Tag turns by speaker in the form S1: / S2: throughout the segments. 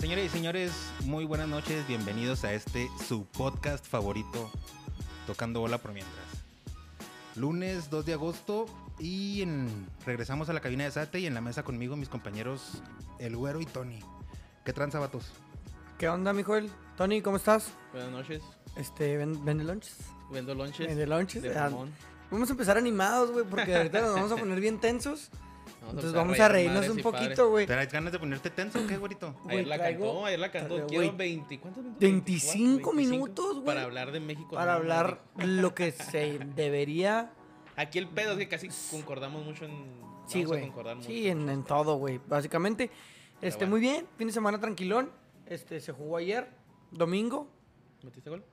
S1: Señores y señores, muy buenas noches, bienvenidos a este su podcast favorito, Tocando Bola por Mientras. Lunes 2 de agosto y en- regresamos a la cabina de Sate y en la mesa conmigo mis compañeros El Güero y Tony. ¿Qué tranza, vatos?
S2: ¿Qué onda, Mijoel? Tony, ¿cómo estás?
S3: Buenas noches.
S2: Este, ven- vende lunches.
S3: Vendo lonches.
S2: Vende lonches.
S3: De
S2: Ah,
S3: jamón.
S2: Vamos a empezar animados, güey, porque ahorita nos vamos a poner bien tensos. entonces
S3: Vamos empezar
S2: vamos a
S3: reír
S2: reírnos
S3: madres
S2: un
S3: y padres.
S2: poquito, güey.
S1: ¿Te das ganas de ponerte tenso o qué, güerito?
S2: güey,
S3: Ayer la
S2: traigo-
S3: cantó, ayer la cantó.
S2: traigo,
S3: Quiero
S2: güey,
S3: 20. ¿Cuántos minutos?
S2: 25
S3: 24,
S2: minutos, güey.
S3: Para hablar de México.
S2: Para
S3: nada más,
S2: hablar lo que se debería.
S3: güey. Aquí el pedo es que casi concordamos mucho en.
S2: Sí,
S3: vamos a
S2: güey.
S3: concordar mucho.
S2: Sí, en, en todo, güey. Básicamente, este,
S3: bueno.
S2: muy bien. Fin de semana tranquilón. Este, se jugó ayer, domingo.
S3: ¿Metiste gol?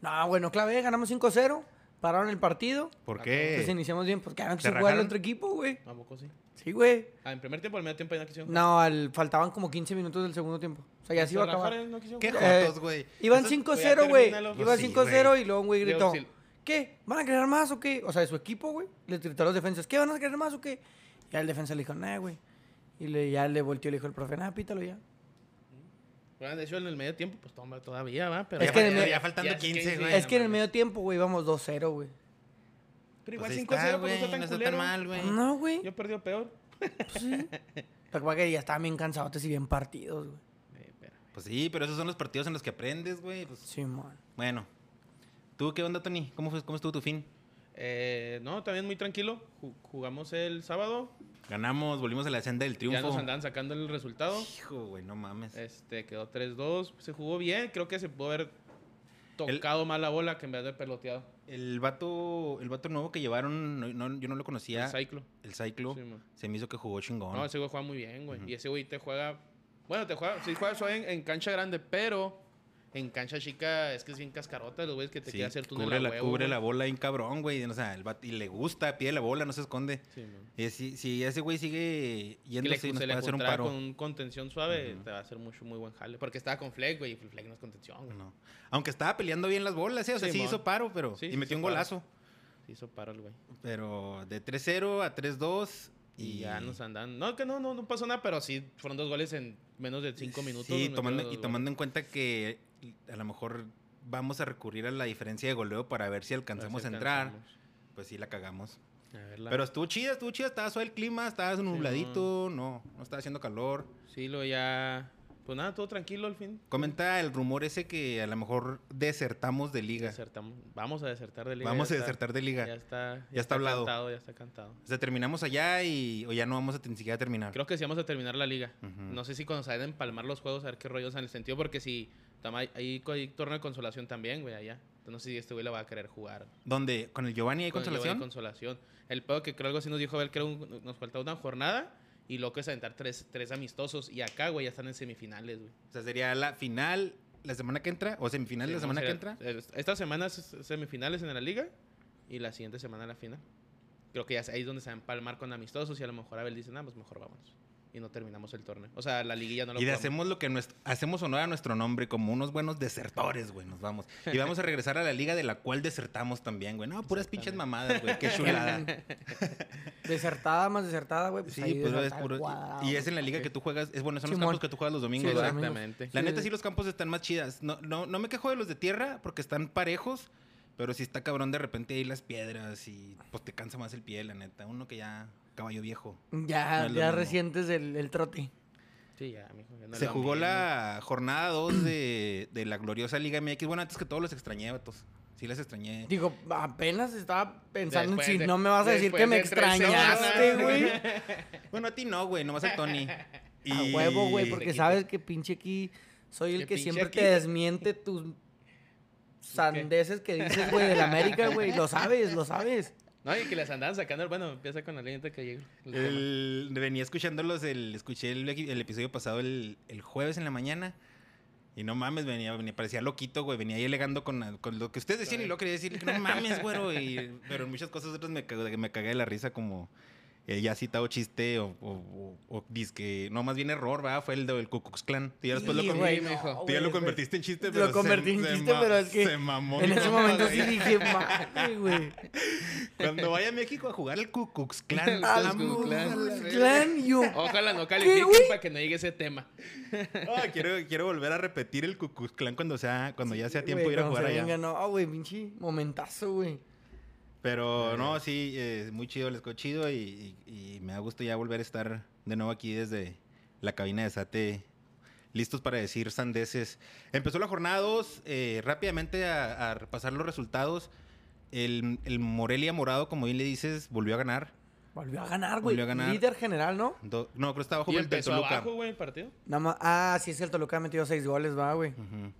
S2: No, bueno, clave, ganamos 5-0. Pararon el partido.
S1: ¿Por
S3: Eh,
S2: Entonces
S1: qué?
S2: iniciamos bien porque antes
S1: ¿Te
S2: se jugaba el
S1: rajaron?
S2: otro equipo, güey.
S3: ¿A poco sí?
S2: Sí, güey.
S3: Ah, en primer tiempo, al medio tiempo ya no quisieron.
S2: No, al- faltaban como 15 minutos del segundo tiempo. O sea, ya se iba a acabar.
S3: No quisieron
S1: ¿Qué
S3: jugar.
S2: Eh,
S1: jotos, güey?
S2: Iban
S1: Esos-
S2: 5-0,
S3: ya
S2: güey.
S3: termínalo.
S2: Iban
S1: Pues sí,
S2: 5-0
S1: güey.
S2: y luego un güey
S3: Yo,
S2: gritó,
S3: sí.
S2: ¿qué? ¿Van a crear más o qué? O sea, de su equipo, güey. Le gritó a los defensas, ¿qué? ¿Van a crear más o qué? Y al defensa le dijo, nah, güey. Y le, ya le volteó y le dijo el profe, nah, pítalo ya.
S3: Bueno, de hecho, en el medio tiempo, pues toma- todavía va. Pero
S1: Ya,
S2: Es que
S1: ya-
S2: en el-
S1: ya faltando
S3: ya es
S1: 15,
S3: 15,
S1: güey.
S3: Ay,
S2: es que en el
S3: mames.
S2: medio tiempo, güey, íbamos 2-0, güey.
S3: Pero
S1: Pues
S3: igual
S1: ahí
S3: 5
S1: está,
S3: 0 no
S1: güey,
S3: está tan
S1: no está
S3: culero.
S1: tan mal, güey.
S2: No, güey.
S3: Yo perdí peor.
S2: Pues sí. Lo que pasa que ya estaban bien cansados y bien partidos, güey.
S3: Eh, espera.
S1: Pues sí, pero esos son los partidos en los que aprendes, güey. pues,
S2: Sí, man.
S1: Bueno. ¿Tú qué onda, Tony? ¿Cómo, fue, ¿Cómo estuvo tu fin?
S3: Eh, no, también muy tranquilo. Ju- Jugamos el sábado.
S1: Ganamos, volvimos a la senda del triunfo.
S3: Ya nos andaban sacando el resultado.
S1: Hijo, güey, no mames.
S3: Este, quedó 3-2. Se jugó bien. Creo que se pudo haber tocado más la bola que en vez de peloteado.
S1: El vato, el vato nuevo que llevaron, no- no- yo no lo conocía.
S3: El ciclo.
S1: El Cyclo.
S3: Sí, man.
S1: se me hizo que jugó chingón.
S3: No, ese güey juega muy bien, güey. Y ese güey te juega. Bueno, te juega. Sí, juega suave en, en cancha grande, pero en cancha chica es que es bien cascarota los güeyes que te
S1: Sí,
S3: quiere hacer túnel
S1: cubre,
S3: a
S1: la,
S3: huevo,
S1: cubre
S3: güey.
S1: la bola bien cabrón, güey. O sea, el vato- y le gusta, pide la bola, no se esconde.
S3: Sí, man.
S1: Y si, si ese güey sigue
S3: Que
S1: yendo,
S3: le,
S1: sí, nos
S3: se
S1: puede
S3: le
S1: hacer un
S3: encontraba
S1: paro.
S3: con un contención suave, te va a hacer mucho, muy buen jale. Porque estaba con Fleck, güey, y Fleck no es contención, güey.
S1: No. Aunque estaba peleando bien las bolas, ¿sí? o sea, sí,
S3: Sí,
S1: hizo
S3: mon.
S1: paro, pero.
S3: Sí,
S1: y
S3: sí
S1: metió
S3: hizo
S1: un
S3: paro.
S1: golazo.
S3: Se hizo paro el güey.
S1: Pero de 3-0 a 3-2.
S3: Y ya nos andan. No, que no, no, no pasó nada, pero sí fueron dos goles en menos de cinco minutos.
S1: Sí,
S3: nos metieron
S1: tomando,
S3: los
S1: y
S3: goles.
S1: tomando en cuenta que a lo mejor vamos a recurrir a la diferencia de goleo para ver si
S3: Pero sí
S1: alcanzamos a entrar.
S3: alcanzamos.
S1: Pues sí, la cagamos.
S3: A ver, la-
S1: Pero estuvo chida, estuvo chida. Estaba suave el clima, estaba nubladito, no, no estaba haciendo calor.
S3: Sí, lo ya. Pues nada, todo tranquilo al fin.
S1: Comenta el rumor ese que a lo mejor desertamos de liga.
S3: Desertamos. Vamos a desertar de liga.
S1: Vamos
S3: ya
S1: a
S3: está-
S1: desertar de liga.
S3: Ya está. Ya,
S1: está hablado.
S3: Cantado, ya está cantado.
S1: O sea, terminamos allá y o ya no vamos a ni siquiera terminar.
S3: Creo que sí vamos a terminar la liga.
S1: Ujú.
S3: No sé si cuando se vayan a empalmar los juegos, a ver qué rollos en el sentido, porque si. tam- Hay, hay, co- hay torneo de consolación también, güey, allá. Entonces, no sé si este güey la va a querer jugar.
S1: ¿Dónde? ¿Con el Giovanni hay
S3: Con- yo voy a
S1: consolación?
S3: consolación. El pedo que creo algo así nos dijo, a ver, que era un- nos faltaba una jornada y luego que es aventar tres, tres amistosos. Y acá, güey, ya están en semifinales, güey.
S1: O sea, sería la final la semana que entra o semifinal
S3: Sí,
S1: la
S3: no,
S1: semana que
S3: sería-
S1: entra.
S3: es- Esta semana es semifinales en la liga y la siguiente semana la final. Creo que ya es- ahí es donde se va a empalmar con amistosos y a lo mejor Abel dice, nada, pues mejor vámonos. Y no terminamos el torneo. O sea, la liguilla no lo
S1: Y le
S3: jugamos.
S1: hacemos lo que nuestro- hacemos honor a nuestro nombre como unos buenos desertores, güey. Nos vamos. Y vamos a regresar a la liga de la cual desertamos también, güey. No, puras pinches mamadas, güey. Qué chulada.
S2: Desertada más desertada, güey. Pues
S1: Sí,
S2: ahí
S1: pero es
S2: desertada,
S1: puro.
S2: cuadrado,
S1: Y es en la liga
S3: ok.
S1: que tú juegas. Es bueno, son los
S2: Simón.
S1: campos que tú juegas los domingos,
S2: Sí,
S1: ¿verdad?
S2: los
S3: Exactamente.
S1: La
S2: Sí.
S1: neta, sí, los campos están más chidas. No, no, no me quejo de los de tierra porque están parejos, pero si está cabrón de repente ahí las piedras y pues te cansa más el pie, la neta. Uno que ya, caballo viejo. No
S2: Ya,
S1: es lo
S2: ya
S1: mismo.
S2: recientes el, el trote.
S3: Sí, ya, mijo, ya no es
S1: Se
S3: lo
S1: jugó
S3: mismo.
S1: la jornada 2 de, de la gloriosa Liga MX. Bueno, antes que todo los extrañé, vatos. Sí, les extrañé.
S2: Digo, apenas estaba pensando
S3: Después
S2: en si
S3: de-
S2: no me vas a decir
S3: después
S2: que me
S3: de tres
S2: extrañaste,
S3: semanas.
S2: güey.
S1: Bueno, a ti no, güey, nomás al Tony.
S2: A
S1: Y-
S2: huevo, güey,
S3: Te
S2: porque
S3: quita.
S2: sabes que pinche aquí soy el
S3: Que
S2: que
S3: pinche
S2: siempre te
S3: aquí.
S2: desmiente tus sandeces que dices, güey, de la América, güey. Lo sabes, lo sabes.
S3: No, y que les andaban sacando. Bueno, empieza con la línea que llega. el
S2: Pues
S3: tema.
S1: El- venía escuchándolos, el, escuché el, el episodio pasado el, el jueves en la mañana. Y no mames, venía, venía parecía loquito, güey. Venía ahí elegando con, con lo que ustedes decían y luego quería decir que no mames, güero. y- pero en muchas cosas otras me, cago- me cagué de la risa, como el ya citado chiste o, o, o- o dizque- No, más bien error, ¿verdad? Fue el del Ku Klux Klan. Tú ya después lo,
S2: Sí,
S1: con-
S2: güey,
S1: tú
S3: no,
S1: ya lo
S2: güey, güey.
S1: convertiste en chiste,
S2: Lo
S1: pero. se-
S2: convertí en
S1: se
S2: chiste,
S1: ma-
S2: pero es que
S1: Se mamó.
S2: En
S1: mi
S2: ese
S1: compa,
S2: momento
S1: güey.
S2: sí dije, madre, güey.
S1: Cuando vaya a México a jugar el Ku Klux Klan.
S3: Ah,
S1: vamos
S3: Ku Klux Klan.
S1: a la-
S2: Clan, yo.
S3: Ojalá no califiquen
S2: güey?
S3: para que no llegue ese tema.
S1: Ah, quiero, quiero volver a repetir el Ku Klux Klan cuando, sea, cuando ya sea tiempo
S2: Güey,
S1: de ir a
S2: cuando
S1: jugar
S2: se
S1: allá.
S2: venga, no, Ah, güey, pinche momentazo, güey.
S1: Pero no, sí, es muy chido, les quedó chido y, y- y me da gusto ya volver a estar de nuevo aquí desde la cabina de Sate, listos para decir sandeces. Empezó la jornada 2, rápidamente a, a repasar los resultados. El, el Morelia Morado, como bien le dices, volvió a ganar.
S2: Volvió a ganar, güey.
S1: Volvió a ganar.
S2: Líder general, ¿no?
S1: Do- no, creo que está abajo
S3: Y
S1: por el del
S3: empezó
S1: Toluca.
S3: abajo, güey, el partido.
S2: Nada más. Ah, sí, es que el Toluca ha metido seis goles, va, güey.
S1: Ujú.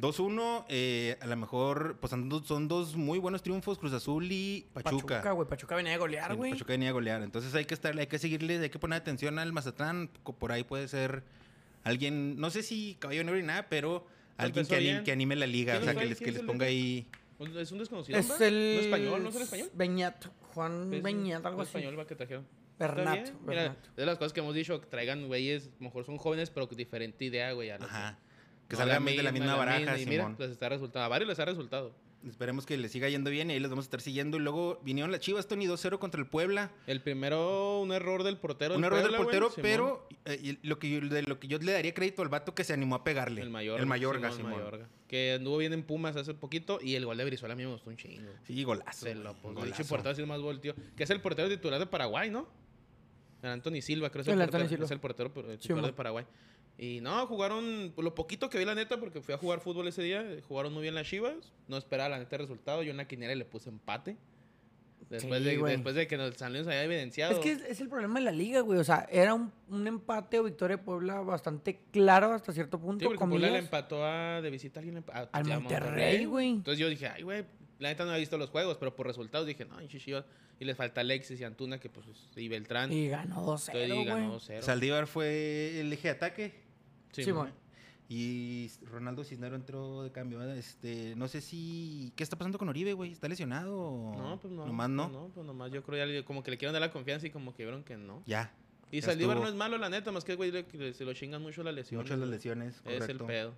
S1: 2-1, eh, a lo mejor, pues son dos- son dos muy buenos triunfos, Cruz Azul y Pachuca.
S2: Pachuca, güey. Pachuca venía de golear,
S1: El
S2: güey.
S1: Pachuca venía a golear. Entonces hay que estar, hay que seguirle, hay que poner atención al Mazatlán. Co- Por ahí puede ser alguien, no sé si caballo negro ni nada, pero alguien
S3: empezó
S1: que, ani-
S3: bien.
S1: que anime la liga.
S3: ¿Quién
S1: O sea,
S3: es
S1: que
S3: el-
S1: les, que
S3: quién
S1: les
S3: es el
S1: ponga
S3: de-
S1: ahí.
S3: ¿Es un desconocido?
S2: Es
S3: ¿verdad?
S2: el.
S3: ¿No es español? ¿No es el español?
S2: Beñat, Juan
S3: Es un-
S2: Beñat, algo
S3: un
S2: así.
S3: español va que trajeron. Está
S2: Bernat,
S3: bien. Mira,
S2: Bernat.
S3: de las cosas que hemos dicho, que traigan güeyes, a lo mejor son jóvenes, pero con diferente idea, güey. a lo
S1: Ajá. Que
S3: no
S1: salgan de la misma baraja,
S3: misma, y
S1: Simón.
S3: mira, pues les está resultado. A varios les ha resultado.
S1: Esperemos que les siga yendo bien y ahí los vamos a estar siguiendo. Y luego vinieron las Chivas, Tony 2-0 contra el Puebla.
S3: El primero, un error del portero.
S1: Un error del
S3: Puebla, güey,
S1: portero,
S3: Simón.
S1: pero eh, y lo que yo, de lo que yo le daría crédito al vato que se animó a pegarle.
S3: El Mayorga.
S1: El Mayorga,
S3: Simón,
S1: Simón.
S3: Mayorga. Que anduvo bien en Pumas hace poquito y el gol de Brizuela a mí me gustó un chingo.
S1: Sí, golazo.
S3: Se lo
S1: güey,
S3: puso.
S1: golazo.
S3: El portero ha sido más volteo. Que es el portero titular de Paraguay, ¿no? El Anthony Silva, creo que es
S2: El
S3: el,
S2: Anthony
S3: portero,
S2: Silva.
S3: es el portero pero, eh,
S2: Simón.
S3: titular de Paraguay. Y no, jugaron por lo poquito que vi la neta, porque fui a jugar fútbol ese día. eh, Jugaron muy bien las Chivas. No esperaba la neta el resultado. Yo en la quiniela le puse empate. Después,
S2: Sí,
S3: de,
S2: güey.
S3: después de que nos, San Luis había evidenciado.
S2: Es que es, es el problema de la liga, güey. O sea, era un, un empate o victoria de Puebla bastante claro hasta cierto
S3: Sí,
S2: punto.
S3: porque Puebla
S2: comillas.
S3: le empató a, de visita a alguien. le empa- a-
S2: Al
S3: a
S2: Monterrey, güey.
S3: Entonces yo dije, ay, güey, la neta no había visto los juegos, pero por resultados dije, no, hinche Chivas. Y les falta Alexis y Antuna, que pues, y Beltrán.
S2: Y ganó 2-0,
S3: Entonces, y ganó
S2: güey.
S3: cero.
S1: Saldívar fue el eje de ataque.
S2: Sí,
S3: Simón.
S2: güey.
S1: Y Ronaldo Cisnero entró de cambio. ¿verdad? Este, no sé si. ¿Qué está pasando con Oribe, güey? ¿Está lesionado? o
S3: No, pues no.
S1: Nomás no.
S3: pues No, pues nomás yo creo ya le- como que le quieren dar la confianza y como que vieron que no.
S1: Ya.
S3: Y
S1: ya
S3: Saldívar no
S1: estuvo.
S3: es malo, la neta, más que güey le- que le- se lo chingan mucho las lesiones.
S1: Muchas las
S3: güey.
S1: lesiones.
S3: Es el
S1: correcto.
S3: pedo.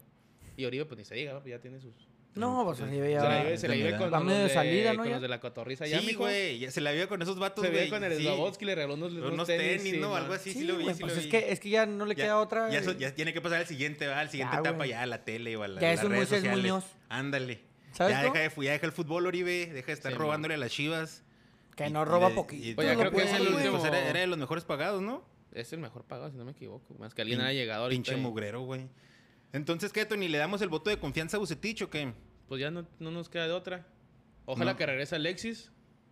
S3: Y Oribe, pues ni se diga, ¿no? Pues ya tiene sus.
S2: No, pues
S1: Sí.
S2: Oribe ya
S3: se
S1: va.
S3: la vive, se la vive
S1: Ya.
S3: con,
S2: Va
S3: con
S2: medio
S3: los
S2: de salida,
S3: de-
S2: ¿no,
S3: con
S2: ya?
S3: los de la cotorriza. ya,
S1: Sí,
S3: mijo.
S1: güey. ya Se la vio con esos vatos,
S3: Se
S1: güey.
S3: ve con el
S1: sí.
S3: Slavotsky, le regaló unos,
S1: Unos
S3: unos
S1: tenis,
S3: tenis.
S1: ¿no?
S3: Simón.
S1: Algo así, sí,
S2: Sí,
S1: lo vi.
S2: güey,
S1: sí lo
S2: pues es
S1: vi.
S2: que, es que ya no le
S1: Ya-
S2: queda otra.
S1: Ya, eso-
S2: güey.
S1: ya tiene que pasar al siguiente, ¿va? Al siguiente
S2: Ya,
S1: etapa,
S2: güey.
S1: ya a la tele o a la,
S2: Ya
S1: a
S2: es
S1: las
S2: un
S1: redes
S2: Moisés
S1: sociales.
S2: Muñoz.
S1: Ándale.
S2: ¿Sabes
S1: ya,
S2: cómo?
S1: deja de, fu- ya deja el fútbol, Oribe. Deja de estar
S3: Sí,
S1: robándole a las chivas.
S2: Que
S1: Y-
S2: no roba pues
S1: y- y-
S2: poquito.
S3: Oye,
S2: lo
S3: creo que es
S2: poco,
S3: el
S2: güey.
S3: último.
S1: Pues era, era de los mejores pagados, ¿no?
S3: Es el mejor pagado, si no me equivoco. Más que alguien
S1: Pin-
S3: haya llegado ahorita.
S1: Pinche
S3: y-
S1: mugrero, güey. Entonces, ¿qué, Tony? ¿Le damos el voto de confianza a Bucetich o qué?
S3: Pues ya no, no nos queda de otra. Ojalá
S1: No.
S3: que regrese Alexis.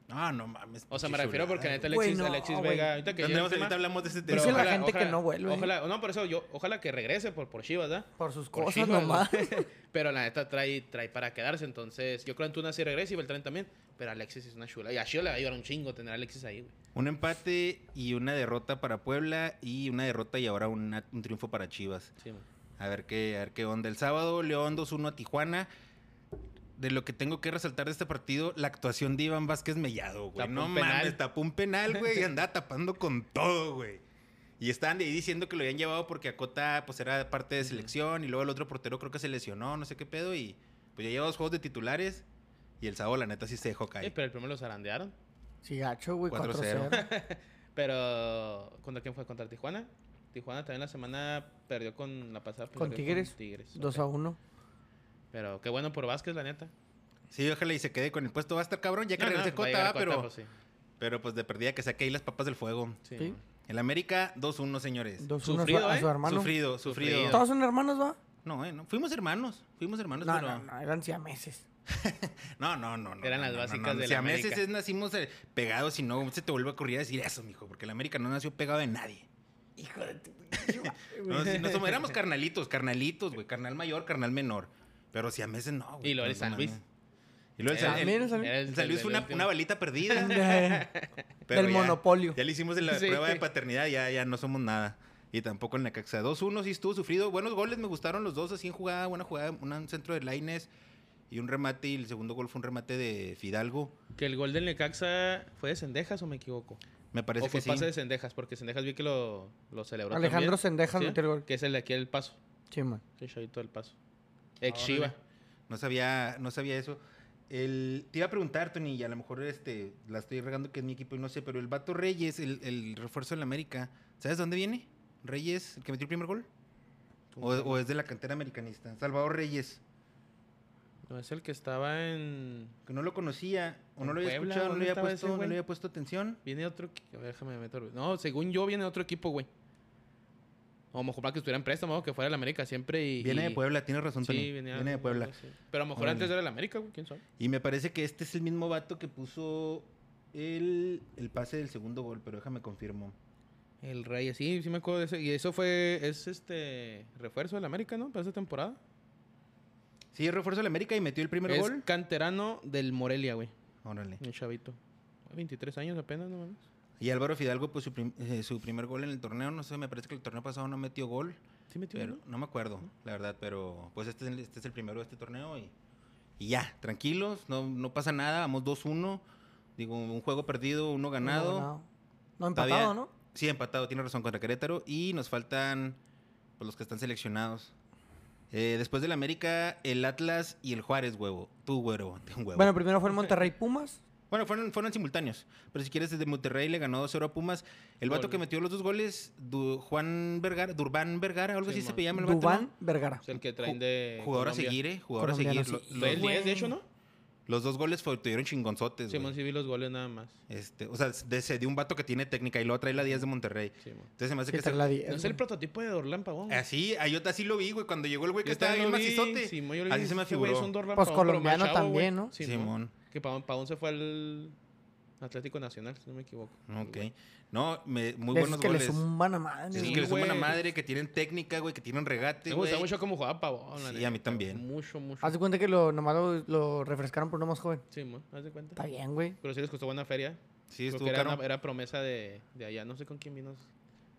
S1: Ah, no mames.
S3: O sea, me
S1: pinche
S3: refiero
S1: chulada,
S3: porque neta
S1: güey.
S2: güey. Güey, no,
S3: Alexis,
S2: ah,
S3: Alexis
S2: güey.
S3: Vega. Ahorita que llegue el
S1: Tendremos,
S3: tema-
S1: ahorita hablamos de ese
S3: Pero
S1: tema.
S2: Dice la
S3: ojalá-
S2: gente que
S3: ojalá-
S2: no vuelve.
S3: Ojalá, no, por eso yo, ojalá que regrese por, por Chivas, ¿verdad?
S2: Por sus
S3: Por
S2: cosas
S3: Chivas,
S2: nomás.
S3: güey. Pero la neta trae, trae para quedarse, entonces yo creo que Antuna sí regresa y Beltrán también. Pero Alexis es una chula. Y a Chivas le va a ayudar un chingo tener a Alexis ahí, güey.
S1: Un empate y una derrota para Puebla y una derrota y ahora una- un triunfo para Chivas.
S3: Sí, man.
S1: A ver qué, a ver qué onda. El sábado, León 2-1 a Tijuana. De lo que tengo que resaltar de este partido, la actuación de Iván Vázquez Mellado, güey.
S3: Tapó
S1: No
S3: un penal.
S1: mames, tapó un penal, güey, y andaba tapando con todo, güey. Y estaban de ahí diciendo que lo habían llevado porque Acota, pues, era parte de selección. Y luego el otro portero creo que se lesionó, no sé qué pedo. Y pues ya lleva dos juegos de titulares. Y el sábado, la neta, sí se dejó
S3: Eh,
S1: caer.
S3: pero el primero lo zarandearon.
S2: Sí, gacho, güey.
S1: 4-0.
S2: 4-0.
S3: Pero ¿contra quién fue? ¿Contra Tijuana? Tijuana también la semana perdió con la pasada. pues,
S2: Con
S3: perdió
S2: Tigres.
S3: Tigres.
S2: 2
S3: ok.
S2: a 1.
S3: Pero qué bueno por Vázquez, la neta.
S1: Sí, ojalá y se quede con el puesto. Va a estar cabrón, ya que
S3: No, no,
S1: regrese
S3: va a
S1: Cota,
S3: llegar
S1: ¿va?
S3: Cota,
S1: pero,
S3: pues, sí.
S1: pero pues de perdida que saque ahí las papas del fuego.
S3: Sí,
S2: Sí.
S3: man.
S1: El América 2-1, señores.
S2: 2 a 1
S3: Sufrido,
S2: a su
S3: ¿eh?
S2: hermano.
S1: Sufrido, sufrido.
S3: Sufrido.
S2: Todos son hermanos, ¿va?
S1: No, eh, no. Fuimos hermanos. Fuimos hermanos,
S2: No,
S1: pero.
S2: no, no, eran siameses.
S1: No, no, no. no,
S3: Eran
S1: no,
S3: las
S1: no,
S3: básicas
S1: no, no.
S3: de
S1: Si
S3: la
S1: a meses
S3: América.
S1: es, nacimos eh, pegados y no se te vuelve a ocurrir decir eso, mijo, porque el América no nació pegado de nadie.
S2: Hijo de tu.
S1: No, si no somos- éramos carnalitos, carnalitos, güey. Carnal mayor, carnal menor. Pero si a meses no, güey.
S3: Y luego el
S1: no,
S3: San
S1: no
S3: Luis. Eh,
S1: mames. Y luego el, San-
S2: También
S1: el-
S2: el San Luis.
S3: Era
S1: el San Luis
S3: del
S1: fue una,
S3: último.
S1: una balita perdida. pero
S2: Del
S1: ya-
S2: monopolio.
S1: Ya le hicimos la
S3: Sí.
S1: prueba de paternidad, ya, ya no somos nada. Y tampoco en la Caxa. 2-1 sí estuvo sufrido. Buenos goles, me gustaron los dos. Así en jugada, buena jugada. una- Un centro de Laines y un remate. Y el segundo gol fue un remate de Fidalgo.
S3: Que el gol del Necaxa fue de Cendejas o me equivoco.
S1: Me parece
S3: o fue
S1: que sí.
S3: pase de Sendejas, porque Sendejas vi que lo, lo celebró.
S2: Alejandro
S3: también.
S2: Sendejas
S3: ¿Sí?
S2: metió el gol.
S3: Que es el de aquí el paso.
S2: Sí, man.
S3: El chavito del paso. Ex
S1: Órale.
S3: Shiva.
S1: No sabía, no sabía eso. El, te iba a preguntar, Tony, y a lo mejor este, la estoy regando que es mi equipo y no sé, pero el Vato Reyes, el, el refuerzo en la América, ¿sabes de dónde viene? ¿Reyes, el que metió el primer gol? O, o es de la cantera americanista? Salvador Reyes,
S3: No es el que estaba en.
S1: que no lo conocía, o no
S3: ¿En
S1: lo había
S3: Puebla?
S1: escuchado, no
S3: ¿Dónde
S1: le había,
S3: estaba ese
S1: puesto, no le
S3: güey?
S1: había puesto atención.
S3: Viene otro. equi- a ver, Déjame meter. No, según yo, viene otro equipo, güey. O a lo mejor para que estuviera en préstamo, que fuera el América siempre. Y,
S1: Viene de
S3: y-
S1: Puebla, tienes razón,
S3: Sí,
S1: Tony.
S3: venía-
S1: Viene de Puebla.
S3: sí. Pero a lo mejor
S1: Órale.
S3: antes era el América, güey. ¿Quién sabe?
S1: Y me parece que este es el mismo vato que puso el, el pase del segundo gol, pero déjame confirmo.
S3: El Reyes, sí, sí me acuerdo de ese. Y eso fue. Es este. Refuerzo del América, ¿no? Para esta temporada.
S1: Sí, refuerzo del América y metió el primer
S3: es
S1: gol.
S3: canterano del Morelia, güey.
S1: Órale.
S3: El chavito. 23 años apenas, no mames.
S1: Y Álvaro Fidalgo, pues su, prim- eh, su primer gol en el torneo, no sé, me parece que el torneo pasado no metió gol,
S3: Sí metió,
S1: pero
S3: ¿no?
S1: no me acuerdo, la verdad, pero pues este es el, este es el primero de este torneo y, y ya, tranquilos, no, no pasa nada, vamos 2-1, digo, un juego perdido, uno ganado,
S2: No, ganado. No,
S1: Todavía-
S2: empatado, ¿no?
S1: sí, empatado, tiene razón contra Querétaro y nos faltan pues, los que están seleccionados. Eh, después del América, el Atlas y el Juárez, huevo, tú, huevo, tú, huevo.
S2: Bueno, primero fue el Monterrey Pumas.
S1: Bueno, fueron, fueron simultáneos. Pero si quieres, desde Monterrey le ganó 2-0 a Pumas. El vato
S3: Gol.
S1: que metió los dos goles, Du- Juan Vergara, Durban Vergara, algo así
S3: Sí,
S1: se
S3: man.
S1: llama el vato.
S2: Dubán
S1: ¿no?
S2: Vergara.
S3: Es el que traen de.
S1: Jugador
S3: Colombia.
S1: a seguir, ¿eh? Jugador a
S2: Colombiano,
S1: seguir. Lo-
S2: sí.
S1: los,
S3: Fue el 10, de
S2: Güey.
S3: hecho, ¿no?
S1: los dos goles fue- tuvieron chingonzotes,
S3: Simón,
S1: güey.
S3: sí vi los goles nada más.
S1: Este, o sea, de, se dio un vato que tiene técnica y luego trae la 10 de Monterrey.
S3: Simón.
S1: Entonces se me hace
S2: Sí,
S1: que... se-
S2: trae la diez,
S3: No es el
S2: güey.
S3: prototipo de Dorlan Pavón. güey.
S1: Así, ah, yo así lo vi, güey. Cuando llegó el güey que
S3: Yo
S1: estaba bien
S3: también lo vi,
S1: macizote.
S3: Simón, yo lo
S1: así
S3: vi,
S1: se me
S3: este güey es
S1: figuró.
S3: un Dorlan
S2: Pues
S3: Pavón, pero más
S2: colombiano
S3: chavo, güey.
S2: también, ¿no?
S1: Simón.
S3: Que Pavón, Pavón se fue al Atlético Nacional, si no me equivoco.
S1: Ok. No, me- muy
S2: De esos
S1: buenos
S2: que
S1: goles.
S2: le suman a madre.
S1: Esos
S3: Sí,
S1: que le suman a
S3: güey.
S1: madre, que tienen técnica, güey, que tienen regate,
S3: Me
S1: güey.
S3: gusta mucho cómo jugaba Pavón. la
S1: Sí,
S3: neta,
S1: a mí también.
S3: güey. Mucho, mucho.
S2: Haz de cuenta que lo, nomás lo, lo refrescaron por uno más joven.
S3: Simón, haz de cuenta.
S2: Está bien, güey.
S3: Pero sí les costó buena feria.
S1: Sí,
S3: Creo
S1: estuvo Pues
S3: que era,
S1: caro.
S3: una- era promesa de, de allá. No sé con quién vino.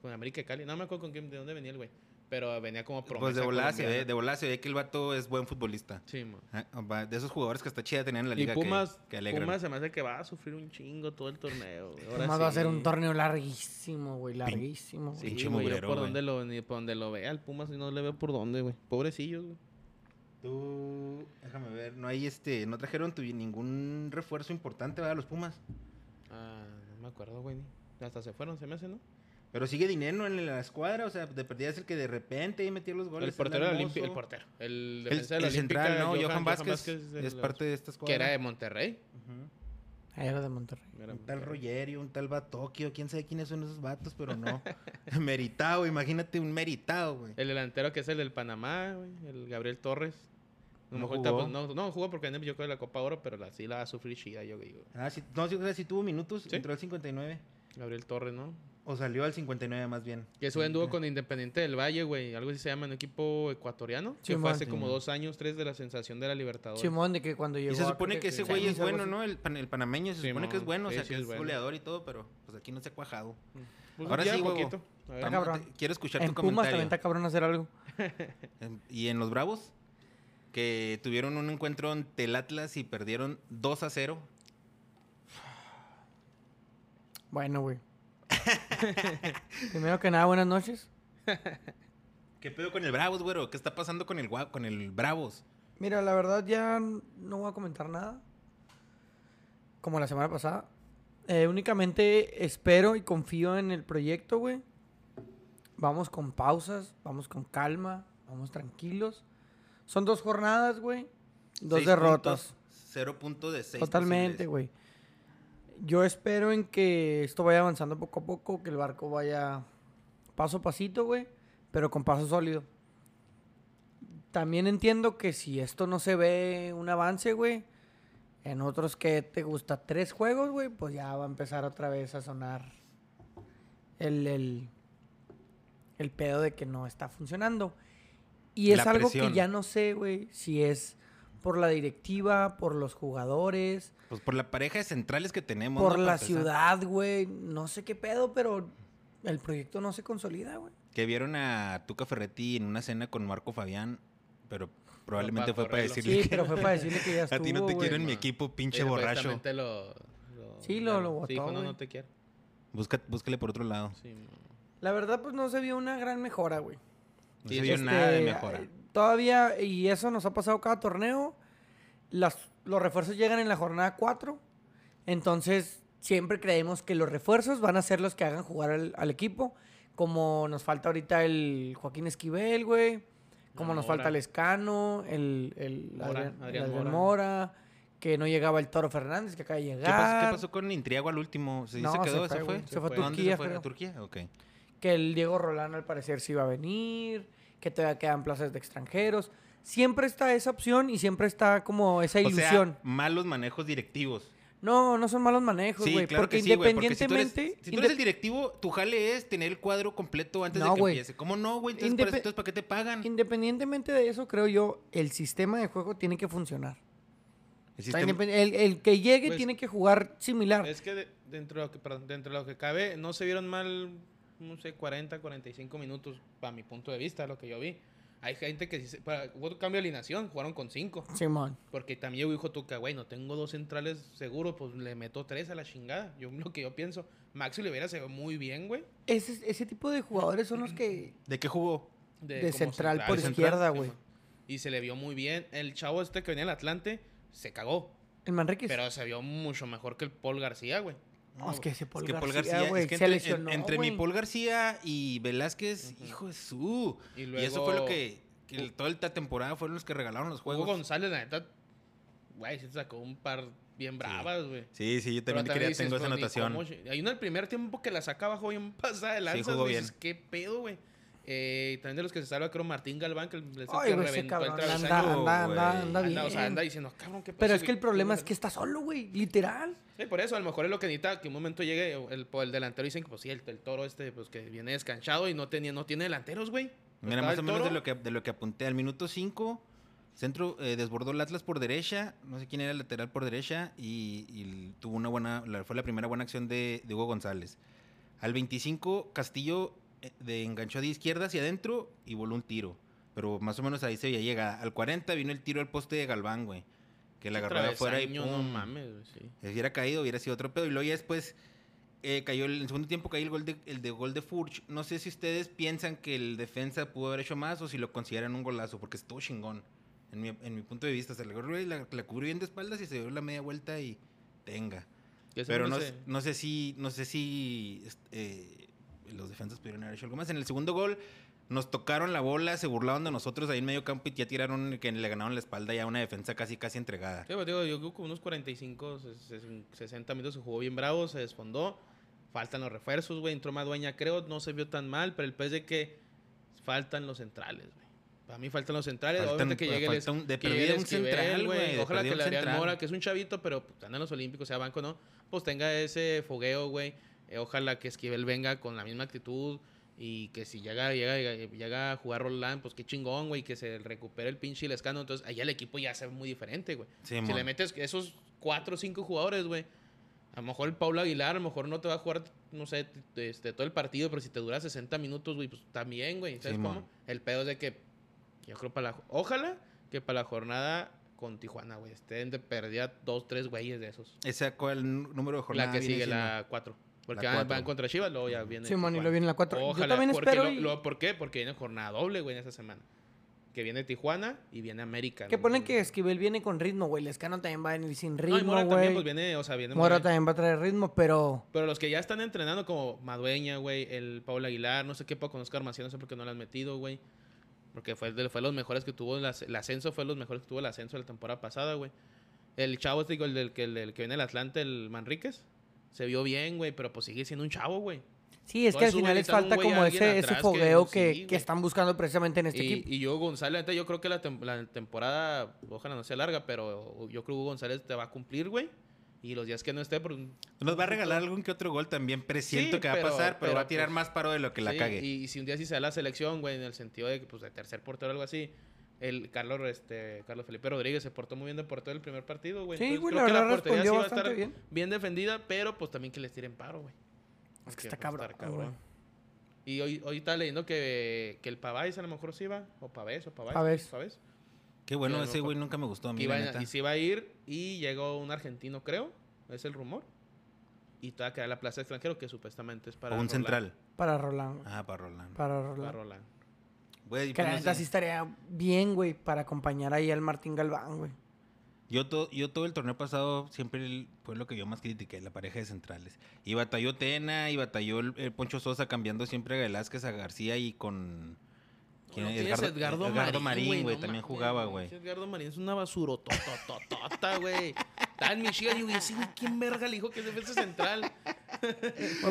S3: Con América de Cali. No me acuerdo con quién, de dónde venía el güey. Pero venía como promesa.
S1: Pues de volada se ve,
S3: colombiana.
S1: de volada se ve que el vato es buen futbolista.
S3: Simón.
S1: Ah, va, De esos jugadores que está chida tener en la liga
S3: y
S1: que-
S3: Pumas,
S1: que, alegran.
S3: Pumas se me hace que va a sufrir un chingo todo el torneo. güey. Ahora
S2: Nomás va a ser
S3: sí.
S2: un torneo larguísimo, güey. Larguísimo. güey.
S3: Sí,
S1: Pinche
S3: güey, yo
S1: mugrero,
S3: por
S1: güey.
S3: donde lo, ni por donde lo vea el Pumas no le veo por dónde, güey. Pobrecillos, güey.
S1: Tú, déjame ver, no hay este, no trajeron tu- ningún refuerzo importante para los Pumas.
S3: Ah, no me acuerdo, güey. Hasta se fueron, se me hace, ¿no?
S1: Pero sigue dinero en la escuadra, o sea, de perdida es el que de repente ahí metía los goles.
S3: el portero de
S1: anda
S3: la Olimpi-
S1: hermoso.
S3: el portero. El
S1: El,
S3: defensa de la
S1: el central,
S3: Olímpica,
S1: ¿no? Johan, Vázquez,
S3: es,
S1: es,
S3: de la-
S1: parte de esta escuadra.
S3: Que era de Monterrey.
S1: Ujú.
S2: Ah, Era de Monterrey.
S3: Era
S1: Un tal
S3: Monterrey.
S1: Rogerio, un tal Batokio, quién sabe quiénes son esos vatos, pero no. meritado, imagínate un meritado, güey.
S3: El delantero que es el del Panamá, güey. El Gabriel Torres. A
S1: No
S3: lo mejor ahorita,
S1: jugó.
S3: pues, no, no jugó porque yo creo la Copa Oro, pero la, sí la va a sufrir chida, yo digo.
S1: Ah, sí, no, sí, o sea, sí tuvo minutos,
S3: ¿Sí?
S1: entró al 59.
S3: Gabriel Torres, ¿no?
S1: O salió al 59 más bien.
S3: Que eso en dúo con Independiente del Valle, güey. Algo así se llama, un equipo ecuatoriano. que fue
S2: Simón.
S3: hace como
S1: Simón.
S3: dos años, tres de la sensación de la Libertadores.
S2: Simón, de que cuando llegó.
S1: Y se
S2: acá
S1: supone que ese
S3: sí.
S1: güey es
S2: Algo
S1: bueno,
S2: así.
S1: ¿no? El, pan- el panameño se supone que es
S3: Simón,
S1: bueno, o
S3: sí,
S1: sea,
S3: sí
S1: que
S3: es
S1: es,
S3: bueno.
S1: goleador y todo, pero pues aquí no se ha cuajado.
S3: Pues,
S1: Ahora
S3: ya
S1: sí, huevo.
S3: poquito. A ver.
S1: Tam-
S2: cabrón.
S1: te- Quiero escuchar
S2: En
S1: tu
S2: Pumas también
S1: comentario.
S2: está cabrón hacer algo.
S1: En- Y en los Bravos, que tuvieron un encuentro ante el Atlas y perdieron 2 a 0.
S2: Bueno, güey. Primero que nada, buenas noches.
S1: ¿Qué pedo con el Bravos, güero? ¿Qué está pasando con el, Gua- con el Bravos?
S2: Mira, la verdad ya n- no voy a comentar nada. Como la semana pasada. Eh, únicamente espero y confío en el proyecto, güey. Vamos con pausas, vamos con calma, vamos tranquilos. Son dos jornadas, güey. Dos
S1: Seis
S2: derrotas.
S1: puntos, Cero puntos de seis.
S2: Totalmente,
S1: posibles.
S2: güey. Yo espero en que esto vaya avanzando poco a poco, que el barco vaya paso a pasito, güey, pero con paso sólido. También entiendo que si esto no se ve un avance, güey, en otros que te gusta tres juegos, güey, pues ya va a empezar otra vez a sonar el, el, el pedo de que no está funcionando. Y es
S1: La
S2: algo
S1: presión.
S2: que ya no sé, güey, si es por la directiva, por los jugadores,
S1: Pues por la pareja de centrales que tenemos. ¿no?
S2: por
S1: Para
S2: la
S1: empezar.
S2: ciudad, güey. No sé qué pedo, pero el proyecto no se consolida, güey.
S1: Que vieron a Tuca Ferretti en una cena con Marco Fabián, pero probablemente
S3: pa'
S1: fue para
S3: correrlo.
S1: decirle
S2: Sí, pero fue para decirle que ya
S1: a
S2: estuvo,
S1: ti no te
S2: güey.
S1: quiero en mi
S3: No.
S1: equipo,
S3: Y
S1: pinche borracho.
S3: supuestamente pues, Lo, lo-
S2: Sí, lo-
S3: ya
S2: lo
S3: no.
S2: botó,
S3: Sí, dijo, no,
S2: güey.
S3: no te quiero.
S1: Busca, búscale por otro lado.
S3: Sí, no.
S2: La verdad, pues no se vio una gran mejora, güey.
S1: No
S3: Sí,
S1: se vio
S2: Este,
S1: nada de mejora.
S2: eh, Todavía, y eso nos ha pasado cada torneo, las, los refuerzos llegan en la jornada 4, entonces siempre creemos que los refuerzos van a ser los que hagan jugar al, al equipo, como nos falta ahorita el Joaquín Esquivel, güey, como
S3: La
S2: nos
S3: Mora.
S2: falta el Escano, el, el
S3: Mora,
S2: Adrián, el
S3: Adrián
S2: Adrián
S3: Mora.
S2: Mora. que no llegaba el Toro Fernández, que acaba de
S1: ¿Qué
S2: llegar.
S1: pasó, qué pasó con Intriago al último? ¿Sí
S2: No,
S1: se quedó?
S2: se fue,
S1: ¿Se fue?
S2: güey. Se fue a
S1: ¿A dónde
S2: Turquía,
S1: se fue? ¿A
S2: creo.
S1: Turquía? Ok.
S2: que el Diego Rolán al parecer sí iba a venir, que todavía quedan plazas de extranjeros. Siempre está esa opción y siempre está como esa
S1: O sea,
S2: ilusión.
S1: malos manejos directivos.
S2: no, no son malos manejos,
S1: Sí,
S2: güey.
S1: claro
S2: porque
S1: que sí, güey, porque si tú eres-
S2: independientemente.
S1: Si tú, eres, el
S2: inde-
S1: directivo, tu jale es tener el cuadro completo antes
S2: No,
S1: de que
S2: güey.
S1: empiece. ¿Cómo no, güey? Entonces,
S2: Indepe-
S1: para, entonces, ¿para qué te pagan?
S2: independientemente de eso, creo yo, el sistema de juego tiene que funcionar.
S1: El
S2: O sea,
S1: sistema-
S2: independ- el, el que llegue
S3: Pues-
S2: tiene que jugar similar.
S3: Es que de- dentro, de lo que, perdón, dentro de lo que cabe, no se vieron mal, no sé, 40, 45 minutos, para mi punto de vista, lo que yo vi. Hay gente que sí se- para- hubo un cambio de alineación, jugaron con 5.
S2: Simón.
S3: Porque también dijo Tuca, güey, no tengo dos centrales seguros, pues le meto tres a la chingada. Yo lo que yo pienso, Maxi Olivera se ve muy bien, güey.
S2: Ese, ese tipo de jugadores son los que.
S1: ¿De qué jugó?
S2: De
S3: como
S2: central por izquierda, güey.
S3: Simón. Y se le vio muy bien. El chavo este que venía del Atlante se cagó.
S2: El Manrique.
S3: Pero se vio mucho mejor que el Paul García, güey.
S2: No, es que ese Paul
S1: Es que Paul
S2: García,
S1: García,
S2: güey,
S1: es que
S2: se
S1: entre,
S2: lesionó,
S1: en- entre mi
S2: güey.
S1: Paul García y Velázquez,
S3: Ujú.
S1: hijo de su.
S3: Y
S1: Y,
S3: luego
S1: eso fue lo que, que el- toda esta temporada fueron los que regalaron los
S3: Hugo
S1: juegos.
S3: González, la neta, güey, sí te sacó un par bien bravas, güey.
S1: Sí, sí, yo
S3: Pero
S1: también quería,
S3: dices,
S1: tengo esa
S3: pues, ni
S1: anotación.
S3: cómo lle- Hay una el primer tiempo que la saca abajo bien pasada de lanza.
S1: jugó
S3: dices,
S1: bien.
S3: ¿Qué pedo, güey? Eh, y también de los que se salva, creo, Martín Galván, que le
S2: Ay, güey, ese
S3: reventó el
S2: cabrón
S3: travesaño.
S2: anda, anda,
S1: güey.
S2: anda, anda bien.
S3: Anda, o sea, anda diciendo, cabrón, qué pedo.
S2: Pero
S3: Sí,
S2: es que el
S3: güey,
S2: problema
S3: sí,
S2: es que está solo, güey. Literal.
S3: Sí, por eso, a lo mejor es lo que necesita que un momento llegue el, el delantero. Dicen que, pues sí, el, el toro este, pues que viene descanchado y no, tenía, no tiene delanteros, güey. Pues,
S1: Mira,
S3: estaba
S1: más
S3: el
S1: o menos de
S3: Toro,
S1: lo que, de lo que apunté. Al minuto 5, centro eh, desbordó el Atlas por derecha. No sé quién era el lateral por derecha. Y, y tuvo una buena. la- fue la primera buena acción de, de Hugo González. Al 25, Castillo eh, de enganchó de izquierda hacia adentro y voló un tiro. Pero más o menos ahí se veía llegada. Al 40 vino el tiro al poste de Galván, güey. Que la
S3: ese
S1: agarró de afuera y
S3: travesaño,
S1: pum.
S3: No mames, güey, sí.
S1: Si eh, hubiera caído, hubiera sido otro pedo. Y luego ya después eh, cayó el, en el segundo tiempo cayó el gol de, el de gol de Furch. No sé si ustedes piensan que el defensa pudo haber hecho más o si lo consideran un golazo, porque estuvo chingón. En mi, en mi punto de vista, se le agarró y la, la cubrió bien de espaldas y se dio la media vuelta y tenga.
S3: Que ese
S1: Pero
S3: hombre
S1: no,
S3: se-
S1: s- no sé si, no sé si este, los defensas pudieron haber hecho algo más. En el segundo gol nos tocaron la bola, se burlaron de nosotros ahí en medio campo y ya tiraron que le ganaron la espalda ya a una defensa casi casi entregada.
S3: Sí, pues, digo, yo creo que unos 45, ses- ses- 60 minutos se jugó bien bravo, se desfondó. Faltan los refuerzos, güey. Entró Madueña, creo. No se vio tan mal, pero el pez de que faltan los centrales, güey. Para mí faltan los centrales.
S1: Faltan-
S3: Obviamente que
S1: pues,
S3: llegue el
S1: falta un- de
S3: que llegue
S1: perdida
S3: el
S1: un
S3: Esquivel,
S1: central, güey, de
S3: Ojalá
S1: perdida
S3: que
S1: un
S3: le Adrián
S1: central.
S3: Mora, que es un chavito, pero pues, anda en los Olímpicos, sea banco, ¿no? Pues tenga ese fogueo, güey. Eh, ojalá que Esquivel venga con la misma actitud. Y que si llega, llega, llega- llega a jugar Roland, pues qué chingón, güey, que se recupere el pinche y el escano. Entonces, allá el equipo ya se ve muy diferente, güey. Si
S1: Simón.
S3: le metes esos cuatro o cinco jugadores, güey. A lo mejor el Pablo Aguilar, a lo mejor no te va a jugar, no sé, t- este, todo el partido, pero si te dura 60 minutos, güey, pues también, güey. ¿Sabes
S1: Simón.
S3: cómo? El pedo es de que, yo creo, para la, ojalá que para la jornada con Tijuana, güey, estén de perdida dos, tres güeyes de esos.
S1: ¿Esa cuál n- número de jornada?
S3: la que
S1: viene
S3: sigue,
S1: siendo?
S3: la cuatro. Porque
S1: La
S3: van-
S1: cuatro.
S3: van contra Chivas, luego ya viene.
S2: Simón, y
S3: Tijuana.
S2: lo viene la 4. Yo
S3: Ojalá,
S2: también
S3: porque
S2: espero.
S3: lo-
S2: y-
S3: lo- ¿Por qué? Porque viene jornada doble, güey, en esta semana. Que viene Tijuana y viene América.
S2: Que
S3: ¿no?
S2: ponen que Esquivel viene con ritmo, güey. El Escano también va a venir sin
S3: No, y
S2: ritmo,
S3: Mora también,
S2: güey.
S3: pues viene, o sea, viene muy
S2: Mora
S3: bien.
S2: también va a traer ritmo, pero.
S3: Pero los que ya están entrenando, como Madueña, güey, el Paul Aguilar, no sé qué, con Oscar Macías, no sé por qué no lo han metido, güey. Porque fue, de- fue los mejores que tuvo, el, as- el ascenso fue los mejores que tuvo el ascenso de la temporada pasada, güey. El chavo, este, digo, el, del, que- el, del que viene del Atlante, el Manríquez, se vio bien, güey, pero pues sigue siendo un chavo, güey.
S2: Sí, es
S3: Todo
S2: que al
S3: eso, güey,
S2: final les
S3: necesitan un
S2: falta
S3: güey,
S2: como
S3: alguien
S2: ese, ese
S3: atrás que-
S2: fogueo
S3: sí,
S2: que,
S3: güey.
S2: que están buscando precisamente en este
S3: y,
S2: equipo.
S3: y yo González, neta, yo creo que la, tem- la temporada, ojalá no sea larga, pero yo creo que Hugo González te va a cumplir, güey. Y los días que no esté, por
S1: Nos va a regalar algún que otro gol también, presiento
S3: Sí,
S1: que va
S3: pero-
S1: a pasar, pero,
S3: pero
S1: va a tirar
S3: pues-
S1: más paro de lo que la
S3: Sí,
S1: cague.
S3: Y, y si un día sí se da la selección, güey, en el sentido de que, pues, de tercer portero o algo así, el Carlos, este, Carlos Felipe Rodríguez se portó muy bien de portero el primer partido, güey.
S2: sí,
S3: Entonces,
S2: güey, la
S3: creo que
S2: verdad
S3: portería sí
S2: respondió
S3: va a
S2: bastante
S3: estar
S2: bien.
S3: bien defendida, pero pues también que les tiren paro, güey.
S2: Es que
S3: Que
S2: está
S3: va a estar
S2: cabrón. güey.
S3: Y hoy, hoy está leyendo que, que el Pavés a lo mejor sí iba, o Pavés, o Pavés.
S2: Pavés.
S1: Qué bueno,
S3: Sí, a lo
S1: ese güey
S3: mejor.
S1: nunca me gustó a
S3: Que
S1: mí,
S3: iba-
S1: la neta.
S3: y se iba a ir y llegó un argentino, creo, es el rumor. Y te va a quedar la plaza de extranjero, que supuestamente es para.
S1: o un
S3: Roland-
S1: central.
S2: Para Roland, güey.
S1: Ah, para Roland.
S2: Para
S3: Para
S2: Roland.
S3: Roland.
S1: Güey,
S2: Que
S1: pues,
S2: la
S1: no
S2: neta
S1: sé.
S2: sí estaría bien, güey, para acompañar ahí al Martín Galván, güey.
S1: Yo, to- yo todo el torneo pasado siempre el- fue lo que yo más critiqué, la pareja de centrales. Y batalló Tena y batalló el, el Poncho Sosa cambiando siempre a Velázquez, a García y con... ¿quién
S3: No
S1: es?
S3: tienes
S1: Edgardo, Edgardo Marín, güey, también
S3: no
S1: jugaba,
S3: mames,
S1: güey.
S3: ese Edgardo Marín es una basurotototota, güey. Estaba en Michigan y güey, sí, güey, ¿quién verga le dijo que es defensa central?
S2: Pues,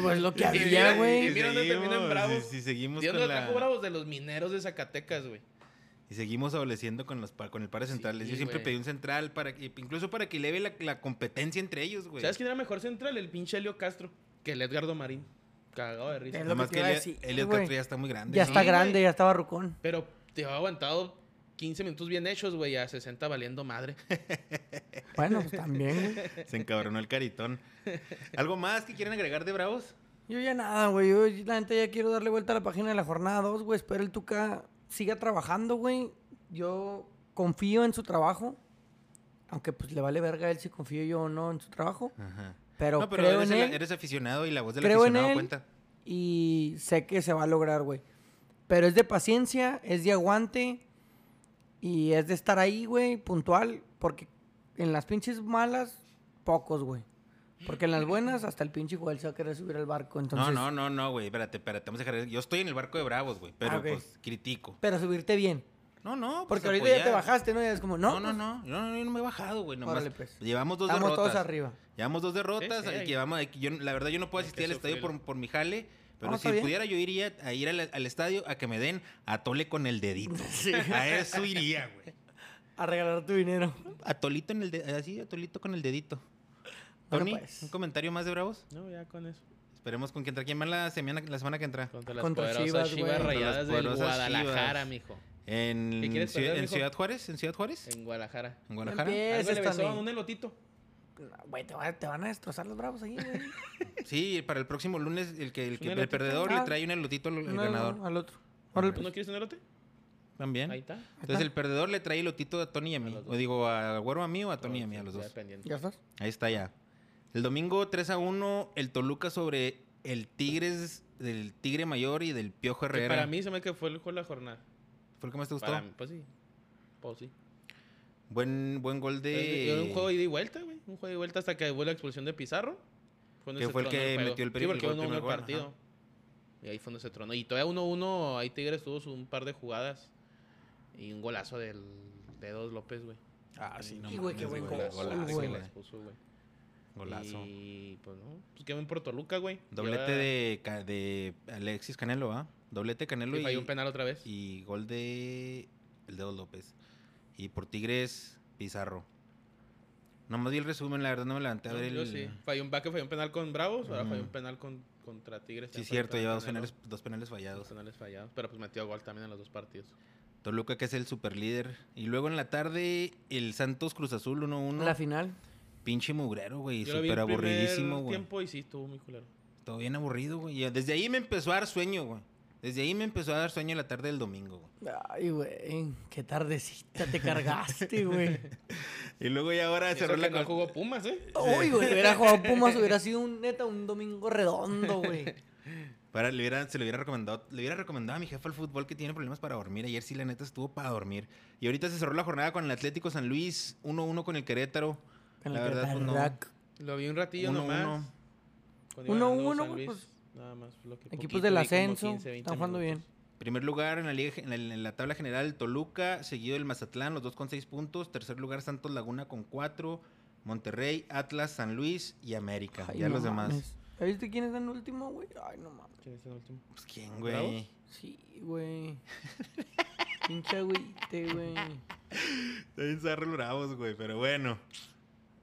S2: pues lo que
S3: Y
S2: había,
S3: mira,
S1: Y
S3: y
S2: güey.
S3: mira dónde
S1: seguimos,
S3: terminan bravos.
S1: Si, si seguimos
S3: Dios
S1: con
S3: los trajo
S1: la,
S3: bravos de los mineros de Zacatecas, güey.
S1: y seguimos adoleciendo con, los, pa- con el par de centrales. yo
S3: Sí,
S1: siempre
S3: güey.
S1: pedí un central, para que- incluso para que eleve la, la competencia entre ellos, güey.
S3: ¿Sabes quién era mejor central? El pinche Helio Castro que el Edgardo Marín. Cagado de risa.
S2: Es lo
S1: Nomás
S2: que
S1: que,
S2: te iba a
S1: Elia-
S2: decir,
S1: Elliot
S2: güey.
S1: Castro ya está muy grande.
S2: Ya
S1: ¿no?
S2: está
S3: Sí,
S2: grande,
S3: güey.
S2: ya estaba rucón.
S3: Pero te ha aguantado 15 minutos bien hechos, güey, a 60 valiendo madre.
S2: Bueno, pues también, güey.
S1: Se encabronó el caritón. ¿Algo más que quieren agregar de bravos?
S2: Yo ya nada, güey. Yo la neta ya quiero darle vuelta a la página de la jornada 2, güey. Espero el Tuca siga trabajando, güey. Yo confío en su trabajo. Aunque pues le vale verga a él si confío yo o no en su trabajo.
S1: Ajá.
S2: Pero,
S1: no, pero
S2: creo
S1: eres,
S2: en
S1: el-
S2: él
S1: eres aficionado y la voz del
S2: creo en
S1: aficionado
S2: él.
S1: cuenta.
S2: y sé que se va a lograr, güey. Pero es de paciencia, es de aguante y es de estar ahí, güey, puntual. Porque en las pinches malas, pocos, güey. Porque en las buenas, hasta el pinche Joel se va a querer subir al barco.
S1: No,
S2: Entonces,
S1: no, no, no, güey. Espérate, espérate. Vamos a dejar. Yo estoy en el barco de bravos, güey. Pero
S2: Ah, ok.
S1: pues critico.
S2: Pero subirte bien.
S1: No, no. pues,
S2: Porque ahorita ya te
S1: apoyar.
S2: bajaste, ¿no? Ya es como, no. Pues-
S1: No, no, no. Yo no, yo no me he bajado, güey. Nomás.
S2: Órale, pues.
S1: Llevamos dos
S2: Estamos
S1: derrotas.
S2: todos arriba.
S1: Llevamos dos derrotas.
S3: Sí, sí,
S1: eh,
S3: hay-
S1: llevamos, eh, yo- la verdad, yo no puedo
S3: hay que
S1: asistir al estadio por,
S3: sufrirlo.
S1: por mi jale. Pero
S2: No,
S1: si
S2: Ah, está bien.
S1: pudiera, yo iría a ir al, al estadio a que me den a tole con el dedito. A eso iría, güey.
S2: A regalar tu dinero.
S1: Atolito en el de- así, atolito con el dedito.
S2: Bueno,
S1: Tony,
S2: pues.
S1: un comentario más de Bravos.
S3: No, ya con eso.
S1: Esperemos con que entra. ¿Quién más la semana, la semana que entra?
S3: Contra las
S2: Contra
S3: poderosas
S2: Chivas,
S3: Chivas,
S2: güey. Contra
S1: las
S3: rayadas del
S1: poderosas
S3: Guadalajara,
S1: Chivas.
S3: mijo.
S1: En,
S3: ¿Qué quieres
S1: Ciu-
S3: perder,
S1: en
S3: mijo?
S1: Ciudad Juárez, en Ciudad Juárez, en,
S3: En Guadalajara.
S1: Guadalajara.
S2: Empieza. Ese
S3: Algo le
S2: está
S3: besó a
S2: bien.
S3: un elotito.
S2: Güey, te, va- te van a destrozar los bravos ahí, güey.
S1: Sí, para el próximo lunes el que el,
S3: Un
S1: que- el
S3: elotito.
S1: perdedor
S2: Ah.
S1: le trae un elotito al al
S2: No,
S1: ganador
S2: no, al otro. Órale,
S3: ¿Tú no
S2: pues.
S3: quieres un elote?
S1: también.
S3: Ahí está.
S1: Entonces el perdedor le trae elotito a Tony y a mí.
S3: los dos.
S1: o digo, a Güero a mí o a Tony y a mí, a los
S3: Ya
S1: dos.
S3: dependiendo.
S2: ¿Ya estás?
S1: Ahí está ya. El domingo 3 a 1, el Toluca sobre el Tigres, del Tigre Mayor y del Piojo
S3: Que
S1: Herrera.
S3: para mí se me que fue el juego de la jornada.
S1: ¿Fue el que más te gustó?
S3: Para mí, pues sí. Pues sí.
S1: Buen, buen gol de...
S3: Yo- yo un juego de ida y vuelta, güey. Un juego de vuelta hasta que hubo la expulsión de Pizarro. cuando
S1: Que
S3: se
S1: fue el
S3: tronó
S1: que
S3: juego.
S1: metió el
S3: Sí,
S1: primer-
S3: porque
S1: el
S3: uno uno
S1: primer
S3: el
S1: gol,
S3: partido.
S1: ajá.
S3: Y ahí fue donde se tronó. Y todavía 1-1, ahí Tigres tuvo su- un par de jugadas. Y un golazo del dedos López, güey.
S1: Ah, sí, no
S2: Y, güey, qué
S1: mames,
S2: buen
S1: güey.
S2: golazo,
S1: Golazo,
S2: güey.
S1: güey.
S3: las puso, güey.
S1: Golazo.
S3: Y pues no, pues quedó en Puerto Luca, güey.
S1: Doblete
S3: Lleva-
S1: de, Ca- de Alexis Canelo, ¿ah? Doblete Canelo
S3: Y
S1: y,
S3: falló un penal otra vez.
S1: y gol de El Dedo López. Y por Tigres, Pizarro. Nomás vi el resumen, la verdad no me levanté a
S3: No,
S1: ver
S3: yo
S1: el...
S3: sí. Falló un baque, falló un penal con Bravos, ahora falló
S1: Mm.
S3: un penal con, contra Tigres.
S1: Sí,
S3: ya
S1: cierto,
S3: falló
S1: lleva
S3: el
S1: dos
S3: penal,
S1: penales, dos penales
S3: ¿no? Dos
S1: fallados.
S3: penales fallados, pero pues metió gol también en los dos partidos.
S1: Toluca que es el superlíder. Y luego en la tarde, el Santos Cruz Azul 1-1.
S2: La final.
S1: Pinche mugrero, güey.
S3: Yo lo vi
S1: Súper
S3: el primer
S1: aburridísimo, güey.
S3: tiempo y sí, estuvo muy culero.
S1: Todo bien aburrido, güey. Ya Desde ahí me empezó a dar sueño, güey. Desde ahí me empezó a dar sueño la tarde del domingo, güey.
S2: Ay, güey. Qué tardecita te cargaste, güey.
S1: Y luego ya ahora
S3: Y
S1: Ah, cerró
S3: eso
S1: la
S3: que no
S1: con-
S3: jugó Pumas, ¿eh?
S2: Uy, güey. Hubiera jugado Pumas, hubiera sido un neta un domingo redondo, güey.
S1: Para, le hubiera- se le hubiera recomendado, le hubiera recomendado a mi jefa al fútbol que tiene problemas para dormir. Ayer sí, la neta, estuvo para dormir. Y ahorita se cerró la jornada con el Atlético San Luis, 1-1 con el Querétaro.
S2: En
S1: La
S2: el
S1: verdad, pues, no.
S2: Querétaro.
S3: Lo vi un ratillo
S1: 1-1.
S3: nomás. cuando iba
S2: Uno,
S3: ganando
S2: uno,
S3: San
S2: güey,
S3: Luis,
S2: pues,
S3: Nada más. fue Lo que
S2: Equipos
S3: poquito,
S2: del
S3: vi como
S2: ascenso.
S3: 15, 20
S2: están jugando
S3: minutos.
S2: bien.
S1: Primer lugar en la, liga- en la, en la tabla general, Toluca, seguido el Mazatlán, los dos con seis puntos. Tercer lugar, Santos Laguna con cuatro. Monterrey, Atlas, San Luis y América.
S2: Ay,
S1: ya
S2: no
S1: los demás.
S2: mames. ¿Ya viste quién es el último, güey? Ay, no mames.
S3: ¿Quién es el último?
S1: Pues quién,
S3: ¿Bravos?
S1: güey.
S2: Sí, güey. Pinche agüite, güey.
S1: Deben ser re bravos, güey, pero bueno.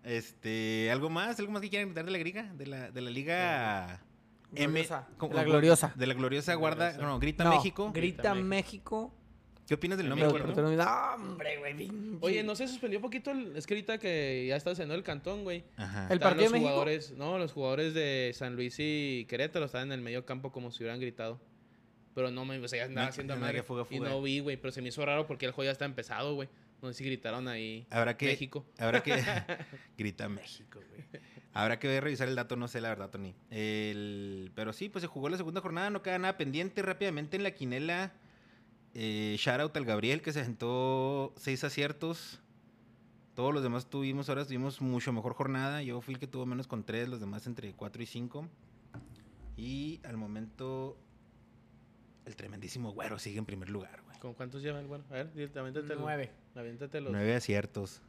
S1: Este, ¿algo más? ¿Algo más que quieran comentar de la griga? De la, de la liga...
S2: Gloriosa.
S1: ¿cómo-
S2: De la
S1: cómo-
S2: gloriosa.
S1: De la gloriosa
S3: La
S1: guarda...
S3: gloriosa.
S1: No, Grita
S2: No,
S1: México.
S2: Grita
S3: Grita
S2: México.
S1: ¿Qué opinas del nombre?
S2: Pero
S3: México,
S2: el
S1: güey?
S2: portero no- ¡Ah, hombre, güey. pinche!
S3: Oye, no se suspendió poquito. el- Es que ahorita que ya está cenando el cantón, güey.
S1: Ajá.
S2: El-
S3: Estaban
S2: partido
S3: los
S2: de México?
S3: jugadores, no, los jugadores de San Luis y Querétaro estaban en el medio campo como si hubieran gritado. Pero no me, o sea, ya andaba
S1: No,
S3: haciendo
S1: no,
S3: madre.
S1: que fuga,
S3: Y
S1: fuga.
S3: no vi, güey, pero se me hizo raro porque el juego ya está empezado, güey. No sé si gritaron ahí.
S1: Habrá que.
S3: México.
S1: Habrá que. grita México.
S3: México, güey.
S1: Habrá que ver, revisar el dato, no sé la verdad, Tony. El- pero sí, pues se jugó la segunda jornada, no queda nada pendiente. Rápidamente en la quinela, eh, shout out al Gabriel, que se sentó seis aciertos. Todos los demás tuvimos, ahora tuvimos mucho mejor jornada. Yo fui el que tuvo menos con tres, los demás entre cuatro y cinco. Y al momento, el tremendísimo güero sigue en primer lugar, güey.
S3: ¿Con cuántos lleva el bueno? A ver, di- aviéntate el-
S2: Nueve.
S3: aviéntate los.
S1: Nueve aciertos.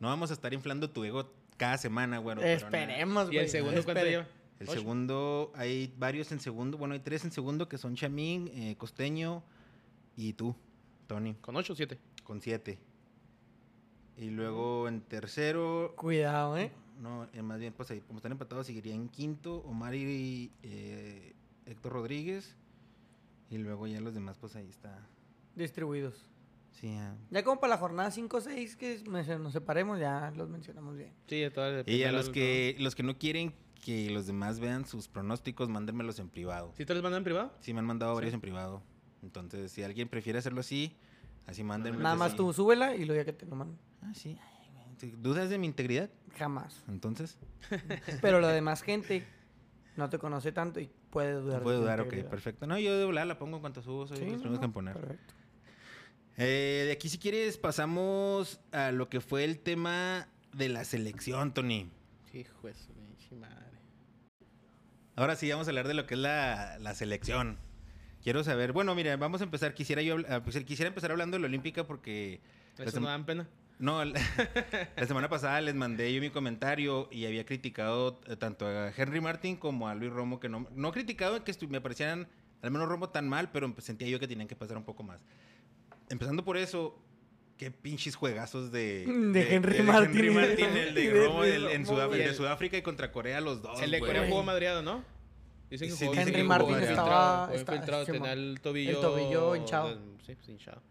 S1: No vamos a estar inflando tu ego cada semana, güero. pero nada.
S2: Esperemos, güey.
S3: ¿Y el segundo cuánto
S2: espere.
S3: lleva?
S1: El
S3: Ocho.
S1: segundo, hay varios en segundo, bueno, hay tres en segundo que son Chamín, eh, Costeño y tú, Tony,
S3: ¿Con ocho o siete?
S1: con siete. Y luego en tercero,
S2: Cuidado, ¿eh?
S1: no, eh, más bien, pues ahí, como están empatados, seguiría en quinto, Omar y eh, Héctor Rodríguez. Y luego ya los demás, pues ahí está.
S2: Distribuidos.
S1: Sí, ah.
S2: Ya como para la jornada 5 o 6 que me- se- nos separemos, ya los mencionamos bien.
S3: Sí, ya todas de
S1: Y a
S3: primero
S1: los
S3: al
S1: que, los que no quieren que los demás vean sus pronósticos, mándenmelos en privado.
S3: último. ¿Sí te los mandan en privado?
S1: Sí, me han mandado
S3: Sí.
S1: varios en privado. Entonces, si alguien prefiere hacerlo así, así mándenme.
S2: Nada más tú súbela y luego ya que te lo manden.
S1: Ah, sí. Ay, güey. ¿Tú- ¿Dudas de mi integridad?
S2: Jamás.
S1: Entonces,
S2: Pero la demás gente no te conoce tanto y puede dudar.
S1: no
S2: de
S1: puedo
S2: tu
S1: dudar, ok,
S2: integridad.
S1: perfecto. No, yo de volada la pongo en cuanto subo, soy
S2: Sí,
S1: de los
S2: no,
S1: primeros
S2: no,
S1: en poner.
S2: Perfecto.
S1: Eh, de aquí, si quieres, pasamos a lo que fue el tema de la selección, Tony.
S3: Hijo de su pinche madre.
S1: Ahora sí, vamos a hablar de lo que es la, la selección. Quiero saber, bueno, mira, vamos a empezar. Quisiera yo habl- ah, pues, quisiera empezar hablando de la Olímpica porque La
S3: Eso
S1: sem-
S3: no dan pena.
S1: No, el- la semana pasada les mandé yo mi comentario y había criticado eh, tanto a Henry Martin como a Luis Romo, que no, no criticado que estu- me parecieran, al menos Romo tan mal, pero empe- sentía yo que tenían que pasar un poco más. Empezando por eso, qué pinches juegazos de,
S2: De Henry Martin y de-
S1: Martin, el
S2: y
S1: de
S2: de
S1: Romo
S2: Luis
S1: del- en
S2: Romo,
S1: Sudáfrica,
S3: güey.
S1: el de Sudáfrica y contra Corea los dos.
S3: El de
S1: Ah, güey.
S3: Corea jugó madreado, ¿no? Dicen
S1: Sí,
S3: jugó-
S1: dicen
S3: dicen
S1: que Henry
S3: jugó
S1: Martin
S3: madreado.
S2: estaba-
S3: Jugó
S2: está-
S3: infiltrado,
S2: sí,
S3: tenía
S2: mon.
S3: el tobillo.
S2: El tobillo hinchado.
S3: del- Sí, pues, hinchado.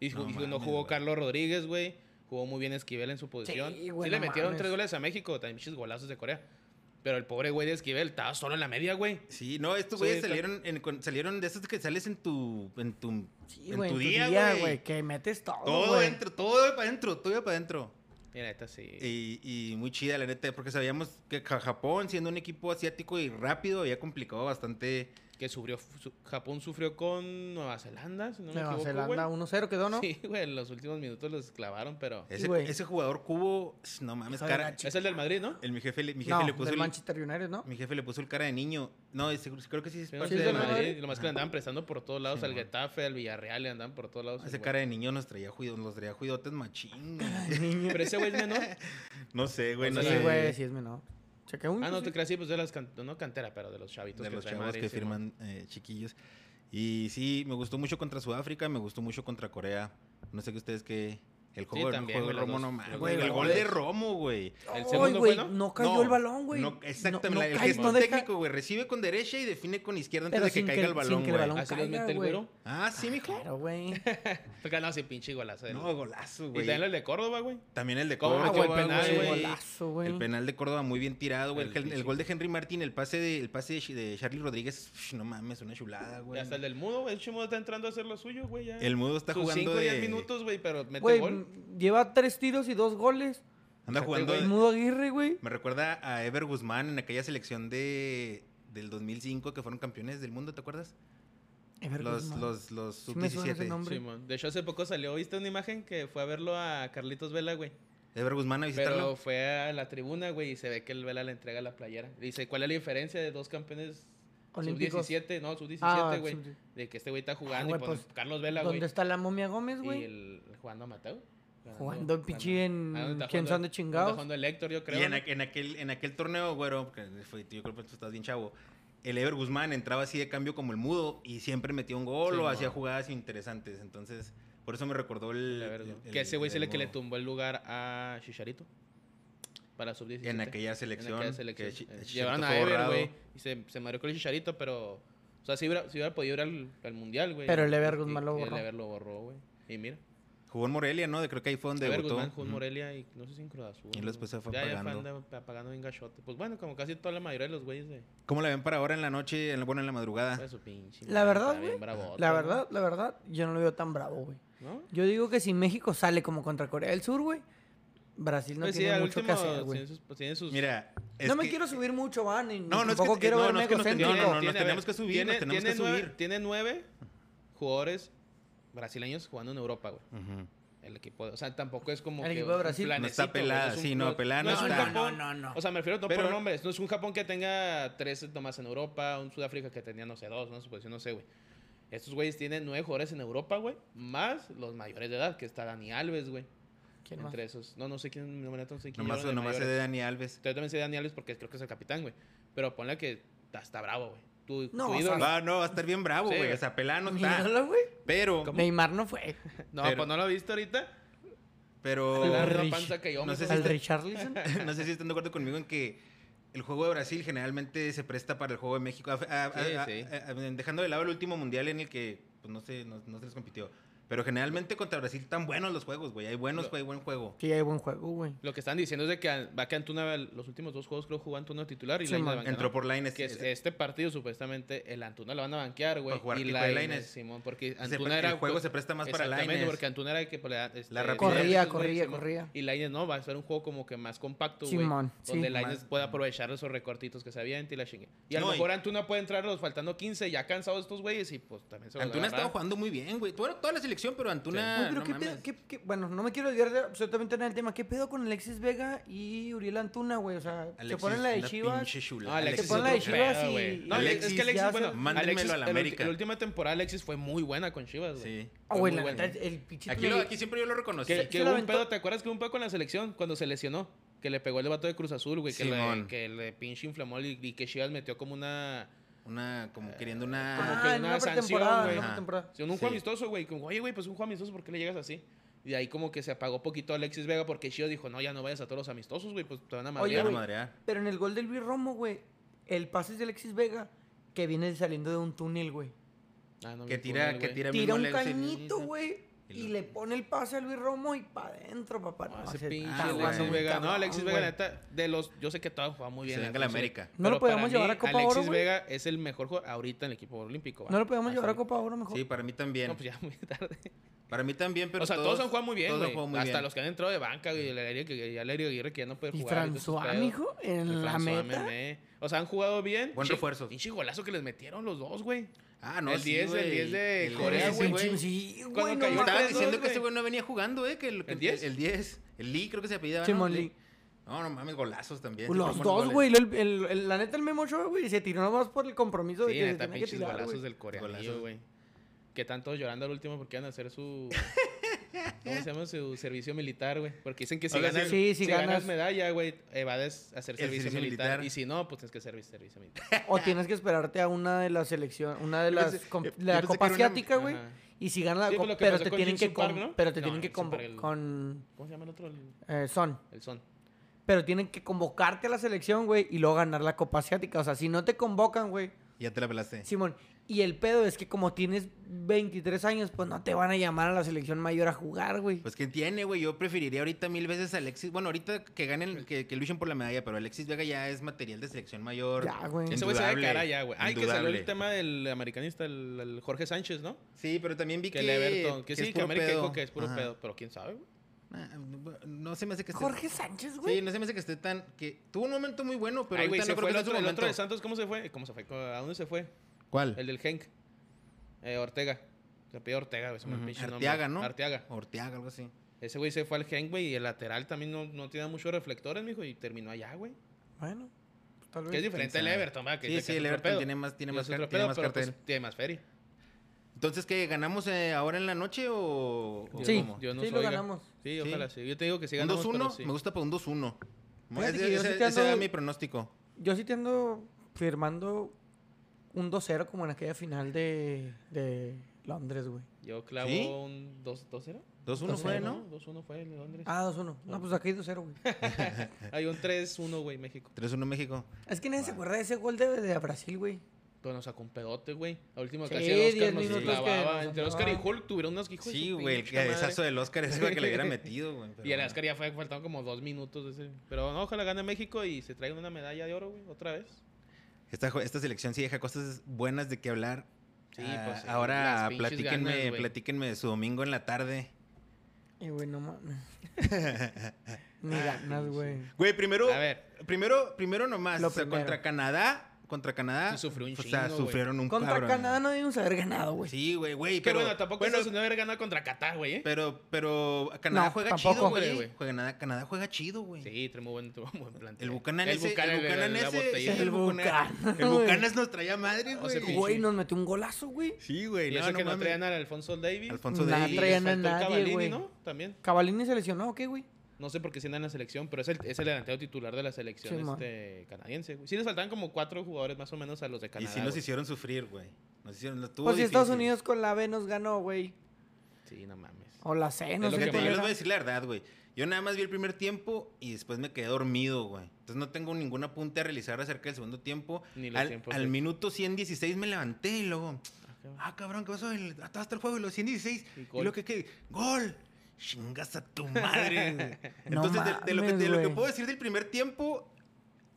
S3: Y
S1: No
S3: ju- y no,
S1: mames,
S3: jugó
S1: güey.
S3: Carlos Rodríguez, güey. Jugó muy bien Esquivel en su posición.
S2: Sí,
S3: Sí,
S2: güey,
S3: le
S2: no
S3: metieron
S2: mames.
S3: tres goles a México, también muchos golazos de Corea. Pero el pobre güey de Esquivel estaba solo en la media, güey.
S1: Sí, no, estos
S3: Sí,
S1: güeyes
S3: está-
S1: salieron, en- con- salieron de esos que sales en tu, en tu,
S2: Sí, güey.
S1: en tu día, güey.
S2: Que metes todo.
S1: Todo
S2: güey.
S1: adentro, todo para adentro, todo para adentro.
S3: Mira, neta, sí.
S1: Y, y muy chida, la neta, porque sabíamos que Ja- Japón, siendo un equipo asiático y rápido, había complicado bastante.
S3: Que sufrió, su- Japón sufrió con Nueva Zelanda, si no me
S2: Nueva
S3: equivoco,
S2: Zelanda
S3: güey.
S2: 1-0 quedó, ¿no?
S3: Sí, güey, en los últimos minutos los clavaron, pero...
S1: Ese,
S2: güey.
S1: ese jugador cubo, s- no mames,
S2: Hijo de la
S1: cara. eh,
S2: chi-
S3: Es el del Madrid, ¿no?
S1: El, mi, jefe, le- mi, jefe
S2: No,
S1: le puso
S2: del
S1: el,
S2: Manchester United, ¿no?
S1: mi jefe le puso el cara de niño. No, ese- creo que sí es
S3: Sí, no,
S1: parte
S3: sí, es
S1: de
S3: del
S1: Madrid.
S3: Madrid. Lo más que le andaban prestando por todos lados,
S1: Sí,
S3: al
S1: mon.
S3: Getafe, al Villarreal, le andaban por todos lados.
S1: Ese
S3: güey.
S1: cara de niño nos traía, juido- nos traía juidotes machín. güey.
S3: Pero ese güey es menor.
S1: No sé, güey.
S3: O
S1: No
S3: sea,
S2: Sí,
S1: sé.
S2: güey, sí es menor. Chequé un.
S3: Ah, no,
S2: sí.
S3: te creas, sí, pues de las can- no cantera, pero de los chavitos
S1: de los
S3: trae
S1: chavos
S3: Madrid,
S1: que
S3: sí, mon.
S1: firman eh, chiquillos. Y sí, me gustó mucho contra Sudáfrica, me gustó mucho contra Corea. No sé qué ustedes qué. El juego, el
S3: también,
S1: juego de
S3: güey,
S1: Romo,
S3: los dos.
S1: no mames.
S3: Los
S1: güey,
S2: dos
S1: El gol
S2: goles.
S1: de Romo, güey.
S3: El
S2: Ay,
S3: segundo
S2: güey,
S3: fue, ¿no?
S2: No cayó
S1: No,
S2: el balón, güey.
S1: no- exactamente.
S2: No,
S1: la-
S2: no
S1: el
S2: caes,
S1: gesto
S2: no deja-
S1: técnico, güey. Recibe con derecha y define con izquierda antes
S2: Pero
S1: de que
S2: sin
S1: caiga
S2: que-
S1: el
S2: sin
S1: balón,
S2: que el
S1: güey.
S2: balón-
S3: Así Ah, los
S2: caiga,
S3: mete el
S2: güey.
S3: güero.
S1: Ah, sí, mijo.
S2: Claro, güey.
S3: Porque no, ese pinche golazo. del-
S1: No, golazo,
S3: y
S1: güey.
S3: también el de Córdoba, güey.
S1: También el de
S3: ¿Cómo?
S1: Córdoba,
S3: Ah, güey,
S1: güey.
S3: penal,
S2: Güey,
S3: güey.
S2: golazo, güey.
S1: El penal de Córdoba muy bien tirado, güey. El,
S3: El
S1: gen- el
S3: pinche-
S1: gol de Henry Martín, el pase de, el pase de, Ch- de Charlie Rodríguez, uf, no mames, una chulada,
S3: Y
S1: güey.
S3: hasta el del mudo, güey. El chimudo está entrando a hacer lo suyo, güey. ya.
S1: El mudo está
S3: Sus
S1: jugando
S3: 5 o 10
S1: de.
S3: minutos, güey, pero mete
S2: Güey,
S3: gol.
S2: lleva tres tiros y dos goles.
S1: Anda
S3: Fíjate,
S1: jugando
S3: güey.
S1: de-
S2: El mudo Aguirre, güey.
S1: Me recuerda a Ever Guzmán en aquella selección de del 2005 que fueron campeones del mundo, ¿te acuerdas?
S2: Ever
S1: Los
S2: Guzmán.
S1: los los
S2: Sí me suena ese
S1: sub-17.
S2: nombre.
S3: Sí, mon. De hecho, hace poco salió, ¿viste una imagen que fue a verlo a Carlitos Vela, güey?
S1: Ever Guzmán a
S3: Pero
S1: visitarlo.
S3: fue a la tribuna, güey, y se ve que el Vela le entrega la playera. Le Dice, ¿cuál es la diferencia de dos campeones
S2: Olímpicos.
S3: sub-17? No,
S2: Ah,
S3: sub-17, güey.
S2: sub-
S3: de que este güey está jugando
S2: güey,
S3: y ponen
S2: pues,
S3: Carlos Vela, güey.
S2: ¿Dónde está la momia Gómez,
S3: Y
S2: güey?
S3: el Ah, jugando a Mateo.
S2: Jugando en pinche en- quién son de chingados.
S3: Está jugando el Héctor, yo creo.
S1: y en,
S3: ¿no?
S1: aqu- en aquel en aquel torneo, güero, porque fue- yo creo que tú estás bien chavo. El Ever Guzmán entraba así de cambio como el mudo y siempre metía un gol
S3: Sí,
S1: o
S3: mo.
S1: hacía jugadas interesantes, entonces por eso me recordó el,
S3: La verga.
S1: el-
S3: que ese güey es el
S1: del
S3: que le
S1: Mudo.
S3: tumbó el lugar a Chicharito. Para sub-17.
S1: en aquella
S3: En
S1: selección,
S3: aquella
S1: que
S3: selección.
S1: Chi-
S3: Eh,
S1: Chicharito
S3: Llevaron a
S1: fue
S3: Ever,
S1: borrado.
S3: güey. Y se, se mareó con el Chicharito, pero... O sea, si hubiera, si hubiera podido ir al, al Mundial, güey.
S2: Pero el Ever
S3: Y-
S2: Guzmán
S3: y-
S2: lo
S3: y
S2: borró.
S3: El Ever lo borró, güey. Y mira.
S1: Jugó en Morelia, ¿no? De- Creo que ahí fue donde
S3: Ever
S1: debutó.
S3: Guzmán jugó en
S1: Ujú.
S3: Morelia y no sé si en Cruz Azul.
S1: Y
S3: ¿no?
S1: después se fue
S3: ya, Ya
S1: apagando.
S3: fue anda- apagando bien gachote. Pues bueno, como casi toda la mayoría de los güeyes de...
S1: ¿Cómo la ven para ahora en la
S3: Pues,
S1: noche, en la- bueno, en la madrugada?
S3: de su pinche
S2: La
S3: madre,
S2: verdad,
S3: está bien
S2: güey,
S3: bravota,
S2: La
S3: ¿no?
S2: verdad, la verdad, yo no lo veo tan bravo, güey.
S3: ¿No?
S2: Yo digo que si México sale como contra Corea del Sur, güey, Brasil no
S3: Pues sí,
S2: tiene
S3: al
S2: mucho que
S3: último
S2: hacer, güey.
S3: tiene sus- pues tiene sus-
S1: Mira, es
S2: No me
S1: que-
S2: quiero subir mucho, van, y
S1: No, no es que-
S2: tampoco quiero
S1: no,
S2: verme
S1: no es que nos
S2: egocéntrico.
S1: No, no, nos
S3: Tiene, a ver,
S1: tenemos que subir,
S3: tiene-
S1: nos tenemos
S3: tiene
S1: que
S3: nueve,
S1: subir.
S3: Tiene nueve jugadores brasileños jugando en Europa, güey.
S1: Ujú.
S3: El equipo, de- o sea, tampoco es como
S2: El
S3: que
S2: equipo de
S3: un
S2: Brasil. No
S1: está
S3: planecito, güey,
S1: pelada,
S3: es un-
S1: sí, no, pelada no
S3: es un
S1: está.
S3: Japón-
S2: No, no, no.
S3: O sea, me refiero no
S1: Pero-
S3: por nombres, no es un Japón que tenga tres nomás en Europa, un Sudáfrica que tenía, no sé, dos, no sé, pues, yo no sé, güey. Estos güeyes tienen nueve jugadores en Europa, güey, más los mayores de edad, que está Dani Alves, güey,
S2: ¿Quién más?
S3: entre esos. No, no sé quién, no, no sé quién.
S1: nomás,
S3: llevaron de
S1: nomás es
S3: mayores.
S1: de Dani Alves.
S3: Yo también sé Dani Alves porque creo que es el capitán, güey. Pero ponle que está, está bravo, güey. Tu,
S2: No,
S3: tu
S2: o sea,
S3: ídolo-
S1: Va, Ah, no, va a estar bien bravo,
S3: Sí,
S1: güey.
S3: güey.
S1: o sea, pelada no
S2: Mi
S1: está.
S2: ídolo, güey.
S1: Pero,
S2: Neymar no fue.
S3: no,
S1: pero-
S3: pues no lo viste ahorita.
S1: pero.
S3: La
S2: Rich-
S3: misma panza que yo.
S1: no
S3: me
S1: sé si
S2: Al
S1: está-
S2: Richarlison.
S1: no sé si están de acuerdo conmigo en que el juego de Brasil generalmente se presta para el juego de México. A- a- a-
S3: Sí,
S1: a-
S3: sí.
S1: a- a- dejando de lado el último mundial en el que pues, no, se, no, no se les compitió. Pero generalmente contra Brasil están buenos los juegos, güey. Hay buenos,
S3: Lo-
S1: jue- buen juego.
S2: Sí, hay buen juego, güey.
S3: Lo que están diciendo es de que a- va que Antuna los últimos dos juegos creo jugó Antuna titular y
S2: Sí,
S3: Lainez
S2: man.
S3: de banca,
S1: Entró
S3: ¿no?
S1: por Line.
S3: que es- este partido supuestamente el Antuna lo van a banquear, güey.
S1: Para jugar
S3: y
S1: tipo de
S3: Lainez,
S1: Lainez.
S3: Simón, porque
S1: Se-
S3: Antuna
S1: el
S3: era
S1: juego se presta más para
S3: Exactamente,
S1: Lainez.
S3: porque Antuna era el que pues, le da, este,
S1: La rapidez.
S3: velocidad,
S2: Corría,
S3: esos güeyes,
S2: corría,
S3: Simón.
S2: corría.
S3: Y Lainez no, va a ser un juego como que más compacto, güey.
S2: Simón, sí.
S3: Donde
S1: Más-
S3: Lainez pueda aprovechar esos recortitos que se avienta y la chingue. Y a lo
S1: No, y-
S3: mejor Antuna puede entrar los faltando 15 ya cansados estos güeyes y pues también se los
S1: Antuna
S3: agarra.
S1: estaba jugando muy bien, güey. Toda, toda la selección, pero
S3: Ah,
S2: Güey,
S1: Antuna.
S2: pero
S1: no
S2: qué pe-
S1: mames.
S2: qué- qué- bueno, no me quiero desviar de absolutamente nada del tema. ¿Qué pedo con Alexis Vega y Uriel Antuna, güey? O sea, se
S1: Alexis,
S2: ponen la de
S1: una
S2: Chivas.
S1: pinche chulada.
S3: No,
S2: Alexis
S1: Ah, es
S2: pone la
S1: otro
S2: de
S1: pedo.
S2: Chivas
S3: pedo,
S2: y-
S3: güey. No,
S1: Alexis
S3: es que Alexis,
S2: ya
S3: bueno,
S2: se-
S1: Mándenmelo
S3: Alexis,
S1: a la
S3: el ulti-
S1: América.
S3: La última temporada Alexis fue muy buena con Chivas, güey.
S1: Sí.
S2: Ah, güey,
S3: Muy
S2: la
S3: bueno.
S2: neta, el pichito.
S1: Aquí, lo- aquí siempre yo lo reconocí.
S3: Que,
S2: Sí, se
S3: que
S2: la
S3: hubo un
S2: aventó.
S3: pedo, ¿te acuerdas que hubo un pedo con la selección cuando se lesionó? Que le pegó el vato de Cruz Azul, güey. Que, le,
S1: Simón.
S3: que le pinche inflamó y, y que Chivas metió como una.
S1: Una,
S3: Eh,
S1: como queriendo
S2: Ah,
S1: una.
S3: que
S2: en
S3: una
S2: una
S3: sanción,
S2: pretemporada,
S3: güey.
S2: en una
S1: Ajá.
S2: pretemporada.
S3: sí, Un
S1: Sí.
S3: juego amistoso, güey. Como, Oye, güey, pues un juego amistoso, ¿por qué le llegas así? Y ahí como que se apagó poquito Alexis Vega porque Chivas dijo, no, ya no vayas a todos los amistosos, güey, pues te van a
S1: Ya
S3: madrear.
S1: no
S2: güey.
S1: madrear.
S2: Pero en el gol del Luis Romo, güey, el pase es de Alexis Vega que viene saliendo de un túnel, güey.
S3: Ah, no,
S1: Que
S3: mi
S1: tira,
S3: túnel,
S1: que
S3: güey.
S1: tira,
S2: Tira
S1: mismo
S2: un
S1: Alexis.
S2: cañito, güey,
S1: Y
S2: y
S1: lo-
S2: le pone el pase a Luis Romo y pa' adentro, papá.
S3: No,
S2: No,
S3: Ah, ese
S2: se
S3: pinche
S2: está
S1: güey.
S3: Alexis
S2: jugando muy
S3: Vega. no,
S2: cabrón,
S3: Alexis Vega,
S2: güey.
S3: la neta, de los. Yo sé que todos jugaba muy
S1: Que
S3: bien.
S1: se
S3: la
S1: venga la
S3: neta,
S1: América.
S2: No lo
S3: Pero
S2: podíamos
S3: para
S2: llevar
S3: mí,
S2: a Copa
S3: Alexis
S2: Oro, güey.
S3: Vega es el mejor jugador ahorita en el equipo olímpico. va.
S2: No lo podíamos
S3: Hasta
S2: llevar a
S3: ahorita.
S2: Copa Oro mejor.
S1: Sí, para mí también.
S3: No, pues ya muy tarde.
S1: Para mí también, pero
S3: o sea, todos, han jugado muy bien,
S1: todos han
S3: güey.
S1: jugado muy
S3: Hasta
S1: bien.
S3: los que han entrado de banca, güey. El Alerio que- el Alerio Aguirre que ya no puede
S2: y
S3: jugar. todos esos
S2: François,
S3: pedos.
S2: mijo, en
S3: El
S2: la
S3: François,
S2: meta.
S3: meme. O sea, han jugado bien.
S1: Buen
S3: Pinche-
S1: refuerzo.
S3: Pinche golazo que les metieron los dos, güey.
S1: Ah,
S3: el 10 del
S1: güey.
S3: 10 de
S1: El
S3: Corea,
S1: ese
S3: güey.
S2: Sí, sí,
S3: Cuando
S2: güey, no
S3: cayó
S1: Yo estaba
S3: Marcos,
S2: mames.
S1: diciendo
S3: güey.
S1: que ese güey no venía jugando, ¿eh? Que el, que
S3: ¿El 10?
S1: El 10. El Lee, creo que se apellidaba. ¿no?
S2: Simón
S1: Lee.
S2: Lee.
S1: No, no mames, golazos también.
S3: Pues
S1: siempre
S2: Los
S1: buenos
S2: dos,
S1: goles.
S2: güey. El- el- el- La neta, el Memo Ochoa, güey, se tiró nomás por el compromiso de
S3: Sí,
S2: que se
S3: neta,
S2: tenía que
S3: pinches
S2: tirar,
S3: golazos
S2: güey.
S3: del coreano,
S1: Golazos.
S3: güey. Que están todos llorando al último porque van a hacer su. ¿Cómo se llama? Su servicio militar, güey. Porque dicen que si,
S1: O sea,
S3: ganas,
S2: sí, si
S3: si ganas
S2: ganas-
S3: medalla, güey, eh, evades hacer
S1: El
S3: servicio,
S1: servicio
S3: militar.
S1: militar.
S3: Y si no, pues tienes que hacer servicio militar.
S2: O tienes que esperarte a una de las selecciones, una de
S1: Yo
S2: las
S1: pensé-
S2: com-
S1: yo pensé
S2: la
S1: que
S2: Copa
S1: era una-
S2: Asiática, güey.
S3: Ajá.
S2: Y si ganas la
S3: Sí, fue
S2: Copa,
S3: lo que
S2: pero
S3: pasó
S2: te
S3: con
S2: tienen que
S3: Jin Sung
S2: com-
S3: Park, ¿no?
S2: pero te
S3: No,
S2: tienen que
S3: Jin Sung Park,
S2: convo-
S3: el-
S2: con
S3: ¿Cómo se llama el otro? El,
S2: eh, son,
S3: el son.
S2: pero tienen que convocarte a la selección, güey, y luego ganar la Copa Asiática, o sea, si no te convocan, güey,
S1: Ya te la pelaste.
S2: Simón, y el pedo es que como tienes 23 años, pues no te van a llamar a la selección mayor a jugar, güey.
S1: Pues que tiene, güey. Yo preferiría ahorita mil veces a Alexis. Bueno, ahorita que ganen, que, que luchen por la medalla, pero Alexis Vega ya es material de selección mayor.
S2: Ya, güey.
S3: Ese güey se ve
S1: Indudable,
S3: cara ya, güey. Ay, que salió
S1: indudable.
S3: el tema del americanista, el, el Jorge Sánchez, ¿no?
S1: Sí, pero también vi
S3: Que
S1: que.
S3: el Everton. Que,
S1: es
S3: sí, que
S1: puro
S3: América
S1: pedo.
S3: dijo que es puro
S1: Ajá.
S3: pedo. Pero quién sabe, güey.
S1: Ah, No no se me hace que esté.
S2: Jorge Sánchez, güey.
S1: Sí, no se me hace que esté tan. que Tuvo un momento muy bueno, pero
S3: Ay, güey,
S1: ahorita
S3: se
S1: no creo
S3: fue
S1: que sea
S3: el
S1: su
S3: otro, el otro de
S1: momento.
S3: Santos. ¿Cómo se fue? ¿Cómo se fue? ¿A dónde se fue?
S1: ¿Cuál?
S3: El del Henk. Eh, Ortega. Se pide Ortega, güey. se me
S1: Ujú.
S3: pinche nombre.
S1: Arteaga, ¿no?
S3: Arteaga.
S1: Orteaga, algo así.
S3: Ese güey se fue al Henk, güey. Y el lateral también no, no tenía muchos reflectores, mijo. Y terminó allá, güey.
S2: Bueno, pues, tal
S3: Que
S2: vez.
S3: es diferente
S1: quién
S3: al
S1: sabe.
S3: Everton, ¿verdad? Que
S1: Sí,
S3: dice
S1: sí,
S3: que es
S1: el
S3: otro
S1: Everton
S3: pedo.
S1: tiene más, tiene
S3: Y
S1: más,
S3: es otro
S1: car- tiene
S3: pedo,
S1: más
S3: pero, pues,
S1: cartel.
S3: tiene más feria.
S1: Entonces, ¿qué? ¿Ganamos eh, ahora en la noche o, o
S2: Sí.
S1: cómo?
S3: Dios nos
S2: Sí, lo
S3: oiga.
S2: ganamos.
S1: Sí.
S3: Sí, ojalá sí. Yo te digo que sí
S1: ¿Un
S3: ganamos.
S1: 2-1?
S3: pero sí.
S1: Me gusta para un 2-1.
S2: Fíjate
S1: Ese,
S2: que yo
S1: ese-
S2: sí te
S1: ese
S2: ando-
S1: era mi pronóstico.
S2: Yo sí te ando firmando un 2-0 como en aquella final de, de Londres, güey.
S3: Yo clavo
S1: ¿Sí?
S3: un 2 2-0.
S1: 2-1 fue, ¿no?
S3: 2-1 fue el de Londres.
S2: Ah, 2-1. No, pues aquí 2-0, güey.
S3: Hay un 3-1, güey, México.
S1: 3-1 México.
S2: Es que nadie se acuerda de ese gol de, de Brasil, güey.
S3: Pero nos sacó un pedote, güey. La última
S2: Sí,
S3: que hacía Oscar
S2: diez
S3: nos
S1: minutos
S3: clavaba.
S2: que nos
S3: Entre Oscar y
S2: andaba.
S3: Hulk tuvieron unos hijos. de
S1: Sí,
S3: su
S1: güey, el
S3: pinche madre.
S1: cabezazo del Oscar es que le hubiera metido, güey. pero
S3: Y el
S1: bueno.
S3: Oscar ya fue, faltaban como dos minutos. de Ese. Pero no, ojalá gane México y se traigan una medalla de oro, güey, otra vez.
S1: Esta, jo- esta selección sí deja cosas buenas de qué hablar.
S3: Sí,
S1: Ah,
S3: pues, eh, las
S1: ahora
S3: pinches
S1: platíquenme,
S3: ganas, güey.
S1: platíquenme de su domingo en la tarde.
S2: Eh, güey, no mames. Ni ganas, güey.
S1: Güey, primero,
S3: A ver.
S1: primero, primero nomás,
S2: Lo
S1: o sea,
S2: primero.
S1: contra Canadá, contra Canadá,
S3: Sí, sufrió un
S1: o sea,
S3: chingo, güey.
S1: sufrieron un
S2: Contra
S1: cabrón.
S2: Canadá no debimos haber ganado, güey.
S1: Sí, güey, güey,
S3: Que
S1: pero
S3: bueno, tampoco es Estados Unidos haber ganado contra Qatar, güey, ¿eh?
S1: pero pero Canadá
S2: No,
S1: juega
S2: tampoco.
S1: chido,
S3: Hombre,
S1: güey.
S3: güey.
S1: Juega- Canadá, Canadá juega chido, güey.
S3: Sí, tenemos buen, tuvo un buen plantel.
S1: El Bucanan ese, el
S3: Buchanan, la-
S1: Bucanan
S3: la
S1: ese,
S3: botella.
S1: sí, el Bucanan.
S2: Buchanan,
S1: El
S2: güey.
S1: Bucanas nos traía madre,
S3: O sea,
S1: güey.
S3: pinche-
S2: Güey, nos metió un golazo, güey.
S1: Sí, güey,
S3: Y
S1: no,
S3: eso
S1: no
S3: que no
S1: mames.
S3: traían al Alfonso Davis.
S1: Alfonso
S2: Nada,
S1: Davis.
S2: Ah, traían a
S3: faltó el
S2: nadie,
S3: Cavallini,
S2: güey.
S3: ¿no? También.
S2: Cavalini se lesionó, ¿o ¿qué, güey?
S3: No sé por qué si anda en la selección, pero es el, es el delantero titular de la selección
S2: Sí, man.
S3: este, canadiense, güey. Sí les faltaban como cuatro jugadores más o menos a los de
S1: Y
S3: Canadá.
S1: sí nos
S3: güey.
S1: hicieron sufrir, güey. Nos hicieron lo tuvo
S2: Pues si
S1: difícil.
S2: Estados Unidos con la B nos ganó, güey.
S3: Sí, no mames.
S2: O la C, no
S3: Es
S1: Lo
S2: sé
S1: que
S2: qué
S1: te- yo les
S2: era.
S1: voy a decir la verdad, güey. Yo nada más vi el primer tiempo y después me quedé dormido, güey. Entonces no tengo ningún apunte a realizar acerca del segundo tiempo.
S3: Ni los
S1: al,
S3: tiempos,
S1: al
S3: güey.
S1: minuto 116 me levanté y luego, ah, cabrón, ¿qué pasó? El- Hasta el juego de los 116.
S3: Y
S1: Y,
S3: gol.
S1: lo que, que gol. Chingas a tu madre. güey.
S2: No
S1: Entonces, de- de, lo que,
S2: mames,
S1: de lo que
S2: güey.
S1: puedo decir del primer tiempo,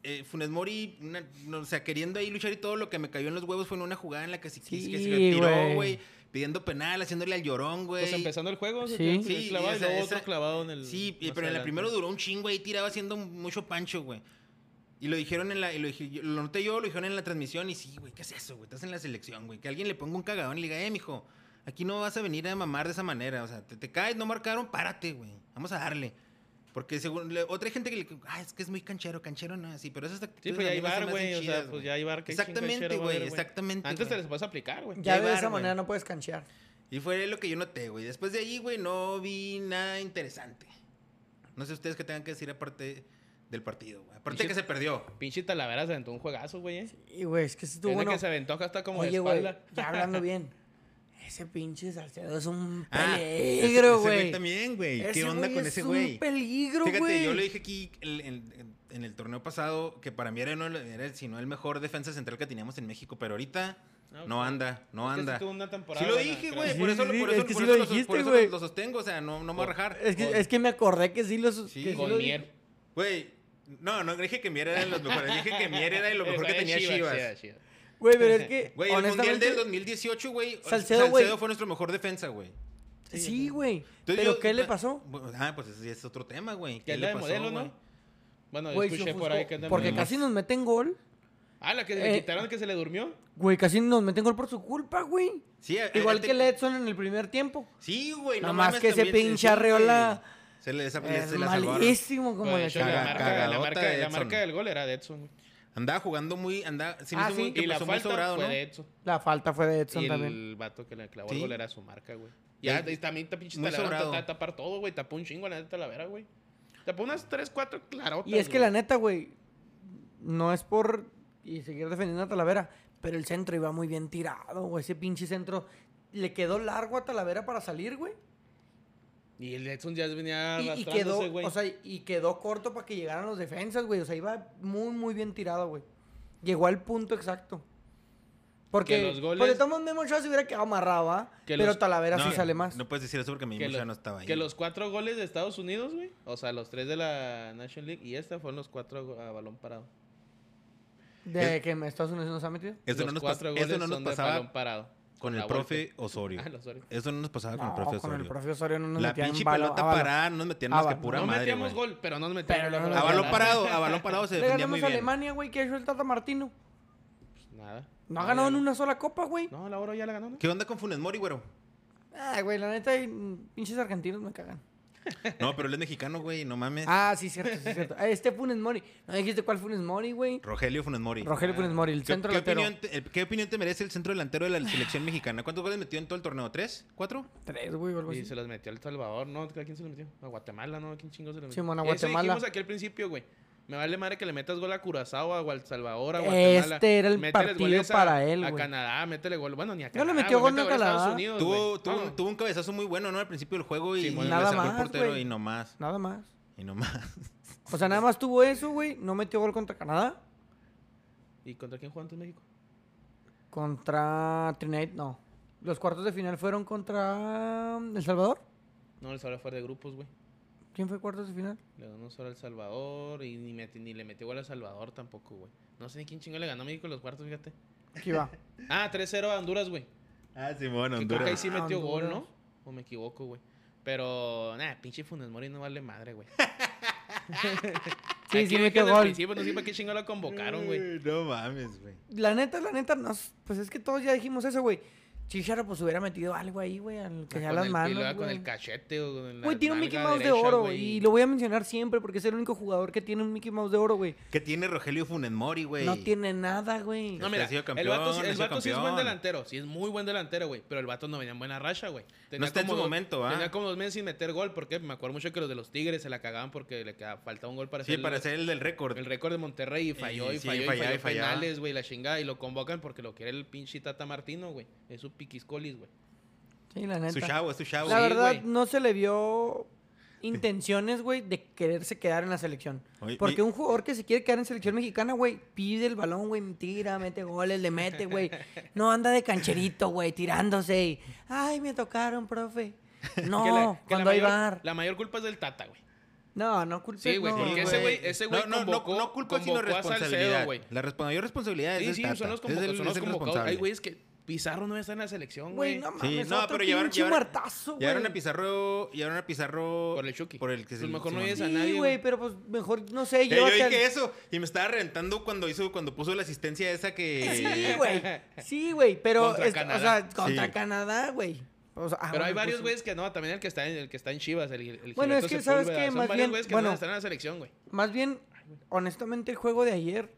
S1: eh, Funes Mori, una- no, o sea, queriendo ahí luchar y todo lo que me cayó en los huevos fue en una jugada en la que se, que se- que se
S2: Sí,
S1: retiró,
S2: güey.
S1: güey. Pidiendo penal, haciéndole al llorón, güey.
S3: Pues empezando el juego,
S2: Sí.
S3: se tiró un
S1: Sí,
S3: clavado y
S1: esa-
S3: luego
S1: esa-
S3: otro clavado en el.
S1: Sí, y- pero
S3: más
S1: en la
S3: adelante.
S1: primera duró un chingo ahí tirado haciendo mucho pancho, güey. Y lo dijeron en la. y lo, dije- yo- lo noté yo, lo dijeron en la transmisión. Y sí, güey, ¿qué es eso, güey? Estás en la selección, güey. Que alguien le ponga un cagadón y le diga, eh, mijo, aquí no vas a venir a mamar de esa manera. O sea, te, te caes, no marcaron, párate, güey. Vamos a darle. Porque según. le- otra gente que le. Ah, es que es muy canchero, canchero no, sí, pero esas
S3: Sí,
S1: actitudes
S3: pues ya
S1: a mí
S3: hay
S1: no se me
S3: bar,
S1: hacen
S3: güey. O
S1: chidas,
S3: sea, pues ya hay bar que chinga
S1: Exactamente,
S3: chero va a
S1: güey,
S3: haber,
S1: exactamente,
S3: Antes te
S1: güey.
S3: les puedes aplicar, güey.
S2: Ya de
S1: llevar,
S2: esa
S1: güey.
S2: manera no puedes canchear.
S1: Y fue lo que yo noté, güey. Después de ahí, güey, no vi nada interesante. No sé ustedes qué tengan que decir aparte del partido, güey. Aparte de que se perdió.
S3: Pinche Talavera se aventó un juegazo, güey. eh.
S2: Y, güey, es que si tú,
S3: es
S2: bueno...
S3: la que se aventó acá hasta como
S2: Oye,
S3: de
S2: güey,
S3: espalda.
S2: ya hablando bien. Ese pinche Salcedo es un
S1: Ah, ese- ese
S2: peligro, güey.
S1: también, güey.
S2: Ese
S1: ¿Qué onda con ese
S2: Es un
S1: güey?
S2: peligro,
S1: Fíjate,
S2: güey.
S1: yo le dije aquí el- en, en- en el torneo pasado que para mí era, uno, de- era el- si no el mejor defensa central que teníamos en México, pero ahorita
S3: Ah,
S1: no
S3: ok.
S1: anda, no
S3: Es que
S1: anda.
S3: sí tuvo una temporada
S1: Sí lo
S3: buena,
S1: dije,
S3: creo.
S1: güey.
S2: Sí,
S1: Por eso,
S2: sí, sí,
S1: por
S2: es
S1: eso,
S2: que
S1: por
S2: sí
S1: eso
S2: lo
S1: lo,
S2: dijiste,
S1: por eso
S2: güey. Oh,
S1: lo sostengo, o sea, no, no me voy a rajar.
S2: Es que,
S3: Con-
S2: es que me acordé que sí lo... su-
S1: Sí,
S2: que sí
S1: con
S2: lo-
S3: Con Mier.
S1: Güey, no, no dije que Mier era de los mejores. dije que Mier era de lo
S3: Eh,
S1: mejor que
S3: güey,
S1: tenía Chivas.
S3: Chivas, Chivas.
S2: Güey, pero es que,
S1: Güey, el Mundial
S2: honestamente...
S1: del 2018, güey. Salcedo,
S2: Salcedo, güey.
S1: fue nuestro mejor defensa, güey.
S2: Sí, güey.
S1: Entonces
S2: ¿Pero
S1: yo-
S2: qué le pasó?
S1: Bueno, Ah, pues ese ya es otro tema, güey.
S3: Que
S1: ¿Qué
S3: es
S1: le
S3: la de
S1: pasó,
S3: modelo,
S1: güey?
S3: ¿no? Bueno,
S2: Güey, se
S3: escuché por ahí
S2: ofuscó,
S3: que es de
S2: Porque
S3: modelo.
S2: casi nos meten gol.
S3: Ah, la que le
S2: Eh.
S3: quitaron que se le durmió.
S2: Güey, casi nos meten gol por su culpa, güey.
S1: Sí, a- a-
S2: Igual
S1: Eh, te-
S2: que el Edson en el primer tiempo.
S1: Sí, güey. No
S2: Nomás
S1: mames,
S2: que ese
S1: también, sí,
S2: pinche
S1: güey.
S2: Arreola
S1: Se le, desa-
S2: Es
S1: se le salvaron.
S2: malísimo como
S3: Bueno, de
S2: le
S3: hecho, Pues, la
S1: caga-
S3: marca, la,
S1: cagadota
S3: marca,
S1: de
S3: la
S1: Edson.
S3: marca del gol era de Edson. güey.
S1: Andaba jugando muy... Andaba, se me
S2: Ah,
S1: hizo
S2: sí.
S1: muy, que
S3: Y la
S1: pasó muy
S3: falta
S1: sobrado,
S3: fue
S1: ¿no?
S3: de Edson.
S2: La falta fue de Edson
S3: Y
S2: también.
S3: el vato que le clavó
S1: Sí.
S3: el gol era su marca, güey. Ya,
S1: Sí.
S3: y también te pinche
S1: Muy
S3: Talavera
S1: sobrado.
S3: trataba de tapar todo, güey. Tapó un chingo la neta Talavera, güey. Tapó unas 3, 4 clarotas.
S2: Y es que
S3: güey.
S2: la neta, güey, no es por y seguir defendiendo a Talavera, pero el centro iba muy bien tirado, güey. Ese pinche centro le quedó largo a Talavera para salir, güey.
S3: Y el Edson ya venía
S2: Y- Y,
S3: arrastrándose,
S2: quedó,
S3: güey.
S2: o sea, y quedó corto para que llegaran los defensas, güey. O sea, iba muy, muy bien tirado, güey. Llegó al punto exacto.
S3: Que
S2: Porque,
S3: los goles-
S2: porque Tomás Memo Ochoa se hubiera quedado amarrado, ¿ah?
S3: Que
S2: Pero
S3: los-
S2: Talavera
S1: No,
S2: sí sale más.
S1: No puedes decir eso porque mi
S3: que,
S1: muchacha
S3: los-
S1: no estaba ahí.
S3: que los cuatro goles de Estados Unidos, güey. O sea, los tres de la National League. Y esta fueron los cuatro go- a balón parado.
S2: De
S1: Es-
S2: que en Estados Unidos nos ha metido.
S1: Eso Este no
S3: los
S1: nos, pas-
S3: cuatro goles
S1: eso no nos
S3: son de balón
S1: pasaba
S3: parado.
S1: con
S3: la
S1: el profe
S3: Volpe.
S1: Osorio.
S3: Ah, los Osorio.
S1: Eso no nos pasaba Ah, con el
S2: No,
S1: profe
S2: con el
S1: Osorio.
S2: profe Osorio no nos
S1: La
S2: metían
S1: pinche
S2: balo-
S1: pelota
S2: a balo.
S1: parada no nos metían más
S2: Ah,
S1: que
S2: va.
S1: pura
S3: no
S1: madre,
S3: metíamos
S1: güey.
S3: gol, pero no nos metíamos
S2: Pero
S3: la
S2: no
S3: bola
S2: nos
S1: A balón
S3: parada.
S1: parado, a balón parado se
S2: Le
S1: defendía muy
S2: ganamos a
S1: bien.
S2: Alemania, güey, que hizo el Tata Martino.
S3: Pues Nada.
S2: No ha ganado
S3: ya
S2: en
S3: la-
S2: una sola copa, güey.
S3: No, la oro ya la ganó, ¿no?
S1: ¿Qué onda con Funes Mori, güero?
S2: Ah, güey, la neta, mm, pinches argentinos me cagan.
S1: No, pero él es mexicano, güey, no mames.
S2: Ah, sí, cierto, sí, cierto. Ah, Este Funes Mori. ¿No dijiste cuál Funes Mori, güey?
S1: Rogelio Funes Mori.
S2: Rogelio Funes Mori, el
S1: ¿Qué,
S2: centro
S1: qué
S2: delantero.
S1: opinión te, eh, ¿Qué opinión te merece el centro delantero de la selección mexicana? ¿Cuántos goles metió en todo el torneo? ¿Tres? ¿Cuatro?
S2: Tres, güey, o algo
S3: Y
S2: así.
S3: se los metió al Salvador, ¿no? ¿A quién se los metió? A Guatemala, ¿no? ¿A quién chingo se los metió?
S2: Simón, a
S3: Eso
S2: Guatemala.
S3: dijimos aquí al principio, güey. Me vale madre que le metas gol a Curazao, a Gual Salvador, a
S2: Este
S3: Guatemala.
S2: era el
S3: Mételes
S2: partido
S3: goles a-
S2: para él,
S3: A
S2: güey.
S3: Canadá, métele gol. Bueno, ni a
S2: le
S3: Canadá.
S2: metió
S3: güey,
S2: gol
S3: mete
S2: a
S3: a
S2: Canadá.
S3: Estados Unidos,
S1: Tuvo,
S3: güey. Ah.
S1: tuvo un,
S3: No.
S1: tuvo un cabezazo muy bueno, ¿no? Al principio del juego y,
S3: Sí,
S1: y
S3: bueno,
S1: le
S2: nada
S1: sacó el
S2: más,
S1: portero
S2: güey.
S1: y no más.
S2: Nada más.
S1: Y no más.
S2: O sea, nada más tuvo eso, güey. No metió gol contra Canadá.
S3: ¿Y contra quién jugó antes México?
S2: Contra Trinidad, no. Los cuartos de final fueron contra mm, El Salvador.
S3: No, El Salvador fue de grupos, güey.
S2: ¿Quién fue cuartos de final?
S3: Le ganó solo al Salvador y ni, meti- ni le metió gol al Salvador tampoco, güey. No sé ni quién chingo le ganó a México en los cuartos, fíjate.
S2: Aquí va.
S3: Ah, 3-0 a Honduras, güey.
S1: Ah, Simón,
S3: Que creo que ahí
S1: Honduras.
S3: sí metió
S2: Ah,
S3: gol, ¿no?
S2: Honduras.
S3: O me equivoco, güey. Pero, nada, pinche Funes Mori no vale madre, güey.
S2: Sí,
S3: Aquí
S2: sí
S3: lo
S2: metió
S3: dije desde el
S2: gol.
S3: principio, no sé para qué chingo lo convocaron, güey.
S1: Uy, No mames, güey.
S2: La neta, la neta, nos, pues es que todos ya dijimos eso, güey. Chicharo, pues hubiera metido algo ahí, güey, al que ya
S3: Ah, Con
S2: las
S3: el- y
S2: manos.
S3: luego Con
S2: güey.
S3: el cachete o con la
S2: Güey, tiene un Mickey
S3: nalga
S2: Mouse de
S3: derecha,
S2: oro,
S3: güey.
S2: güey. Y lo voy a mencionar siempre porque es el único jugador que tiene un Mickey Mouse de oro, güey.
S1: ¿Qué tiene Rogelio Funes Mori, güey?
S2: No tiene nada, güey.
S3: No,
S1: Este
S3: mira,
S1: ha sido
S3: el vato,
S1: campeón,
S3: sí-
S1: ha
S3: el
S1: sido
S3: vato sí es buen
S1: campeón.
S3: delantero, sí es muy buen delantero, güey. Pero el vato no venía en buena racha, güey. Tenía
S1: está en
S3: como
S1: su
S3: dos-
S1: momento, ¿ah?
S3: Tenía como dos meses sin meter gol, porque me acuerdo mucho que los de los Tigres se la cagaban porque le quedaba- faltaba un gol para
S1: Sí,
S3: hacer
S1: para
S3: el,
S1: ser el del récord.
S3: el récord de Monterrey y falló y,
S1: Y sí,
S3: falló y
S1: fallaba
S3: falló
S1: y fallaba.
S3: penales, güey, la chingada. Y lo convocan porque lo quiere el pinche Tata Martino, güey. Es su piquiscolis, güey.
S2: Sí, la neta.
S1: Su chavo, es su chavo.
S2: La
S3: Sí,
S2: verdad,
S3: güey.
S2: no se le vio intenciones, güey, de quererse quedar en la selección.
S1: Oye,
S2: Porque
S1: mi-
S2: un jugador que se quiere quedar en selección mexicana, güey, pide el balón, güey, tira, mete goles, le mete, güey. No anda de cancherito, güey, tirándose y, ay, me tocaron, profe. No,
S3: Que la- que la
S2: cuando hay
S3: mayor-
S2: bar.
S3: La mayor culpa es del Tata, güey.
S2: No, no culpes,
S3: Sí, güey,
S2: no,
S3: porque ese güey, ese güey
S1: No, no,
S3: convocó,
S1: no, no culpa sino
S3: convocó a Salcedo,
S1: responsabilidad.
S3: güey.
S1: la respons- mayor responsabilidad es
S3: Sí,
S1: del
S3: sí,
S1: Tata.
S3: son los
S1: Es el-
S3: convocados.
S1: es
S3: Son los
S1: el
S3: convocados.
S1: responsable.
S3: Ay, güey, es que Pizarro no está en la selección,
S2: Güey,
S3: güey.
S2: no
S1: Sí,
S2: mames,
S1: no,
S2: otro
S1: pero llevaron-
S2: pinche
S1: llevaron-
S2: muertazo, güey.
S1: Llevaron a Pizarro, llevaron a Pizarro...
S3: Por el Chucky.
S1: Por el que se...
S3: Pues mejor no
S1: Simón.
S3: llegues a nadie,
S2: Sí,
S3: güey.
S2: güey, pero pues mejor, no sé,
S1: Eh, yo
S2: llévate
S1: dije
S2: al-
S1: eso y me estaba reventando cuando hizo cuando puso la asistencia esa que
S2: Sí, güey. Sí, güey, pero
S3: Contra
S2: es- o sea,
S3: Canadá.
S2: contra
S1: Sí.
S2: Canadá, güey. O sea, ah,
S3: Pero hay
S2: bueno,
S3: varios
S2: pues,
S3: güeyes que no, también el que está en, el que está en Chivas, el, el
S2: Bueno, es
S3: Gilberto
S2: que, ¿sabes
S3: Sepúlveda.
S2: qué?
S3: Son
S2: Más
S3: varios
S2: bien,
S3: güeyes que
S2: bueno.
S3: no están en la selección, güey.
S2: Más bien, honestamente, el juego de ayer,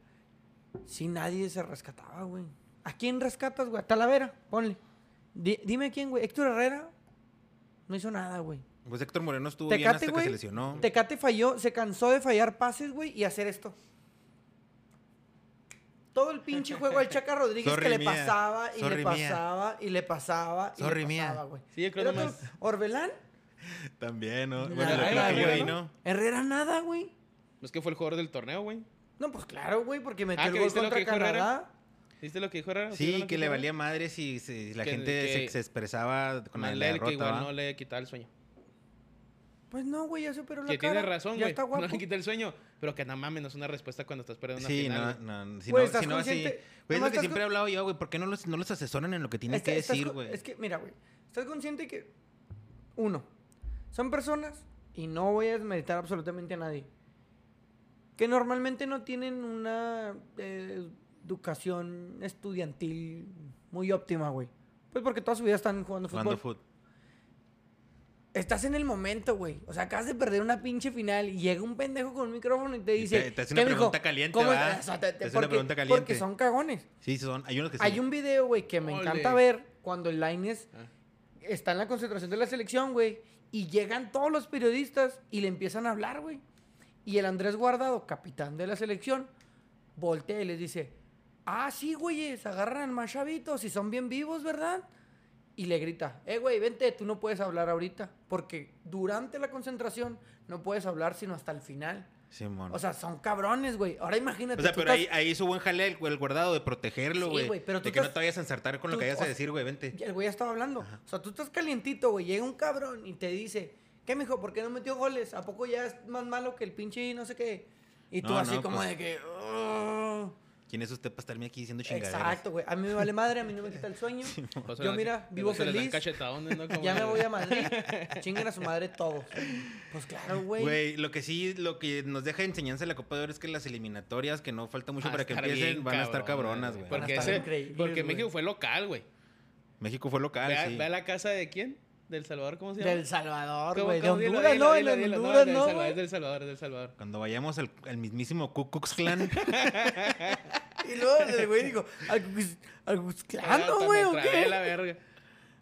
S2: sí nadie se rescataba, güey. ¿A quién rescatas, güey? A Talavera, ponle. Di- dime quién, güey. Héctor Herrera no hizo nada, güey.
S1: pues Héctor Moreno estuvo bien
S2: Tecate,
S1: hasta que
S2: güey.
S1: se lesionó.
S2: Tecate falló, se cansó de fallar pases, güey, y hacer esto. Todo el pinche juego al Chaca Rodríguez
S1: Sorry,
S2: que le
S1: mía.
S2: pasaba y le
S1: Sorry, mía.
S2: pasaba y le pasaba y
S1: Sorry,
S2: le
S1: mía.
S2: pasaba, güey.
S3: Sí, yo creo
S2: Era
S3: nomás-
S2: todo- Orbelán,
S1: También, ¿no?
S2: Nada,
S1: Bueno, lo
S3: nada,
S1: que yo
S3: güey,
S1: ahí,
S3: ¿no?
S1: ¿no?
S2: Herrera nada, güey.
S3: Es que fue el jugador del torneo, güey.
S2: No, pues claro, güey, porque metió
S3: Ah,
S2: el
S3: ¿que
S2: gol
S3: viste lo
S2: contra
S3: que dijo Herrera?
S2: Canadá.
S3: ¿Viste lo que dijo Herrera? ¿Vieron
S1: Sí,
S3: lo
S1: que le
S3: dijo
S1: valía madre si, si la
S3: Que-
S1: gente se,
S3: que-
S1: se expresaba con la
S3: Herrera? Mandela,
S1: derrota.
S3: que igual
S1: ¿va?
S3: no le quitaba el sueño.
S2: Pues no, güey, ya superó la
S3: Que
S2: cara.
S3: tiene razón,
S2: Ya
S3: güey.
S2: está guapo.
S3: No le quita el sueño, pero que no mames, no es una respuesta cuando estás perdiendo una
S1: Sí,
S3: final. güey.
S1: no, no, si
S2: Güey,
S1: no,
S2: estás
S1: si no así. Güey,
S2: consciente-
S1: es
S2: nomás
S1: lo que
S2: estás
S1: siempre
S2: con-
S1: he hablado yo, güey. ¿Por qué no los, no los asesoran en lo que tienen
S2: Está-
S1: que
S2: estás
S1: decir,
S2: co-
S1: güey?
S2: Es que, mira, güey, estás consciente que, uno, son personas, y no voy a desmeritar absolutamente a nadie, que normalmente no tienen una eh, educación estudiantil muy óptima, güey. Pues porque toda su vida están jugando fútbol.
S1: Jugando fut.
S2: Estás en el momento, güey. O sea, acabas de perder una pinche final y llega un pendejo con un micrófono y te
S1: Y
S2: dice...
S1: te- te hace
S2: ¿qué,
S1: una
S2: mijo?
S1: pregunta caliente,
S2: ¿Cómo
S1: ¿va?
S2: estás? O sea, te- te-
S1: Te hace una
S2: porque-
S1: pregunta caliente.
S2: Porque son cagones.
S1: Sí, son, hay unos que sí.
S2: Hay un video, güey, que me
S3: Ole.
S2: encanta ver cuando el Laines
S3: Ah.
S2: está en la concentración de la selección, güey, y llegan todos los periodistas y le empiezan a hablar, güey. Y el Andrés Guardado, capitán de la selección, voltea y les dice, ah, sí, güeyes, agarran al más chavito, si son bien vivos, ¿verdad? Y le grita, eh, güey, vente, tú no puedes hablar ahorita, porque durante la concentración no puedes hablar sino hasta el final.
S1: Simón.
S2: O sea, son cabrones, güey. Ahora imagínate.
S1: O sea,
S2: tú
S1: pero ahí,
S2: estás-
S1: ahí hizo buen jale el, el guardado de
S2: Sí,
S1: protegerlo, güey.
S2: güey, pero
S1: de
S2: tú
S1: que no
S2: estás-
S1: te vayas a ensartar con
S2: tú-
S1: lo que vayas
S2: o
S1: a
S2: sea,
S1: decir, güey, vente.
S2: Ya, El güey ya estaba hablando. O sea, tú estás calientito, güey. Llega un cabrón y te dice, ¿qué, mijo? ¿Por qué no metió goles? ¿A poco ya es más malo que el pinche no sé qué? Y tú
S1: No,
S2: así
S1: no,
S2: como
S1: pues-
S2: de que... "Ugh".
S1: ¿Quién es usted para estarme aquí diciendo chingaderas?
S2: Exacto, güey. A mí me vale madre, a mí no me quita el sueño.
S3: Pues,
S2: Yo,
S3: se-
S2: mira,
S3: se-
S2: vivo
S3: se les dan
S2: feliz.
S3: cachetadones, ¿no? Como
S2: Ya me
S3: el-
S2: voy a Madrid. Chinguen a su madre todos. Pues claro, güey.
S1: Güey, lo que sí, lo que nos deja enseñanza de la Copa de Oro es que las eliminatorias, que no falta mucho
S3: Va a
S1: para que
S3: estar
S1: empiecen,
S3: bien
S1: van a estar cabronas, güey.
S2: Van a
S3: Porque,
S2: estar
S3: ese-
S2: increíbles,
S3: porque
S2: güey.
S3: México fue local, güey.
S1: México fue local,
S3: Ve a-
S1: sí.
S3: ve a la casa de quién? ¿Del Salvador? ¿Cómo se llama?
S2: Del Salvador,
S3: ¿Cómo-
S2: güey. De
S3: cómo? Dilo,
S2: Honduras,
S3: dilo,
S2: no.
S3: dilo,
S2: De
S3: dilo.
S2: Honduras,
S3: del
S2: no,
S3: Salvador,
S2: güey.
S3: Es del Salvador, es del Salvador.
S1: Cuando vayamos al, al mismísimo Ku Klux Klan,
S2: Y luego el güey dijo, "Al- al-
S3: Ah,
S2: claro,
S3: tan
S2: güey, ¿o
S3: otra vez la
S2: qué?
S3: verga.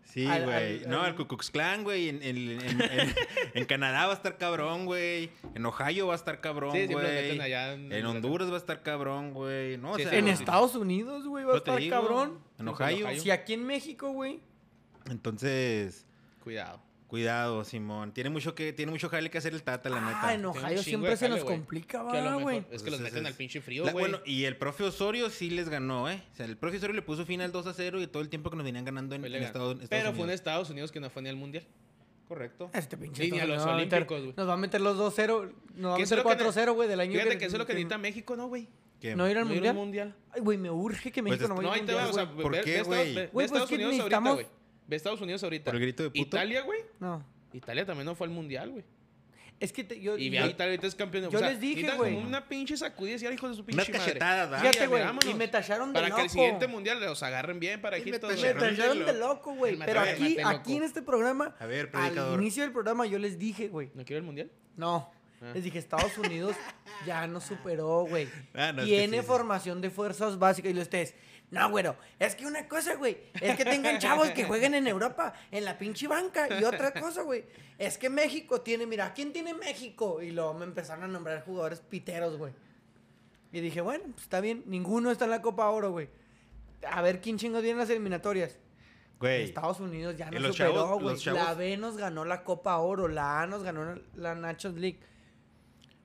S1: sí,
S2: Al-
S1: güey.
S2: al-
S1: No,
S2: al-
S1: al Ku Klux Klan, güey. En, en, en- en- en Canadá va a estar cabrón, güey. En Ohio va a estar cabrón,
S3: Sí,
S1: güey.
S3: siempre lo meten allá en-
S1: en, Honduras va a estar cabrón, güey. No,
S3: Sí,
S1: o sea,
S3: sí,
S2: En
S3: sí.
S2: Estados Unidos, güey, va a
S1: no te
S2: estar
S1: digo,
S2: cabrón.
S1: En
S3: Sí,
S1: Ohio.
S3: pues, en Ohio.
S2: Si aquí en México, güey.
S1: Entonces,
S3: Cuidado.
S1: cuidado, Simón. Tiene mucho que, tiene mucho jale que hacer el Tata, la neta.
S2: Ah, en
S3: Tiene un
S2: Ohio
S3: chingo
S2: siempre
S3: de
S2: se
S3: jale,
S2: nos
S3: güey.
S2: complica,
S3: Que a
S2: va,
S3: lo
S2: güey.
S3: mejor eh, es que los
S1: Entonces,
S3: meten al
S1: es-
S3: pinche frío,
S1: La-
S3: güey.
S1: bueno, y el profe Osorio sí les ganó, ¿eh? O sea, el profe Osorio le puso final 2 a 0 y todo el tiempo que nos venían ganando en,
S3: Fue
S1: en
S3: legal.
S1: Estados, Estados
S3: Pero fue en
S1: Unidos.
S3: Estados Unidos que no fue ni al Mundial. Correcto.
S2: Este pinche.
S3: Sí, ni a
S2: torneo
S3: los
S2: va meter-
S3: olímpicos, güey.
S2: Nos va a meter los 2-0. Nos va a
S3: Que eso
S2: meter
S3: es lo que ne-
S2: 4-0, güey, del año
S3: Fíjate que eso es lo
S2: que-
S3: que necesita México, ¿no, güey?
S1: ¿Qué?
S2: ¿No ir al
S3: ¿No ir a
S2: mundial?
S3: un mundial?
S2: Ay, güey, me urge que México
S1: es-
S2: no vaya
S3: No,
S2: al
S3: ahí te va,
S2: mundial,
S3: o sea,
S2: güey.
S1: ¿Por
S3: ve,
S1: qué,
S3: ve Estados-
S1: güey?
S3: ve- ve
S2: Güey, pues
S3: Estados
S2: que
S3: Unidos ahorita,
S2: necesitamos-
S3: güey. Ve Estados Unidos ahorita.
S1: ¿Por el grito de puto?
S3: Italia, güey.
S2: No.
S3: Italia también no fue al mundial, güey.
S2: Es que te- yo...
S3: Y ve
S2: yo-
S3: a Italia ahorita es campeón. de-
S2: yo
S3: o sea,
S2: les dije,
S3: necesitas
S2: güey.
S3: como Una pinche sacudida y decir, hijo de su
S1: Unas
S3: pinche madre.
S1: cachetadas, ¿verdad?
S2: Fíjate,
S3: Ándale,
S2: güey.
S3: vámonos.
S2: Y me tacharon de
S3: Para
S2: loco.
S3: que el siguiente mundial los agarren bien
S1: Y me
S3: parejitos.
S2: Me
S1: tacharon
S3: güey.
S2: tacharon de loco, güey.
S3: Me
S2: Pero
S3: tacharon
S2: aquí,
S3: de loco.
S2: aquí en este programa,
S1: A ver,
S2: al
S1: predicador.
S2: inicio del programa yo les dije, güey.
S3: ¿No quiero el mundial?
S2: No.
S3: Ah.
S2: Les dije, Estados Unidos ya nos superó, güey.
S1: Ah, no, es que
S2: Tiene
S1: sí, sí.
S2: formación de fuerzas básicas. Y lo ustedes, no, güero, es que una cosa, güey, es que tengan chavos que jueguen en Europa, en la pinche banca. Y otra cosa, güey, es que México tiene, mira, ¿quién tiene México? Y luego me empezaron a nombrar jugadores piteros, güey. Y dije, bueno, pues está bien, ninguno está en la Copa Oro, güey. A ver quién chingo tiene las eliminatorias.
S1: Güey,
S2: Estados Unidos ya
S1: Y
S2: nos
S1: los
S2: superó,
S1: chavos-
S2: güey.
S1: los chavos-
S2: La B nos ganó la Copa Oro, la A nos ganó la Nations League.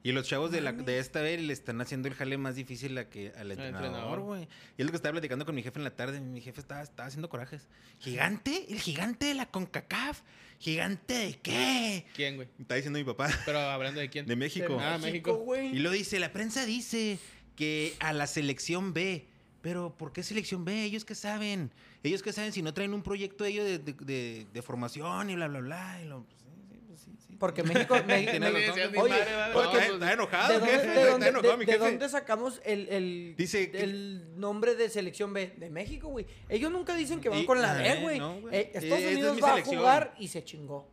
S1: y los chavos de, la, de esta vez le están haciendo el jale más difícil a que, al entrenador,
S3: entrenador.
S1: güey. Y es lo que estaba platicando con mi jefe en la tarde. Mi jefe estaba, estaba haciendo corajes. ¿Gigante? ¿El gigante de la CONCACAF? ¿Gigante de qué?
S3: ¿Quién, güey?
S1: Está diciendo mi papá.
S3: Pero hablando de quién.
S1: De México.
S3: Ah, México.
S1: Y
S2: güey.
S1: lo dice, la prensa dice que a la selección B. Pero, ¿por qué selección B? Ellos que saben. Ellos que saben si no traen un proyecto ellos de, de- de- de formación y bla, bla, bla. y lo- pues, sí, sí, pues, sí, sí.
S2: Porque México. México-
S1: Tiene
S3: No,
S1: razón.
S2: México-
S3: le decías, mi
S2: Oye,
S3: madre, vale,
S2: ¿por
S3: vamos,
S1: Está- está enojado,
S2: ¿De dónde,
S1: jefe,
S2: de
S1: está
S2: dónde-
S1: enojado
S2: de-
S1: mi
S2: de
S1: jefe.
S2: dónde sacamos el, el-
S1: Dice que-
S2: el nombre de selección B? De México, güey. Ellos nunca dicen que van
S1: Y-
S2: con la
S1: eh,
S2: B, güey.
S1: no, güey.
S2: Eh,
S1: Eh,
S2: Estados
S1: esta es
S2: Unidos
S1: mi
S2: va
S1: selección.
S2: a jugar y se chingó.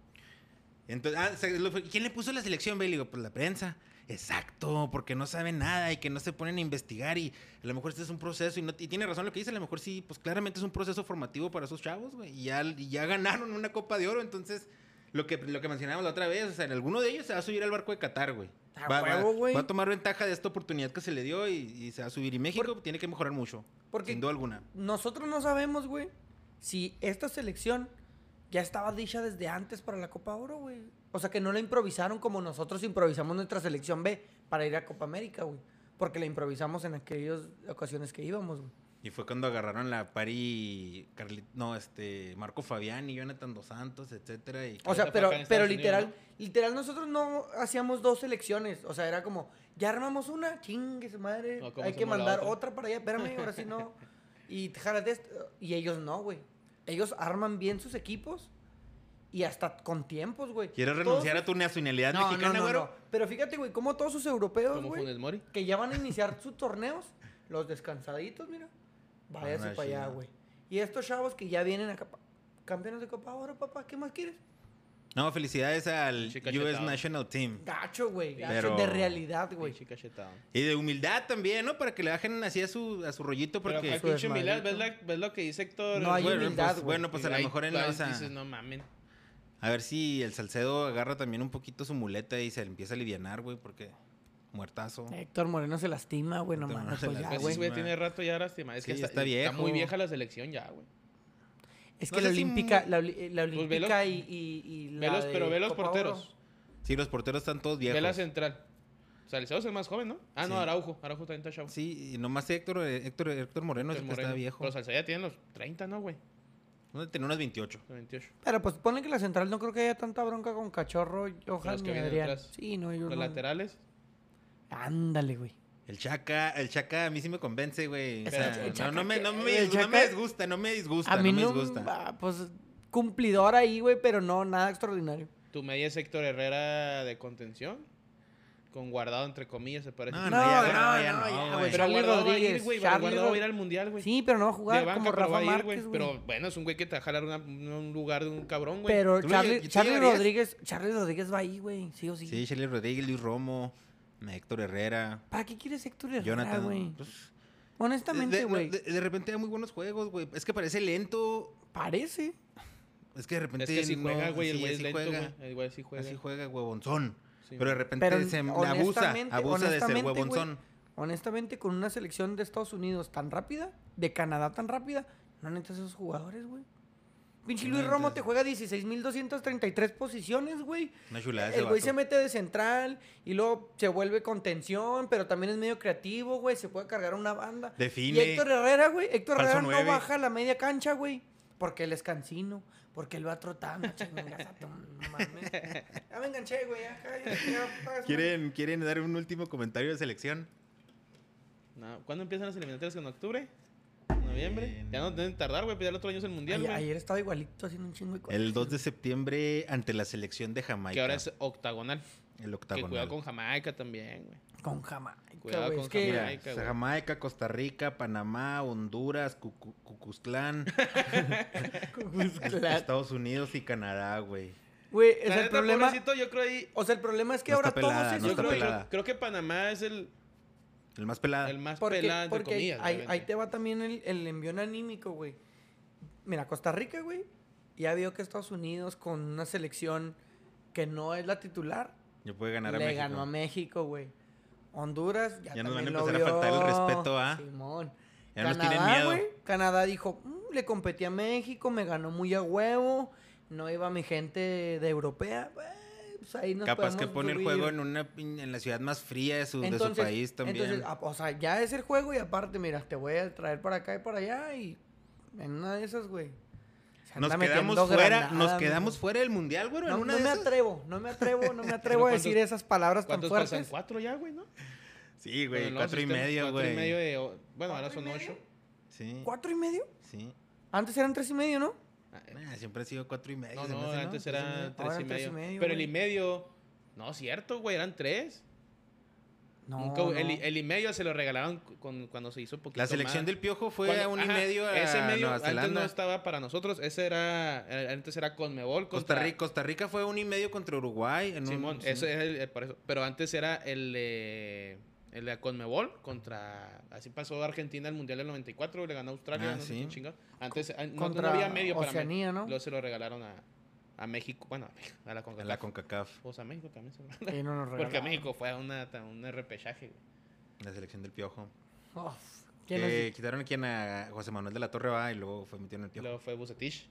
S1: Entonces, ah, se- lo fue- ¿quién le puso la selección B? Le digo, pues la prensa. Exacto, porque no saben nada y que no se ponen a investigar y a lo mejor este es un proceso y, no, y tiene razón lo que dice, a lo mejor sí, pues claramente es un proceso formativo para esos chavos, güey, y ya, y ya ganaron una Copa de Oro, entonces lo que, lo que mencionábamos la otra vez, o sea, en alguno de ellos se va a subir al barco de Qatar, güey.
S2: A
S1: Va, va-
S2: huevo, güey.
S1: va a tomar ventaja de esta oportunidad que se le dio y, y se va a subir. Y México tiene que mejorar mucho,
S2: porque-
S1: sin duda alguna.
S2: Nosotros no sabemos, güey, si esta selección ya estaba dicha desde antes para la Copa Oro, güey. O sea, que no la improvisaron como nosotros improvisamos nuestra selección B para ir a Copa América, güey. Porque la improvisamos en aquellas ocasiones que íbamos, güey.
S1: Y fue cuando agarraron la pari, Carli- no, este, Marco Fabián y Jonathan Dos Santos, etcétera. Y
S2: O
S3: Ahorita
S2: sea,
S3: fue
S2: pero,
S3: acá en
S2: pero
S3: Estados Unidos,
S2: literal, literal nosotros no hacíamos dos selecciones. O sea, era como, ya armamos una, chingue su madre,
S3: No, ¿cómo
S2: hay que
S3: hacemos la
S2: mandar otra?
S3: otra?
S2: para allá, espérame, ahora sí no. Y te jalas de esto. Y ellos no, güey. Ellos arman bien sus equipos y hasta con tiempos, güey.
S1: ¿Quieres
S2: Todos-
S1: renunciar a tu nacionalidad
S2: no, no,
S1: mexicana,
S2: no,
S1: güero?
S2: no. Pero fíjate, güey, como todos sus europeos,
S3: Como
S2: güey,
S3: Funes Mori.
S2: que ya van a iniciar sus torneos, los descansaditos, mira, váyase
S1: Ah,
S2: para allá,
S1: chingada.
S2: güey. Y estos chavos que ya vienen acá, pa- campeones de Copa Oro, papá, ¿qué más quieres?
S1: No, felicidades al
S3: Pinche
S1: US
S3: cachetado.
S1: National Team.
S2: Gacho, güey. Gacho
S1: Pero-
S2: de realidad, güey.
S3: Pinche cachetado.
S1: Y de humildad también, ¿no? Para que le bajen así a su, a su rollito,
S3: Pero
S1: porque... pues,
S3: acá
S2: Su
S3: pinche humildad, ¿ves,
S2: desmadrito.
S3: la- ves lo que dice Héctor?
S2: No hay
S1: bueno,
S2: humildad,
S1: pues,
S2: güey.
S1: bueno, pues a lo
S3: Ahí
S1: mejor en
S3: vas-
S1: esa-
S3: Dices, no mamen.
S1: A ver si el Salcedo agarra también un poquito su muleta y se le empieza a alivianar, güey, porque... Muertazo.
S2: Héctor Moreno se lastima, güey, no
S1: Héctor
S2: mames,
S1: Moreno
S2: pues
S1: se
S2: ya,
S1: lastima.
S3: Pues
S1: güey.
S3: sí, güey, tiene rato ya lástima. Es
S1: Sí,
S3: que
S1: ya
S3: está,
S1: está
S3: está muy
S1: viejo.
S3: vieja la selección ya, güey.
S2: Es
S1: No
S2: que
S1: sé
S2: la
S1: si-
S2: olímpica, la, oli- eh, la
S3: pues velos-
S2: olímpica y, y, y la
S3: Velos,
S2: de
S3: pero ve los
S2: Copa Oro.
S3: porteros.
S1: Sí, los porteros están todos
S3: Ve la
S1: viejos.
S3: central. Salcedo es el más joven, ¿no? Ah, no,
S1: Sí.
S3: Araujo. Araujo también está chavo.
S1: Sí, y nomás Héctor, eh, Héctor, Héctor Moreno es
S3: Héctor
S1: el que está
S3: Moreno.
S1: viejo.
S3: Pero Salcedo ya tiene los 30, ¿no, güey?
S1: No, tenía unos 28.
S3: Los 28.
S2: Pero pues ponle que la central no creo que haya tanta bronca con Cachorro, Johan
S3: los que
S2: y
S3: vienen
S2: Adrián.
S3: atrás.
S2: Sí, no, yo
S3: Los
S2: no.
S3: laterales.
S2: Ándale, güey.
S1: El Chaca, el Chaca a mí sí me convence, güey. O
S2: Pero
S1: sea,
S2: el
S1: no,
S2: Chaca
S1: no me,
S2: que-
S1: no, me,
S2: el
S1: no me
S2: Chaca-
S1: disgusta, no me disgusta,
S2: A mí
S1: no me
S2: no,
S1: disgusta.
S2: ah, pues cumplidor ahí, güey, pero no, nada extraordinario.
S3: Tu media es Héctor Herrera de contención. Con guardado, entre comillas, se parece.
S1: Ah, No,
S2: No,
S1: ya no,
S2: no,
S1: ya no,
S2: no, ya,
S1: güey.
S2: güey.
S3: Pero
S2: Charlie
S3: Guardado va a ir,
S2: Rodríguez.
S3: güey.
S2: Charlie
S3: Guardado va a ir
S2: Rod-
S3: al mundial, güey.
S2: Sí, pero no va a jugar
S3: de banca,
S2: como
S3: pero va
S2: Rafa
S3: a ir, güey.
S2: Márquez, güey.
S3: Pero bueno, es un güey que te va a jalar una- un lugar de un cabrón, güey.
S2: Pero
S1: ¿Tú lo
S2: Charlie,
S1: lle- tú
S2: Charlie
S1: llevarías?
S2: Rodríguez, Charlie Rodríguez va ahí, güey. Sí o sí.
S1: Sí, Shelly Rodríguez, Luis Romo, Héctor Herrera,
S2: ¿Para qué quieres Héctor Herrera,
S1: Jonathan.
S2: güey?
S1: pues, de-
S2: Honestamente,
S1: de, no,
S2: güey.
S1: de- de repente hay muy buenos juegos, güey. Es que parece lento.
S2: Parece.
S1: Es que de repente.
S3: Es que si
S1: no-
S3: juega, güey, el
S1: sí,
S3: güey es
S1: así
S3: lento,
S1: juega,
S3: güey. El güey sí juega.
S1: Así juega, huevonzón.
S3: Sí,
S1: Pero de
S3: güey.
S1: repente
S2: Pero
S1: se abusa,
S2: honestamente-
S1: abusa de ser
S2: honestamente, güey,
S1: huevonzón.
S2: Honestamente, con una selección de Estados Unidos tan rápida, de Canadá tan rápida, no necesitas esos jugadores, güey. Pinche
S1: No
S2: Luis Romo
S1: necesitas-
S2: te juega 16.233 posiciones, güey.
S1: Una chulada ese
S2: El güey
S1: vato.
S2: se mete de central y luego se vuelve con tensión, pero también es medio creativo, güey. Se puede cargar una banda.
S1: Define.
S2: Y Héctor Herrera, güey. Héctor
S1: Falso
S2: Herrera
S1: nueve.
S2: no baja la media cancha, güey. Porque él es cansino. Porque él va trotando. chingas a tu madre. Ya me enganché, güey. ya, ya, ya, ya, ya.
S1: ¿Quieren, ¿Quieren dar un último comentario de selección?
S3: No, ¿Cuándo empiezan las eliminatorias? ¿En octubre? ¿Noviembre?
S1: En-
S3: Ya no deben tardar, güey, pues ya el otro año es el mundial,
S2: Ayer,
S3: güey.
S2: ayer estaba igualito haciendo un chingo de cosas.
S1: El 2 de septiembre ante la selección de Jamaica.
S3: Que ahora es octagonal.
S1: el
S3: Que cuidado
S1: octagonal.
S3: con Jamaica también, güey.
S2: Con Jamaica,
S3: Cuidado
S2: güey.
S3: con
S2: Es que
S1: Mira,
S3: Jamaica,
S1: o sea,
S3: güey.
S1: Jamaica, Costa Rica, Panamá, Honduras, Cucu- Cucuzclán, Estados Unidos y Canadá, güey.
S2: Güey, es
S3: La
S2: el
S3: neta,
S2: problema.
S3: pobrecito, yo creo ahí.
S2: O sea, el problema es que
S1: No está
S2: ahora
S1: pelada, no
S2: todos
S3: yo
S2: esos,
S1: está
S3: creo,
S2: güey,
S3: yo
S1: pelada. Ah.
S3: creo que Panamá es el,
S1: El más pelado.
S3: el más
S2: Porque,
S3: pelado, entre
S2: porque
S3: comillas.
S2: ahí,
S3: obviamente.
S2: ahí te va también el, el envión anímico, güey. Mira, Costa Rica, güey, ya vio que Estados Unidos con una selección que no es la titular,
S1: Yo puedo ganar
S2: le
S1: a México.
S2: ganó a México, güey. Honduras ya,
S1: Ya nos van a
S2: también
S1: empezar
S2: lo
S1: a faltar el
S2: vio.
S1: respeto, ¿ah?
S2: Simón.
S1: Ya nos tienen
S2: Canadá,
S1: miedo.
S2: güey. Canadá dijo, "Mm, le competí a México, me ganó muy a huevo, no iba mi gente de europea, güey, pues ahí nos
S1: Capaz que
S2: podemos
S1: pone el
S2: subir".
S1: juego en una pin- en la ciudad más fría de su, de su país también.
S2: entonces, ah, a- o sea, ya es el juego y aparte, mira, te voy a traer para acá y para allá y en una de esas, güey. se
S1: nos
S2: anda
S1: quedamos
S2: metiendo
S1: fuera,
S2: granada,
S1: nos
S2: mijo.
S1: quedamos fuera del mundial, güey. en
S2: No,
S1: una
S2: no
S1: de
S2: me
S1: esas.
S2: atrevo, no me atrevo, no me atrevo a
S3: ¿cuántos-
S2: decir esas palabras tan
S3: ¿Cuántos pasan?
S2: fuertes.
S3: Cuatro ya, güey, ¿no?
S1: Sí,
S3: Con
S1: güey,
S3: el nuevo
S1: cuatro y
S3: sistema,
S1: medio,
S3: cuatro y medio
S1: güey.
S3: de o- Bueno, ahora
S2: ¿Cuatro y
S3: son
S2: medio?
S3: ocho.
S1: Sí,
S2: ¿Cuatro y medio?
S1: sí.
S2: Antes eran tres y medio, ¿no?
S3: Ah, eh,
S1: Ah, siempre ha sido cuatro y medio.
S3: No,
S1: se me
S3: no,
S1: hace,
S3: antes
S1: Tres y medio.
S3: era tres
S2: Ahora
S3: y
S2: eran tres y
S3: medio.
S2: medio,
S3: Pero el
S2: güey.
S3: y medio. No, cierto, güey, eran tres.
S2: No,
S3: Nunca hubo- El,
S2: no.
S3: y- el y medio se lo regalaron cu- con- cuando se hizo poquito
S1: La selección
S3: más.
S1: del piojo fue
S3: Cuando-
S1: a un
S3: ajá,
S1: y medio a
S3: ese medio
S1: Nueva
S3: antes no
S1: Zelanda.
S3: estaba para nosotros ese era eh, antes era Conmebol
S1: Costa
S3: contra-
S1: Rica, Costa Rica fue un y medio contra Uruguay. En un-
S3: Simón
S1: sí.
S3: ese es el- eh, por eso. pero antes era el eh, el de Conmebol contra así pasó Argentina el mundial del 94 le ganó a Australia
S1: Ah,
S3: no sé
S1: sí.
S3: quién chingado. antes eh, no- no,
S2: Contra
S3: había medio para
S2: Oceanía,
S3: México.
S2: ¿no?
S3: luego se lo regalaron a, a México bueno a, México, a la
S1: A
S3: CONCACAF
S1: la CONCACAF,
S3: o sea, a México también se lo
S2: Sí, no nos
S3: porque a
S2: regalaron.
S3: México fue a una, ta- un repechaje güey.
S1: la selección del piojo.
S2: Uf, ¿quién nos
S1: Que
S2: dijo?
S1: quitaron aquí a José Manuel de la Torre va y luego fue metido en el piojo.
S3: luego fue Bucetich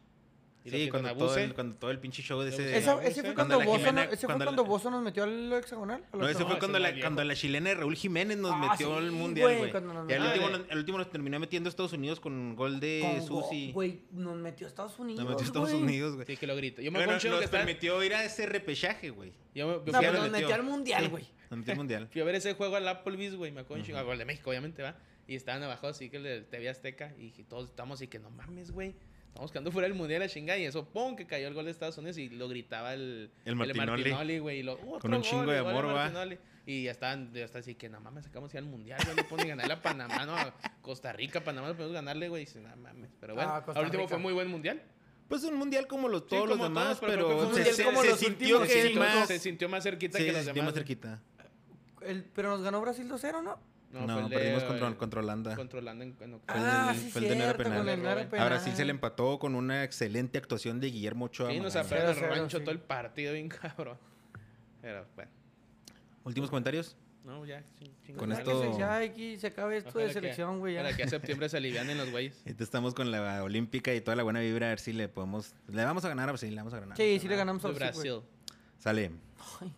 S3: Y luego
S1: sí,
S3: fue con
S1: cuando todo,
S3: Abuse.
S1: el, cuando todo el pinche show de
S3: Luego
S1: ese.
S3: se-
S2: Esa-
S3: eh,
S2: ese fue
S3: cuando
S2: cuando,
S1: la
S2: Bozo,
S1: Jimena-
S2: no-
S1: cuando
S2: ese fue
S1: la-
S2: cuando Bozo nos metió al hexagonal. al
S1: No, ese
S2: octagonal.
S1: fue
S3: ese
S1: cuando
S3: más
S1: la,
S3: viejo.
S1: cuando la chilena de Raúl Jiménez nos
S2: Ah,
S1: metió
S2: sí,
S1: al mundial,
S2: güey,
S1: güey.
S2: cuando nos
S1: Ya el
S3: metió.
S1: último,
S3: Ah,
S1: nos- el último nos terminó metiendo Estados Unidos con gol de
S2: Con go-
S1: eh, Susi.
S2: Güey, nos metió a Estados Unidos.
S1: Nos metió Estados
S2: güey.
S1: Unidos, güey.
S3: Sí, que lo grito. Yo me
S1: Bueno,
S3: acuerdo un
S1: nos
S3: chingo que estaba-
S1: permitió ir a ese repechaje, güey.
S3: yo me-
S2: No,
S3: fui a
S2: pero
S1: nos
S2: nos
S1: metió.
S2: metió al mundial,
S1: Sí.
S2: güey.
S1: Nos metió al mundial.
S3: Fui a ver ese juego al Applebee's, güey, me acuerdo un chingo, ah, el de México, obviamente, va. Y estaban abajo así que el del TV Azteca y dije, todos estamos así que no mames, güey. Estamos quedando fuera del mundial la chingada y eso, pum, que cayó el gol de Estados Unidos y lo gritaba el,
S1: El Martinoli.
S3: güey. Y lo, "Otro
S1: Con un
S3: gol,
S1: chingo de
S3: el gol del
S1: amor, va.
S3: Martinoli". Y ya estaban, ya está así que no mames, sacamos ya al mundial, güey, no pueden ganarle a Panamá, no, a Costa Rica, Panamá no podemos ganarle, güey. Y dice, no mames, pero bueno,
S2: Ah,
S3: ahorita
S2: Costa Rica.
S3: fue muy buen mundial.
S1: Pues un mundial como los, todos
S3: como
S1: los demás,
S3: todos, pero creo que fue
S1: pero
S3: un
S1: se,
S3: mundial
S1: se-
S3: como
S1: se
S3: los
S1: sintió
S2: últimos,
S1: que
S2: sí,
S1: es
S3: sintió-
S1: más.
S3: se sintió más cerquita
S1: Sí,
S3: que
S1: se
S3: los
S1: sintió más
S3: demás. güey.
S1: cerquita.
S2: El- pero nos ganó Brasil 2-0, ¿no?
S1: No,
S3: fue el de-
S1: perdimos
S3: eh,
S1: contra, contra Holanda.
S3: Controlando en, en octavos.
S2: Ah,
S1: del-
S2: sí,
S1: fue el de no era
S2: cierto, con
S1: penal.
S2: el no era penal.
S1: Ahora sí se le empató con una excelente actuación de Guillermo Ochoa.
S3: Sí, nos
S1: Magaña.
S2: aferra-
S3: aferraron el
S2: Cero, cero,
S3: rancho
S2: sí.
S3: todo el partido, bien cabrón. Pero bueno,
S1: Últimos comentarios.
S3: no, ya. chin- chingo
S1: Con
S3: madre.
S2: Ya que
S1: esto-
S2: se- Ya hay que se acabe esto
S3: Ojalá
S2: de
S3: que-
S2: selección, güey. ya.
S3: Para que a septiembre se alivianen los güeyes.
S1: Ahorita estamos con la olímpica y toda la buena vibra a ver si le podemos. Le vamos a ganar, a ver si le vamos a ganar.
S2: Sí, sí le ganamos a
S3: De
S2: Brasil.
S3: Brasil.
S1: Sale.
S2: güey.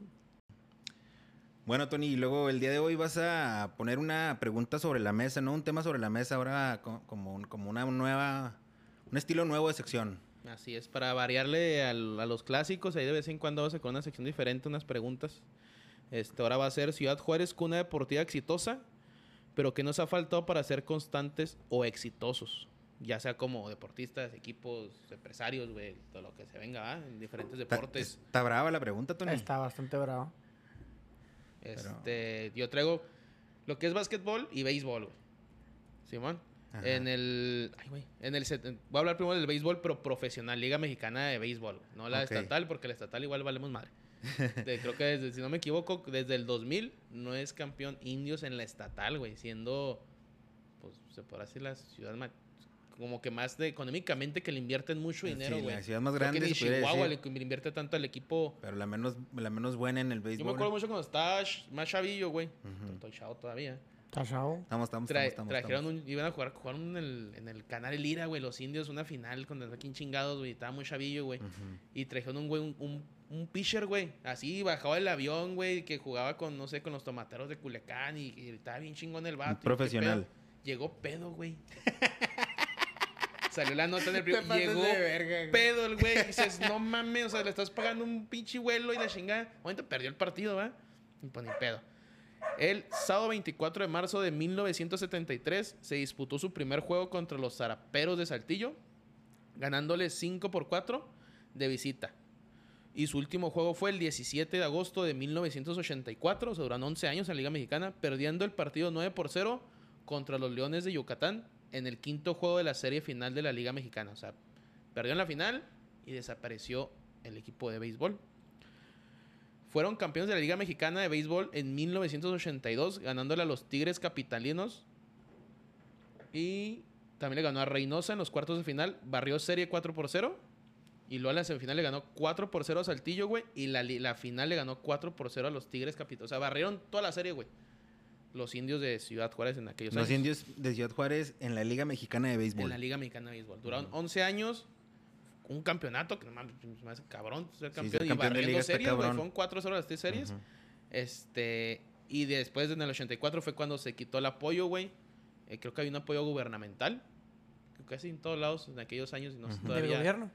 S1: Bueno, Tony, y luego el día de hoy vas a poner una pregunta sobre la mesa, ¿no? Un tema sobre la mesa ahora co- como, un- como una nueva. Un estilo nuevo de sección.
S3: Así es, para variarle al- a los clásicos, ahí de vez en cuando vas a con una sección diferente, unas preguntas. Este, ahora va a ser Ciudad Juárez, cuna deportiva exitosa, pero que nos ha faltado para ser constantes o exitosos. Ya sea como deportistas, equipos, empresarios, güey, todo lo que se venga, ¿va? En diferentes
S1: Está,
S3: deportes.
S1: está brava la pregunta, Tony.
S2: Está bastante bravo.
S3: Este, yo traigo lo que es básquetbol y béisbol, güey. Simón.
S1: Ajá.
S3: En el. Ay, güey. En el. set- Voy a hablar primero del béisbol, pero profesional. Liga Mexicana de Béisbol, güey, No la
S1: Ok.
S3: estatal, porque la estatal igual valemos madre. De- creo que, desde, si no me equivoco, desde el 2000 no es campeón indios en la estatal, güey. Siendo. Pues se podrá decir la ciudad ma- Como que más de económicamente que le invierten mucho
S1: Sí,
S3: dinero, güey.
S1: la ciudad más
S3: Creo que
S1: grande,
S3: ni
S1: se pudiera
S3: Chihuahua
S1: decir.
S3: le invierte tanto al equipo
S1: Pero la menos, la menos buena en el béisbol.
S3: yo me acuerdo mucho cuando estaba ch- más chavillo, güey.
S1: Ujú.
S3: Estoy chavo todavía.
S2: Está chavo.
S1: Estamos, estamos,
S3: Tra-
S1: estamos, estamos,
S3: trajeron
S1: estamos.
S3: un- Iban a jugar, jugaron en el, en el canal El Ira, güey. Los indios, una final contra aquí chingados, güey. Estaba muy chavillo, güey.
S1: Ujú.
S3: Y trajeron un güey, un, un, un pitcher, güey. Así, bajaba del avión, güey. Que jugaba con, no sé, con los tomateros de Culiacán. Y, y estaba bien chingón el vato. y qué
S1: profesional.
S3: pedo. Llegó pedo, güey. Salió la nota en el primer. Llegó pedo el güey. Dices, no mames, o sea, le estás pagando un pinche vuelo y la chingada. Ahorita perdió el partido, ¿va? Y pues ni pedo. El sábado 24 de marzo de 1973 se disputó su primer juego contra los zaraperos de Saltillo, ganándole 5 por 4 de visita. Y su último juego fue el 17 de agosto de 1984, o sea, duran 11 años en la Liga Mexicana, perdiendo el partido 9 por 0 contra los Leones de Yucatán en el quinto juego de la serie final de la Liga Mexicana. O sea, perdió en la final y desapareció el equipo de béisbol. Fueron campeones de la Liga Mexicana de Béisbol en 1982, ganándole a los Tigres Capitalinos. Y también le ganó a Reynosa en los cuartos de final. Barrió serie 4 por 0. Y luego en la semifinal le ganó 4 por 0 a Saltillo, güey. Y la, li- la final le ganó 4 por 0 a los Tigres Capitalinos. O sea, barrieron toda la serie, güey. Los indios de Ciudad Juárez en aquellos
S1: Los
S3: años.
S1: indios de Ciudad Juárez en la Liga Mexicana de Béisbol.
S3: En la Liga Mexicana de Béisbol. Duraron 11 años, un campeonato, que no mames, me hace cabrón ser
S1: Sí,
S3: campeón,
S1: ser campeón
S3: y
S1: de
S3: barriendo
S1: liga está
S3: series, güey.
S1: cabrón.
S3: Fueron 4 0 las 3 series.
S1: Ujú.
S3: Este, y después en el 84 fue cuando se quitó el apoyo, güey. Eh, creo que había un apoyo gubernamental. que Casi en todos lados en aquellos años y no sé
S1: Ujú.
S2: Del
S3: todavía.
S2: gobierno.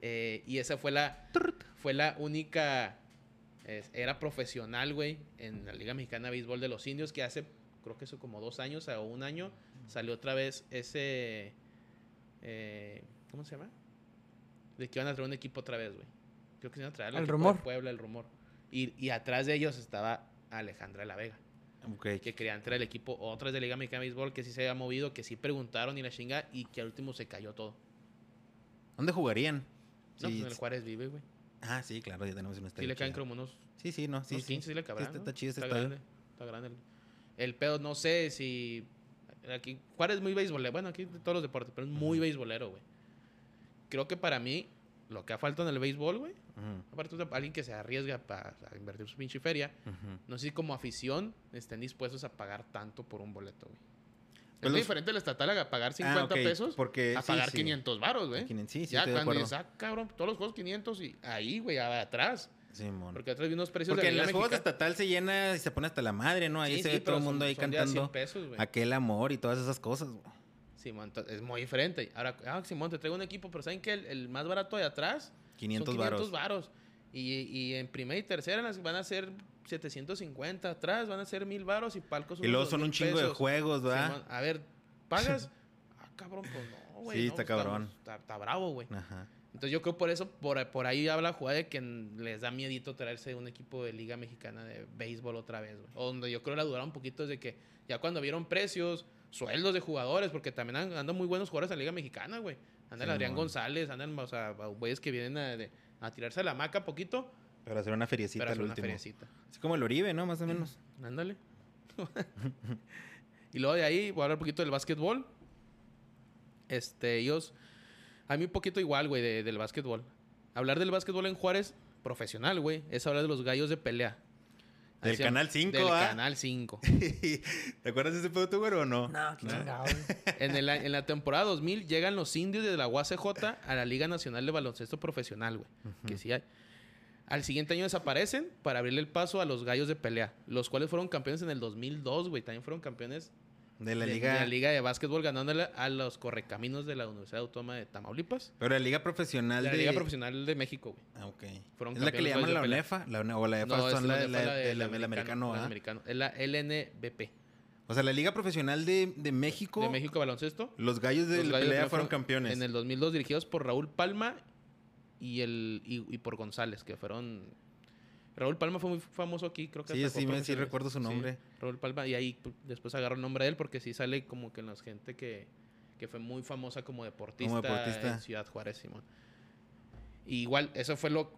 S3: Eh, y esa fue la, fue la única es- era profesional, güey, en la Liga Mexicana de Béisbol de los Indios, que hace, creo que eso como dos años o un año, salió otra vez ese, eh, ¿cómo se llama? De que iban a traer un equipo otra vez, güey. Creo que se iban a traer al
S2: El
S3: equipo de
S2: rumor.
S3: Puebla, el rumor. Y, y atrás de ellos estaba Alejandra de la Vega
S1: Ok.
S3: que querían traer el equipo otra vez de Liga Mexicana de Béisbol, que sí se había movido, que sí preguntaron y la chinga, y que al último se cayó todo.
S1: ¿Dónde jugarían?
S3: No,
S1: Sí,
S3: pues en el Juárez vive, güey.
S1: Ah, sí, claro, ya tenemos un
S3: Sí
S1: estadio.
S3: le caen
S1: chido.
S3: como unos
S1: Sí, sí, no, sí.
S3: unos
S1: sí.
S3: 15 sí le cabrán,
S1: está,
S3: ¿no?
S1: está chido este
S3: Está
S1: estadio.
S3: grande, está grande el, el pedo, no sé si. Aquí, Juárez es muy beisbolero. Bueno, aquí de todos los deportes, pero es muy
S1: Ujú.
S3: beisbolero, güey. Creo que para mí, lo que ha faltado en el béisbol, güey,
S1: Ujú,
S3: aparte de alguien que se arriesga para invertir su pinche feria,
S1: ujú.
S3: no sé si como afición estén dispuestos a pagar tanto por un boleto, güey.
S1: Pues
S3: es
S1: los-
S3: diferente el estatal a pagar 50
S1: Ah, ok,
S3: pesos
S1: porque,
S3: a
S1: sí,
S3: pagar
S1: sí.
S3: 500 varos, güey.
S1: Aquí en- Sí, sí,
S3: ya
S1: estoy de
S3: cuando
S1: acuerdo.
S3: dices, ah, cabrón, todos los juegos 500 y ahí, güey, atrás.
S1: Simón.
S3: ah, Porque atrás vi unos precios
S1: Porque
S3: de
S1: en
S3: la
S1: los
S3: Liga
S1: juegos
S3: Mexicana.
S1: estatal se llena y se pone hasta la madre, ¿no? Ahí
S3: Sí,
S1: Ah, se
S3: sí,
S1: ve todo el
S3: pero
S1: mundo
S3: son-
S1: ahí
S3: son de a 100
S1: cantando Ah.
S3: pesos, güey.
S1: aquel amor y todas esas cosas, güey.
S3: Sí, mo, entonces, es muy diferente. Ahora, ah, Simón, te traigo un equipo, pero ¿saben que el, el más barato de atrás
S1: 500
S3: son
S1: varos.
S3: 500 varos. Y, y en primera y tercera las van a ser 750 atrás, van a ser 1000 varos y palcos
S1: Y luego
S3: unos
S1: son un
S3: 2000
S1: chingo de
S3: pesos.
S1: juegos,
S3: Simón,
S1: ¿verdad?
S3: a ver, ¿pagas? ah, cabrón, pues no, güey.
S1: Sí,
S3: no,
S1: está
S3: pues,
S1: cabrón.
S3: estamos- Está, está bravo, güey.
S1: Ajá.
S3: Entonces yo creo por eso, por, por ahí habla la jugada de que les da miedito traerse un equipo de liga mexicana de béisbol otra vez, güey. O Donde yo creo la duraron un poquito de que ya cuando vieron precios, sueldos de jugadores, porque también an- andan muy buenos jugadores en la liga mexicana, güey. Anda el
S1: Sí,
S3: Adrián
S1: mon.
S3: González, andan, o sea, güeyes que vienen a, de- a tirarse a la maca poquito
S1: Pero hacer una feriecita
S3: para
S1: al
S3: hacer una
S1: último.
S3: feriecita.
S1: Así como el Oribe, ¿no? Más o menos.
S3: Ándale. y luego de ahí voy a hablar un poquito del básquetbol. Este, ellos. A mí un poquito igual, güey, de- del básquetbol. Hablar del básquetbol en Juárez, profesional, güey, es hablar de los gallos de pelea.
S1: Del
S3: Así-
S1: Canal 5,
S3: Del
S1: ¿ah?
S3: Canal 5.
S1: ¿Te acuerdas de ese pedo tú, güero, o no?
S2: No, qué chingado. güey.
S3: en, el a- en la temporada 2000 llegan los indios de la UACJ a la Liga Nacional de Baloncesto Profesional, güey. Que sí hay. Al siguiente año desaparecen para abrirle el paso a los gallos de pelea, los cuales fueron campeones en el 2002, güey. También fueron campeones
S1: De la
S3: de-
S1: liga.
S3: de la liga de básquetbol ganándole a los correcaminos de la Universidad Autónoma de Tamaulipas.
S1: Pero la liga profesional
S3: De la
S1: de.
S3: Liga Profesional de México, güey.
S1: Ah, ok.
S3: Fueron
S1: es la que
S3: campeones
S1: le llaman
S3: de
S1: la
S3: pelea.
S1: UNEFA. La UNE- o la EFA
S3: No,
S1: son
S3: esa
S1: Eh, la,
S3: es
S1: la,
S3: la
S1: de-
S3: del
S1: la- del americano,
S3: la del
S1: ¿ah?
S3: americano. Es la LNBP.
S1: O sea, la liga profesional de, de México.
S3: De México Baloncesto.
S1: Los gallos de
S3: Los
S1: la
S3: Gallos de
S1: pelea
S3: Pelea
S1: fueron campeones.
S3: En el 2002 dirigidos por Raúl Palma y, el, y, y por González, que fueron... Raúl Palma fue muy famoso aquí, creo que...
S1: Sí,
S3: hasta
S1: sí,
S3: jugó
S1: me- sí
S3: profesional.
S1: recuerdo su
S3: Sí,
S1: nombre.
S3: Raúl Palma. Y ahí pu- después agarró el nombre de él porque sí sale como que en las gente que, que fue muy famosa como deportista,
S1: deportista.
S3: en Ciudad Juárez, Simón. Y igual, eso fue lo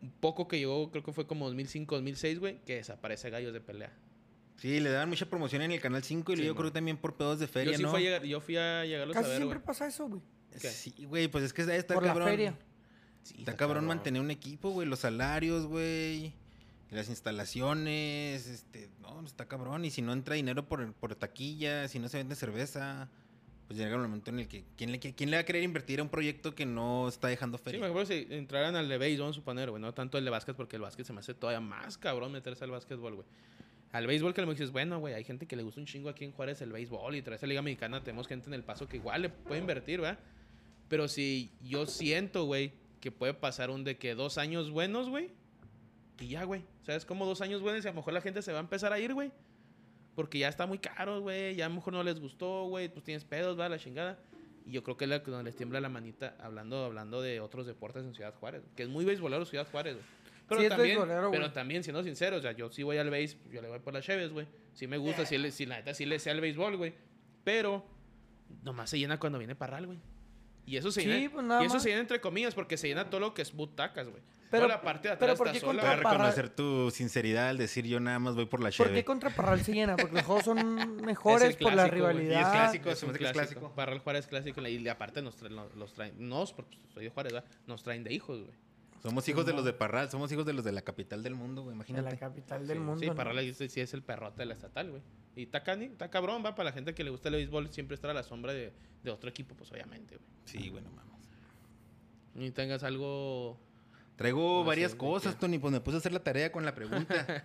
S3: un poco que llegó, creo que fue como 2005, 2006, güey, que desaparece Gallos de Pelea.
S1: Sí, le daban mucha promoción en el Canal 5 y
S3: Sí,
S1: yo creo
S3: mon.
S1: que también por pedos de
S3: yo,
S1: feria,
S3: sí
S1: ¿no?
S3: fui a llegar, yo fui a llegarlos
S2: Casi
S3: a ver,
S2: siempre
S3: güey.
S2: pasa eso, güey.
S3: ¿Qué?
S1: Sí, güey, pues es que está, está
S2: Por la
S1: cabrón.
S2: feria.
S3: Sí,
S1: Está cabrón mantener un equipo, güey. Los salarios, güey. Las instalaciones. Este, no, está cabrón. Y si no entra dinero por, por taquilla, si no se vende cerveza, pues llega un momento en el que. ¿Quién le, quién le va a querer invertir a un proyecto que no está dejando
S3: Sí,
S1: feria?
S3: me acuerdo si entraran al de béisbol, vamos a suponer, güey, no tanto el de básquet, porque el básquet se me hace todavía más cabrón meterse al básquetbol, güey. Al béisbol que le dices, bueno, güey, hay gente que le gusta un chingo aquí en Juárez el béisbol y trae esa liga mexicana, tenemos gente en el paso que igual le puede invertir, ¿verdad? Pero si yo siento, güey, que puede pasar un de que dos años buenos, güey, Porque ya, güey. O sea, es como dos años, güey. Y a lo mejor la gente se va a empezar a ir, güey. Porque ya está muy caro, güey. Ya a lo mejor no les gustó, güey. Pues tienes pedos, va, la chingada. Y yo creo que es la que donde les tiembla la manita hablando, hablando de otros deportes en Ciudad Juárez. Que es muy beisbolero Ciudad Juárez, güey. Pero,
S2: Sí, es
S3: también,
S2: beisbolero, güey.
S3: pero también, siendo sincero, o sea, yo sí voy al béis, yo le voy por las cheves, güey. Sí me gusta, sí, le- sí, la neta sí le sé al béisbol, güey. Pero nomás se llena cuando viene Parral, güey. Y eso se
S2: Sí,
S3: llena.
S2: pues, nada
S3: y eso
S2: más.
S3: se llena entre comillas porque se llena todo lo que es butacas, güey.
S2: Pero-
S3: Pero la parte de
S2: pero
S3: atrás
S2: ¿por
S3: está
S2: qué
S3: sola.
S1: Para
S2: contra-
S3: güey.
S1: reconocer tu sinceridad al decir yo nada más voy por la
S2: ¿Por qué
S1: cheve.
S2: contra Parral se llena? Porque los juegos son
S3: Es
S2: mejores
S3: el
S2: por la
S3: clásico, güey.
S2: rivalidad.
S1: Y es clásico,
S3: Es
S1: se
S3: un
S1: me hace que es
S3: clásico.
S1: clásico.
S3: Parral Juárez clásico. Y aparte nos traen, los traen, nos, porque soy de Juárez, ¿verdad? Nos traen de hijos, güey.
S1: Somos hijos de los de Parral, somos hijos de los de la capital del mundo, güey,
S2: de la
S1: imagínate.
S2: capital del
S3: Sí,
S2: mundo.
S3: Sí,
S2: ¿no?
S3: Parral es- sí es el perrote de la estatal, güey. Y está cani- está cabrón, va. Para la gente que le gusta el béisbol, siempre estar a la sombra de, de otro equipo, pues obviamente, güey.
S1: Sí, bueno, mames.
S3: Y tengas algo.
S1: Traigo
S3: No sé,
S1: varias
S3: ¿de
S1: cosas,
S3: qué?
S1: Tony, pues me puse a hacer la tarea con la pregunta.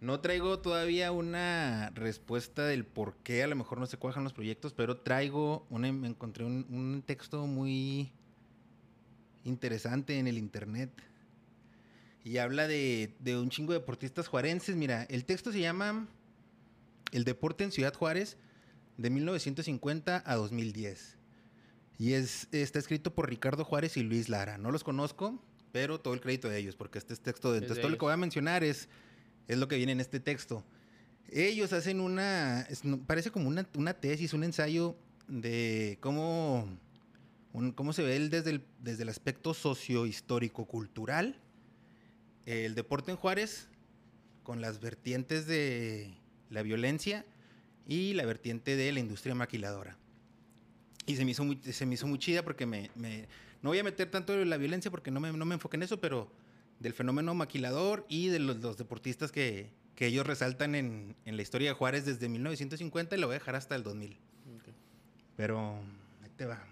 S1: No traigo todavía una respuesta del por qué a lo mejor no se cuajan los proyectos, pero traigo, una, me encontré un, un texto muy interesante en el internet y habla de, de un chingo de deportistas juarenses. Mira, el texto se llama El deporte en Ciudad Juárez de 1950 a 2010. Y es, está escrito por Ricardo Juárez y Luis Lara. No los conozco, pero todo el crédito de ellos, porque este es texto de...
S3: Es de
S1: Entonces, todo lo que
S3: ellos.
S1: voy a mencionar es, es lo que viene en este texto. Ellos hacen una... es- no- parece como una, una tesis, un ensayo de cómo, un- cómo se ve él desde el, desde el aspecto socio-histórico-cultural, el deporte en Juárez, con las vertientes de la violencia y la vertiente de la industria maquiladora. Y se me hizo muy, se me hizo muy chida porque me, me- No voy a meter tanto en la violencia porque no me, no me enfoqué en eso, pero del fenómeno maquilador y de los, los deportistas que, que ellos resaltan en, en la historia de Juárez desde 1950 y lo voy a dejar hasta el 2000. Pero ahí te va.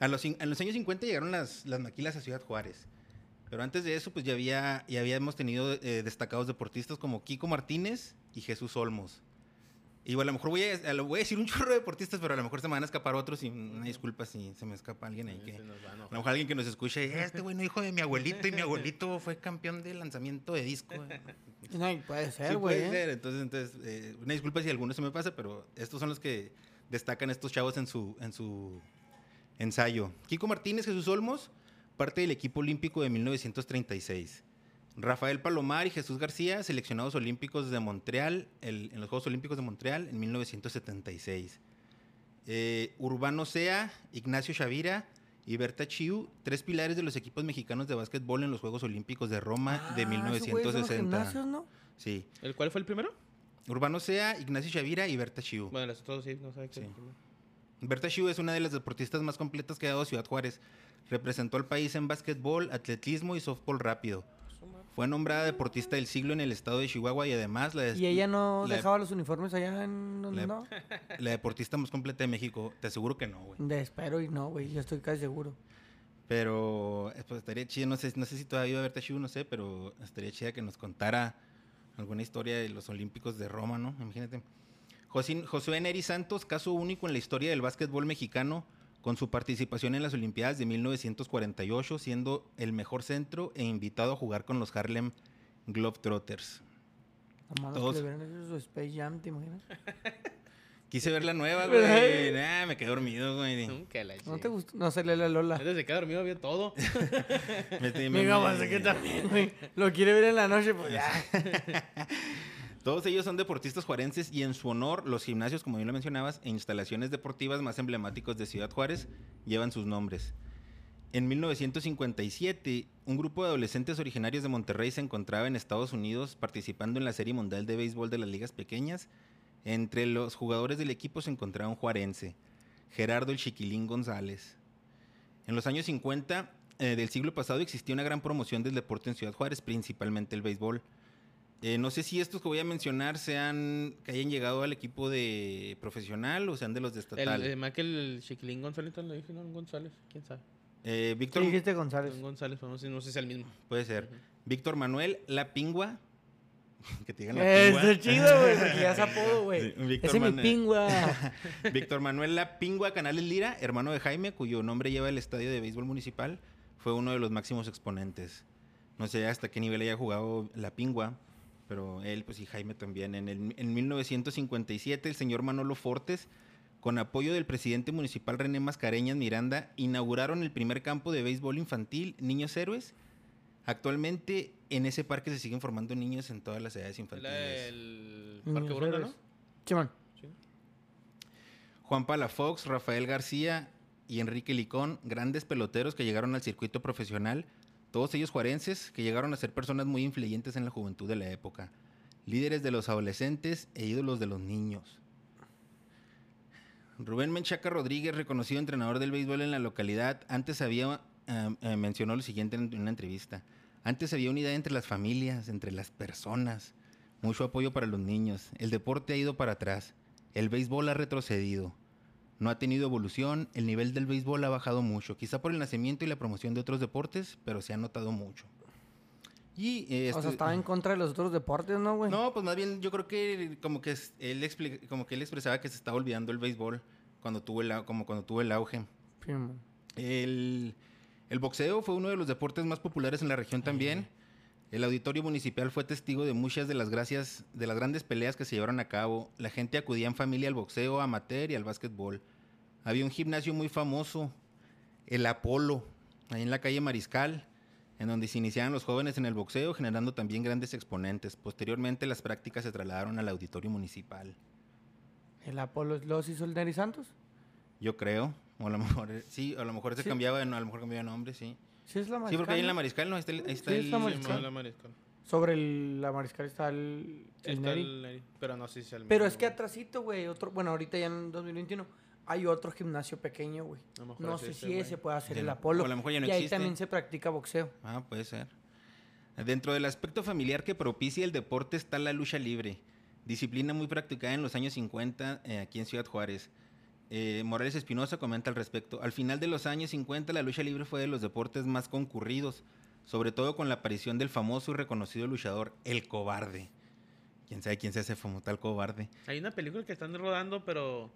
S1: A los, cin- a los años 50 llegaron las, las maquilas a Ciudad Juárez. Pero antes de eso, pues ya, había, ya habíamos tenido eh, destacados deportistas como Kiko Martínez y Jesús Olmos. Y bueno, a lo mejor voy a, a lo- voy a decir un chorro de deportistas, pero a lo mejor se me van a escapar otros y una disculpa si se me escapa alguien ahí.
S3: Sí,
S1: Que,
S3: se nos va a
S1: a
S3: enojar.
S1: lo mejor alguien que nos escuche, este bueno hijo de mi abuelito y mi abuelito fue campeón de lanzamiento de disco.
S2: No, puede
S1: Sí,
S2: ser, güey.
S1: puede
S2: ¿eh?
S1: ser. Entonces, entonces eh, una disculpa si alguno se me pasa, pero estos son los que destacan estos chavos en su, en su ensayo. Kiko Martínez, Jesús Olmos, parte del equipo olímpico de 1936. Rafael Palomar y Jesús García, seleccionados olímpicos de Montreal, el- en los Juegos Olímpicos de Montreal en 1976. Eh, Urbano Sea, Ignacio Chavira y Berta Chiu, tres pilares de los equipos mexicanos de básquetbol en los Juegos Olímpicos de Roma
S2: Ah,
S1: de
S2: esos güeyes son los
S1: 1960.
S2: gimnasios, ¿no?
S1: Sí.
S3: ¿El cuál fue el primero?
S1: Urbano Sea, Ignacio Chavira y Berta Chiu.
S3: Bueno, los otros sí, no sé qué.
S1: Sí. Berta Chiu es una de las deportistas más completas que ha dado Ciudad Juárez. Representó al país en básquetbol, atletismo y softball rápido. Fue nombrada deportista del siglo en el estado de Chihuahua y además la, des-
S2: Y ella no
S1: la-
S2: dejaba los uniformes allá en donde
S1: la-
S2: andaba.
S1: la deportista más completa de México. Te aseguro que no, güey.
S2: De espero y no, güey. Yo estoy casi seguro.
S1: Pero eh, pues, estaría chido, no sé, no sé si todavía va a Berta Chiu, no sé, pero estaría chida que nos contara alguna historia de los Olímpicos de Roma, ¿no? Imagínate. Josín- Josué Neri Santos, caso único en la historia del básquetbol mexicano, con su participación en las Olimpiadas de 1948, siendo el mejor centro e invitado a jugar con los Harlem Globetrotters.
S2: Nomás los
S1: Todos-
S2: que le hubieran hecho su Space Jam, ¿te imaginas?
S1: Quise ver la nueva,
S2: Ay.
S1: güey. Nah, me quedé dormido, güey.
S3: Nunca la
S2: ¿No
S3: chingue.
S2: te gustó? No, se le la Lola.
S3: Antes de que dormido había todo.
S1: Me- me-
S2: Mi mamá
S1: me-
S2: se pues, que también, güey. Lo quiere ver en la noche, pues ya.
S1: Todos ellos son deportistas juarenses y en su honor los gimnasios, como bien lo mencionabas, e instalaciones deportivas más emblemáticos de Ciudad Juárez llevan sus nombres. En 1957, un grupo de adolescentes originarios de Monterrey se encontraba en Estados Unidos participando en la Serie Mundial de Béisbol de las Ligas Pequeñas. Entre los jugadores del equipo se encontraba un juarense, Gerardo el Chiquilín González. En los años 50 eh, del siglo pasado existía una gran promoción del deporte en Ciudad Juárez, principalmente el béisbol. Eh, no sé si estos que voy a mencionar sean que hayan llegado al equipo de profesional o sean de los de estatal.
S3: El, eh, más que el chiquilín González, le dije, no, González, quién sabe.
S1: Eh,
S2: ¿Qué
S1: Víctor,
S2: dijiste, González?
S3: Un González, no sé, no sé si es el mismo.
S1: puede ser. Víctor Manuel La Pingua. que te digan La
S2: Eh,
S1: Pingua.
S2: Está chido, güey, porque ya es apodo, güey.
S1: Sí, Víctor
S2: Ese es mi
S1: Manuel.
S2: pingua.
S1: Víctor Manuel La Pingua Canales Lira, hermano de Jaime, cuyo nombre lleva el estadio de béisbol municipal, fue uno de los máximos exponentes. No sé hasta qué nivel haya jugado la pingua, pero él, pues y Jaime también. En, el, en 1957, el señor Manolo Fortes, con apoyo del presidente municipal René Mascareñas Miranda, inauguraron el primer campo de béisbol infantil Niños Héroes. Actualmente en ese parque se siguen formando niños en todas las edades infantiles.
S3: El
S2: Niños
S3: Parque Borona, ¿no?
S2: héroes. Simón.
S1: Juan Palafox, Rafael García y Enrique Licón, grandes peloteros que llegaron al circuito profesional, todos ellos juarenses que llegaron a ser personas muy influyentes en la juventud de la época, líderes de los adolescentes e ídolos de los niños. Rubén Menchaca Rodríguez, reconocido entrenador del béisbol en la localidad, antes había eh, eh, mencionó lo siguiente en una entrevista. Antes había unidad entre las familias, entre las personas, mucho apoyo para los niños. El deporte ha ido para atrás. El béisbol ha retrocedido. No ha tenido evolución, el nivel del béisbol ha bajado mucho, quizá por el nacimiento y la promoción de otros deportes, pero se ha notado mucho. Y, eh,
S2: O
S1: estu-
S2: sea, estaba en contra de los otros deportes, ¿no, güey?
S1: no, pues más bien yo creo que como que es- él expli- como que él expresaba que se estaba olvidando el béisbol cuando tuvo el au- como cuando tuvo el auge.
S2: Simón.
S1: El, el boxeo fue uno de los deportes más populares en la región también. El auditorio municipal fue testigo de muchas de las gracias, de las grandes peleas que se llevaron a cabo. La gente acudía en familia al boxeo, amateur y al básquetbol. Había un gimnasio muy famoso, el Apolo, ahí en la calle Mariscal, en donde se iniciaban los jóvenes en el boxeo, generando también grandes exponentes. Posteriormente las prácticas se trasladaron al auditorio municipal.
S2: ¿El Apolo los hizo el Nery Santos?
S1: Yo creo, o a lo mejor sí, a lo mejor se
S2: Sí.
S1: cambiaba, de no- a lo mejor cambiaba de nombre, sí.
S2: Sí, es la mariscal.
S1: Sí, porque ahí en la
S2: ¿no?
S1: Mariscal, ¿no? Ahí está el... Ahí está
S2: Sí,
S1: el-
S2: está
S3: Sí,
S2: Mariscal.
S3: la Mariscal.
S2: Sobre el- la mariscal está el, el
S3: Está
S2: Neri.
S3: el Neri, Pero no sé si es el mismo.
S2: Pero es que
S3: güey.
S2: atrasito, güey, otro, bueno, ahorita ya en 2021 hay otro gimnasio pequeño, güey.
S3: A lo mejor
S2: No
S3: es
S2: sé
S3: ese,
S2: si
S3: güey.
S2: ese puede hacer
S1: Ya
S2: el
S1: no-
S2: Apolo.
S1: o a lo mejor ya no
S2: y ahí
S1: existe.
S2: también se practica boxeo.
S1: Ah, puede ser. Dentro del aspecto familiar que propicia el deporte está la lucha libre, disciplina muy practicada en los años 50 eh, aquí en Ciudad Juárez. Eh, Morales Espinosa comenta al respecto. Al final de los años 50 la lucha libre fue de los deportes más concurridos, sobre todo con la aparición del famoso y reconocido luchador El Cobarde. ¿Quién sabe quién se hace famoso tal cobarde?
S3: Hay una película que están rodando, pero.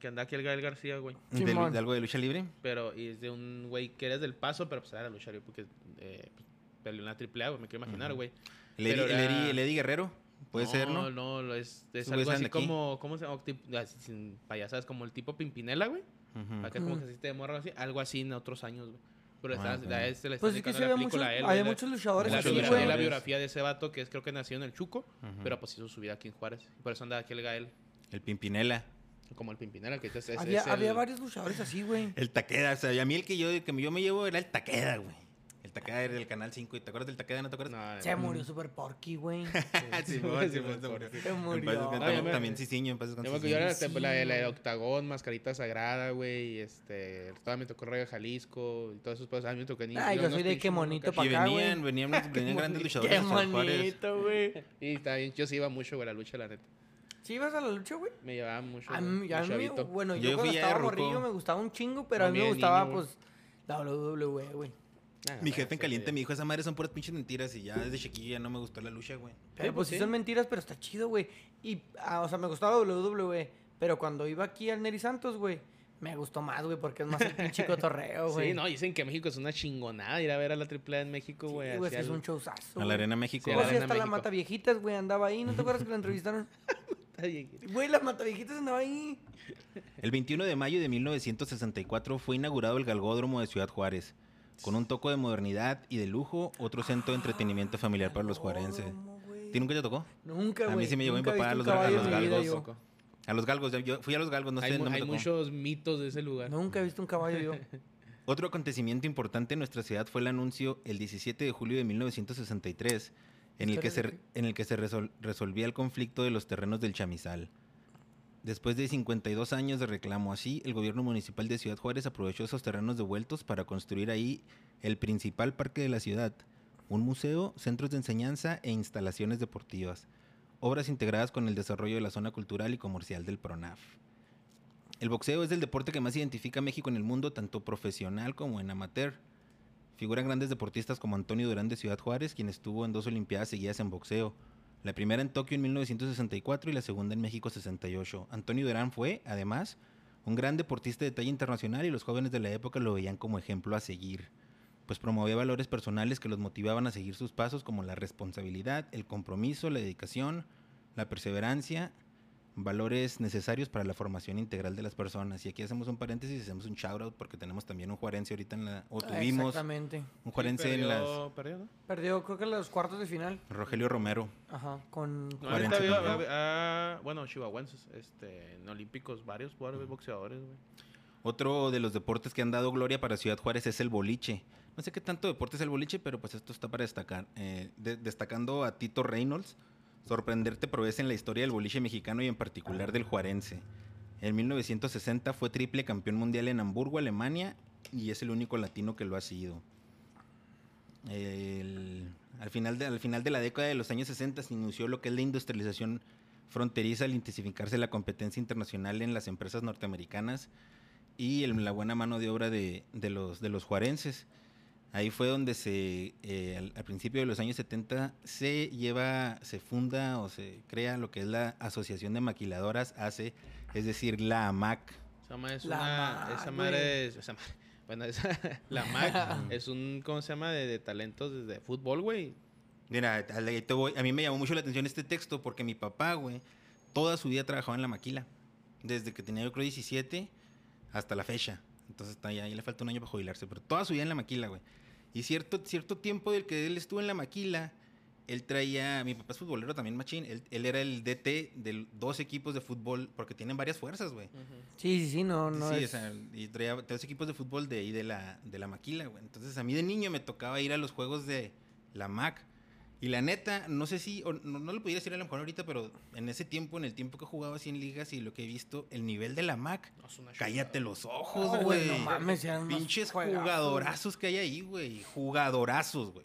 S3: Que anda aquí el Gael García, güey.
S1: ¿De, lu-
S2: Simón.
S1: de algo de lucha libre?
S3: Pero y es de un güey que eres del paso, pero pues era luchar, güey, porque eh, pues, peleó en la AAA, güey, me quiero imaginar,
S1: Ujú.
S3: güey.
S1: ¿El Eddie,
S3: Pero
S1: el
S3: era-
S1: Eddie- el Eddie Guerrero? ¿Puede ser, no?
S3: No, no, es, es
S1: Esos güeyes
S3: algo
S1: eran de
S3: así
S1: aquí.
S3: como. ¿Cómo se llama? Tip- así sin payasadas, como el tipo Pimpinela, güey.
S1: Ujú.
S3: Acá como
S2: Ujú.
S3: que así te morra así. Algo así en otros años, güey. Pero
S1: Ah,
S3: está,
S1: ok.
S3: la- se le está
S2: Pues es que
S3: dedicando
S2: se
S3: la
S2: ve mucho,
S3: película a él,
S2: hay
S3: güey,
S2: muchos
S3: la-
S2: luchadores
S3: la,
S1: muchos
S2: así,
S3: biografía-
S2: güey.
S3: la
S1: luchadores.
S3: biografía de ese vato que es creo que nació en el Chuco,
S1: Ujú.
S3: pero pues hizo su vida aquí en Juárez. Y por eso anda aquí el Gael,
S1: El Pimpinela.
S3: como el Pimpinela, que es, es-
S2: Había,
S3: es
S2: había
S3: el-
S2: varios luchadores así, güey.
S1: El Taqueda, o sea, y a mí el que yo, el que yo me llevo era el Taqueda, güey. El Taqueda era del Canal 5. ¿Y te acuerdas del Taqueda? ¿No te acuerdas?
S3: No,
S2: Se murió Super Porky, güey.
S1: Simón, Simón, se murió.
S2: Se
S1: En paz
S2: murió.
S1: descanse.
S3: Ay, me-
S1: También- También Ciciño, en paz
S3: Yo
S1: descanse,
S3: me acuerdo, yo era la,
S1: Ciciño.
S3: tempo- la de la de Octagón, Mascarita Sagrada, güey, y este, todavía me tocó Radio Jalisco, y todos esos pues, a mí me tocó ni-
S2: Ay,
S3: ni
S2: yo
S3: unos
S2: soy de
S3: pinches
S2: qué
S3: monos
S2: bonito,
S3: acá.
S2: pa'
S1: Y
S2: acá,
S1: venían, venían, venían grandes luchadores.
S2: Qué
S1: de Ciudad Juárez.
S2: bonito, güey.
S3: Y está bien, yo sí iba mucho, güey, a la lucha, la neta.
S2: ¿Sí ibas a la lucha, güey?
S3: Me llevaba mucho,
S2: A
S3: güey,
S2: mí, a
S3: de
S2: mí-
S3: chavito.
S2: bueno,
S1: Yo
S2: yo,
S1: fui
S2: cuando
S1: ya
S2: estaba
S1: de ruco.
S2: morrillo me gustaba un chingo, pero a mí me
S3: También,
S2: gustaba,
S3: niño, güey.
S2: pues, la WWE, güey.
S3: Ah,
S1: Mi
S3: no,
S1: jefe en
S3: sí,
S1: caliente
S3: güey.
S1: me dijo, esa madre son puras pinches mentiras. Y ya desde chiquillo ya no me gustó la lucha, güey.
S2: Pero
S3: pues
S2: pues sí
S3: sí.
S2: son mentiras, pero está chido, güey. Y, ah, o sea, me gustaba WWE, pero cuando iba aquí al Neri Santos, güey, me gustó más, güey, porque es más el pinche cotorreo, güey.
S3: Sí, no, dicen que México es una chingonada ir a ver a la AAA en México,
S2: Sí,
S3: güey.
S2: güey, es
S3: hacia
S2: que es
S3: el-
S2: un
S1: A
S2: showzazo.
S1: la
S2: güey.
S1: Arena México.
S3: Sí, a
S2: O
S3: la
S2: sea,
S3: Arena
S2: hasta la
S3: México.
S2: Mata Viejitas, güey, andaba ahí. ¿No te acuerdas que la entrevistaron? Güey, la Mata Viejitas andaba ahí.
S1: El 21 de mayo de 1964 fue inaugurado el Galgódromo de Ciudad Juárez. Con un toco de modernidad y de lujo, otro centro de entretenimiento familiar para los juarenses.
S2: Autódromo, güey.
S1: ¿Tú nunca te tocó?
S2: Nunca,
S1: A mí
S2: güey.
S1: sí me llegó mi
S2: Nunca he
S1: papá a
S2: visto
S1: los- a
S2: un caballo
S1: los
S2: en mi vida
S1: galgos.
S2: yo.
S3: Tampoco.
S1: A los galgos, yo, yo fui a los galgos, no sé,
S3: hay mu-
S1: no me
S3: hay
S1: tocó.
S3: muchos mitos de ese lugar.
S2: Nunca he visto un caballo yo.
S1: Otro acontecimiento importante en nuestra ciudad fue el anuncio el 17 de julio de 1963, en el que
S2: Historias
S1: se,
S2: de
S1: re- en el que se resol- resolvía el conflicto de los terrenos del Chamizal. Después de 52 años de reclamo así, el gobierno municipal de Ciudad Juárez aprovechó esos terrenos devueltos para construir ahí el principal parque de la ciudad, un museo, centros de enseñanza e instalaciones deportivas, obras integradas con el desarrollo de la zona cultural y comercial del PRONAF. El boxeo es el deporte que más identifica a México en el mundo, tanto profesional como en amateur. Figuran grandes deportistas como Antonio Durán de Ciudad Juárez, quien estuvo en dos Olimpiadas seguidas en boxeo. La primera en Tokio en 1964 y la segunda en México 68. Antonio Durán fue, además, un gran deportista de talla internacional y los jóvenes de la época lo veían como ejemplo a seguir. pues promovía valores personales que los motivaban a seguir sus pasos como la responsabilidad, el compromiso, la dedicación, la perseverancia, valores necesarios para la formación integral de las personas. Y aquí hacemos un paréntesis y hacemos un shout out porque tenemos también un juarense ahorita en la, o tuvimos
S2: Exactamente.
S1: un juarense en las
S3: Perdió- perdió, ¿no?
S2: Perdió, creo que los cuartos de final.
S1: Rogelio Romero.
S2: Ajá, con.
S3: No,
S1: Juarense
S3: ahorita había-
S1: perdió.
S3: había- ah, bueno, chihuahuenses, este, en olímpicos, varios jugadores, boxeadores, güey.
S1: Otro de los deportes que han dado gloria para Ciudad Juárez es el boliche. No sé qué tanto deporte es el boliche, pero pues esto está para destacar. Eh, de- destacando a Tito Reynolds, sorprenderte provee en la historia del boliche mexicano y en particular del juarense. En 1960 fue triple campeón mundial en Hamburgo, Alemania, y es el único latino que lo ha sido. El- al, final de, al final de la década de los años 60 se inició lo que es la industrialización fronteriza al intensificarse la competencia internacional en las empresas norteamericanas y el- la buena mano de obra de, de los, de los juarenses. Ahí fue donde se, eh, al, al principio de los años 70 se lleva, se funda o se crea lo que es la Asociación de Maquiladoras AC, es decir, la AMAC.
S3: Esa madre es
S2: La
S3: una.
S2: Mac,
S3: esa
S2: güey.
S3: madre es. Esa madre, bueno, esa- la MAC es un. ¿Cómo se llama? De, de talentos de, de fútbol, güey.
S1: Mira, ahí te voy. a mí me llamó mucho la atención este texto porque mi papá, güey, toda su vida trabajaba en la maquila. Desde que tenía yo creo 17 hasta la fecha. Entonces está ahí, ahí le falta un año para jubilarse, pero toda su vida en la maquila, güey. Y cierto, cierto tiempo del que él estuvo en la maquila, él traía, mi papá es futbolero también, machín, él, él era el DT de dos equipos de fútbol, porque tienen varias fuerzas, güey.
S2: Sí, sí, sí, no, no.
S1: Sí,
S2: es-
S1: o sea, y traía tres equipos de fútbol de ahí de la, de la maquila, güey. Entonces a mí de niño me tocaba ir a los juegos de la MAC. Y la neta, no sé si, o no, no lo pudiera decir a lo mejor ahorita, pero en ese tiempo, en el tiempo que jugaba así en ligas y lo que he visto, el nivel de la MAC,
S3: No, es una
S1: cállate los
S2: No,
S1: ojos,
S2: güey,
S1: güey.
S2: no mames, eran unos
S1: Pinches
S2: juegazos.
S1: jugadorazos que hay ahí, güey. Jugadorazos, güey.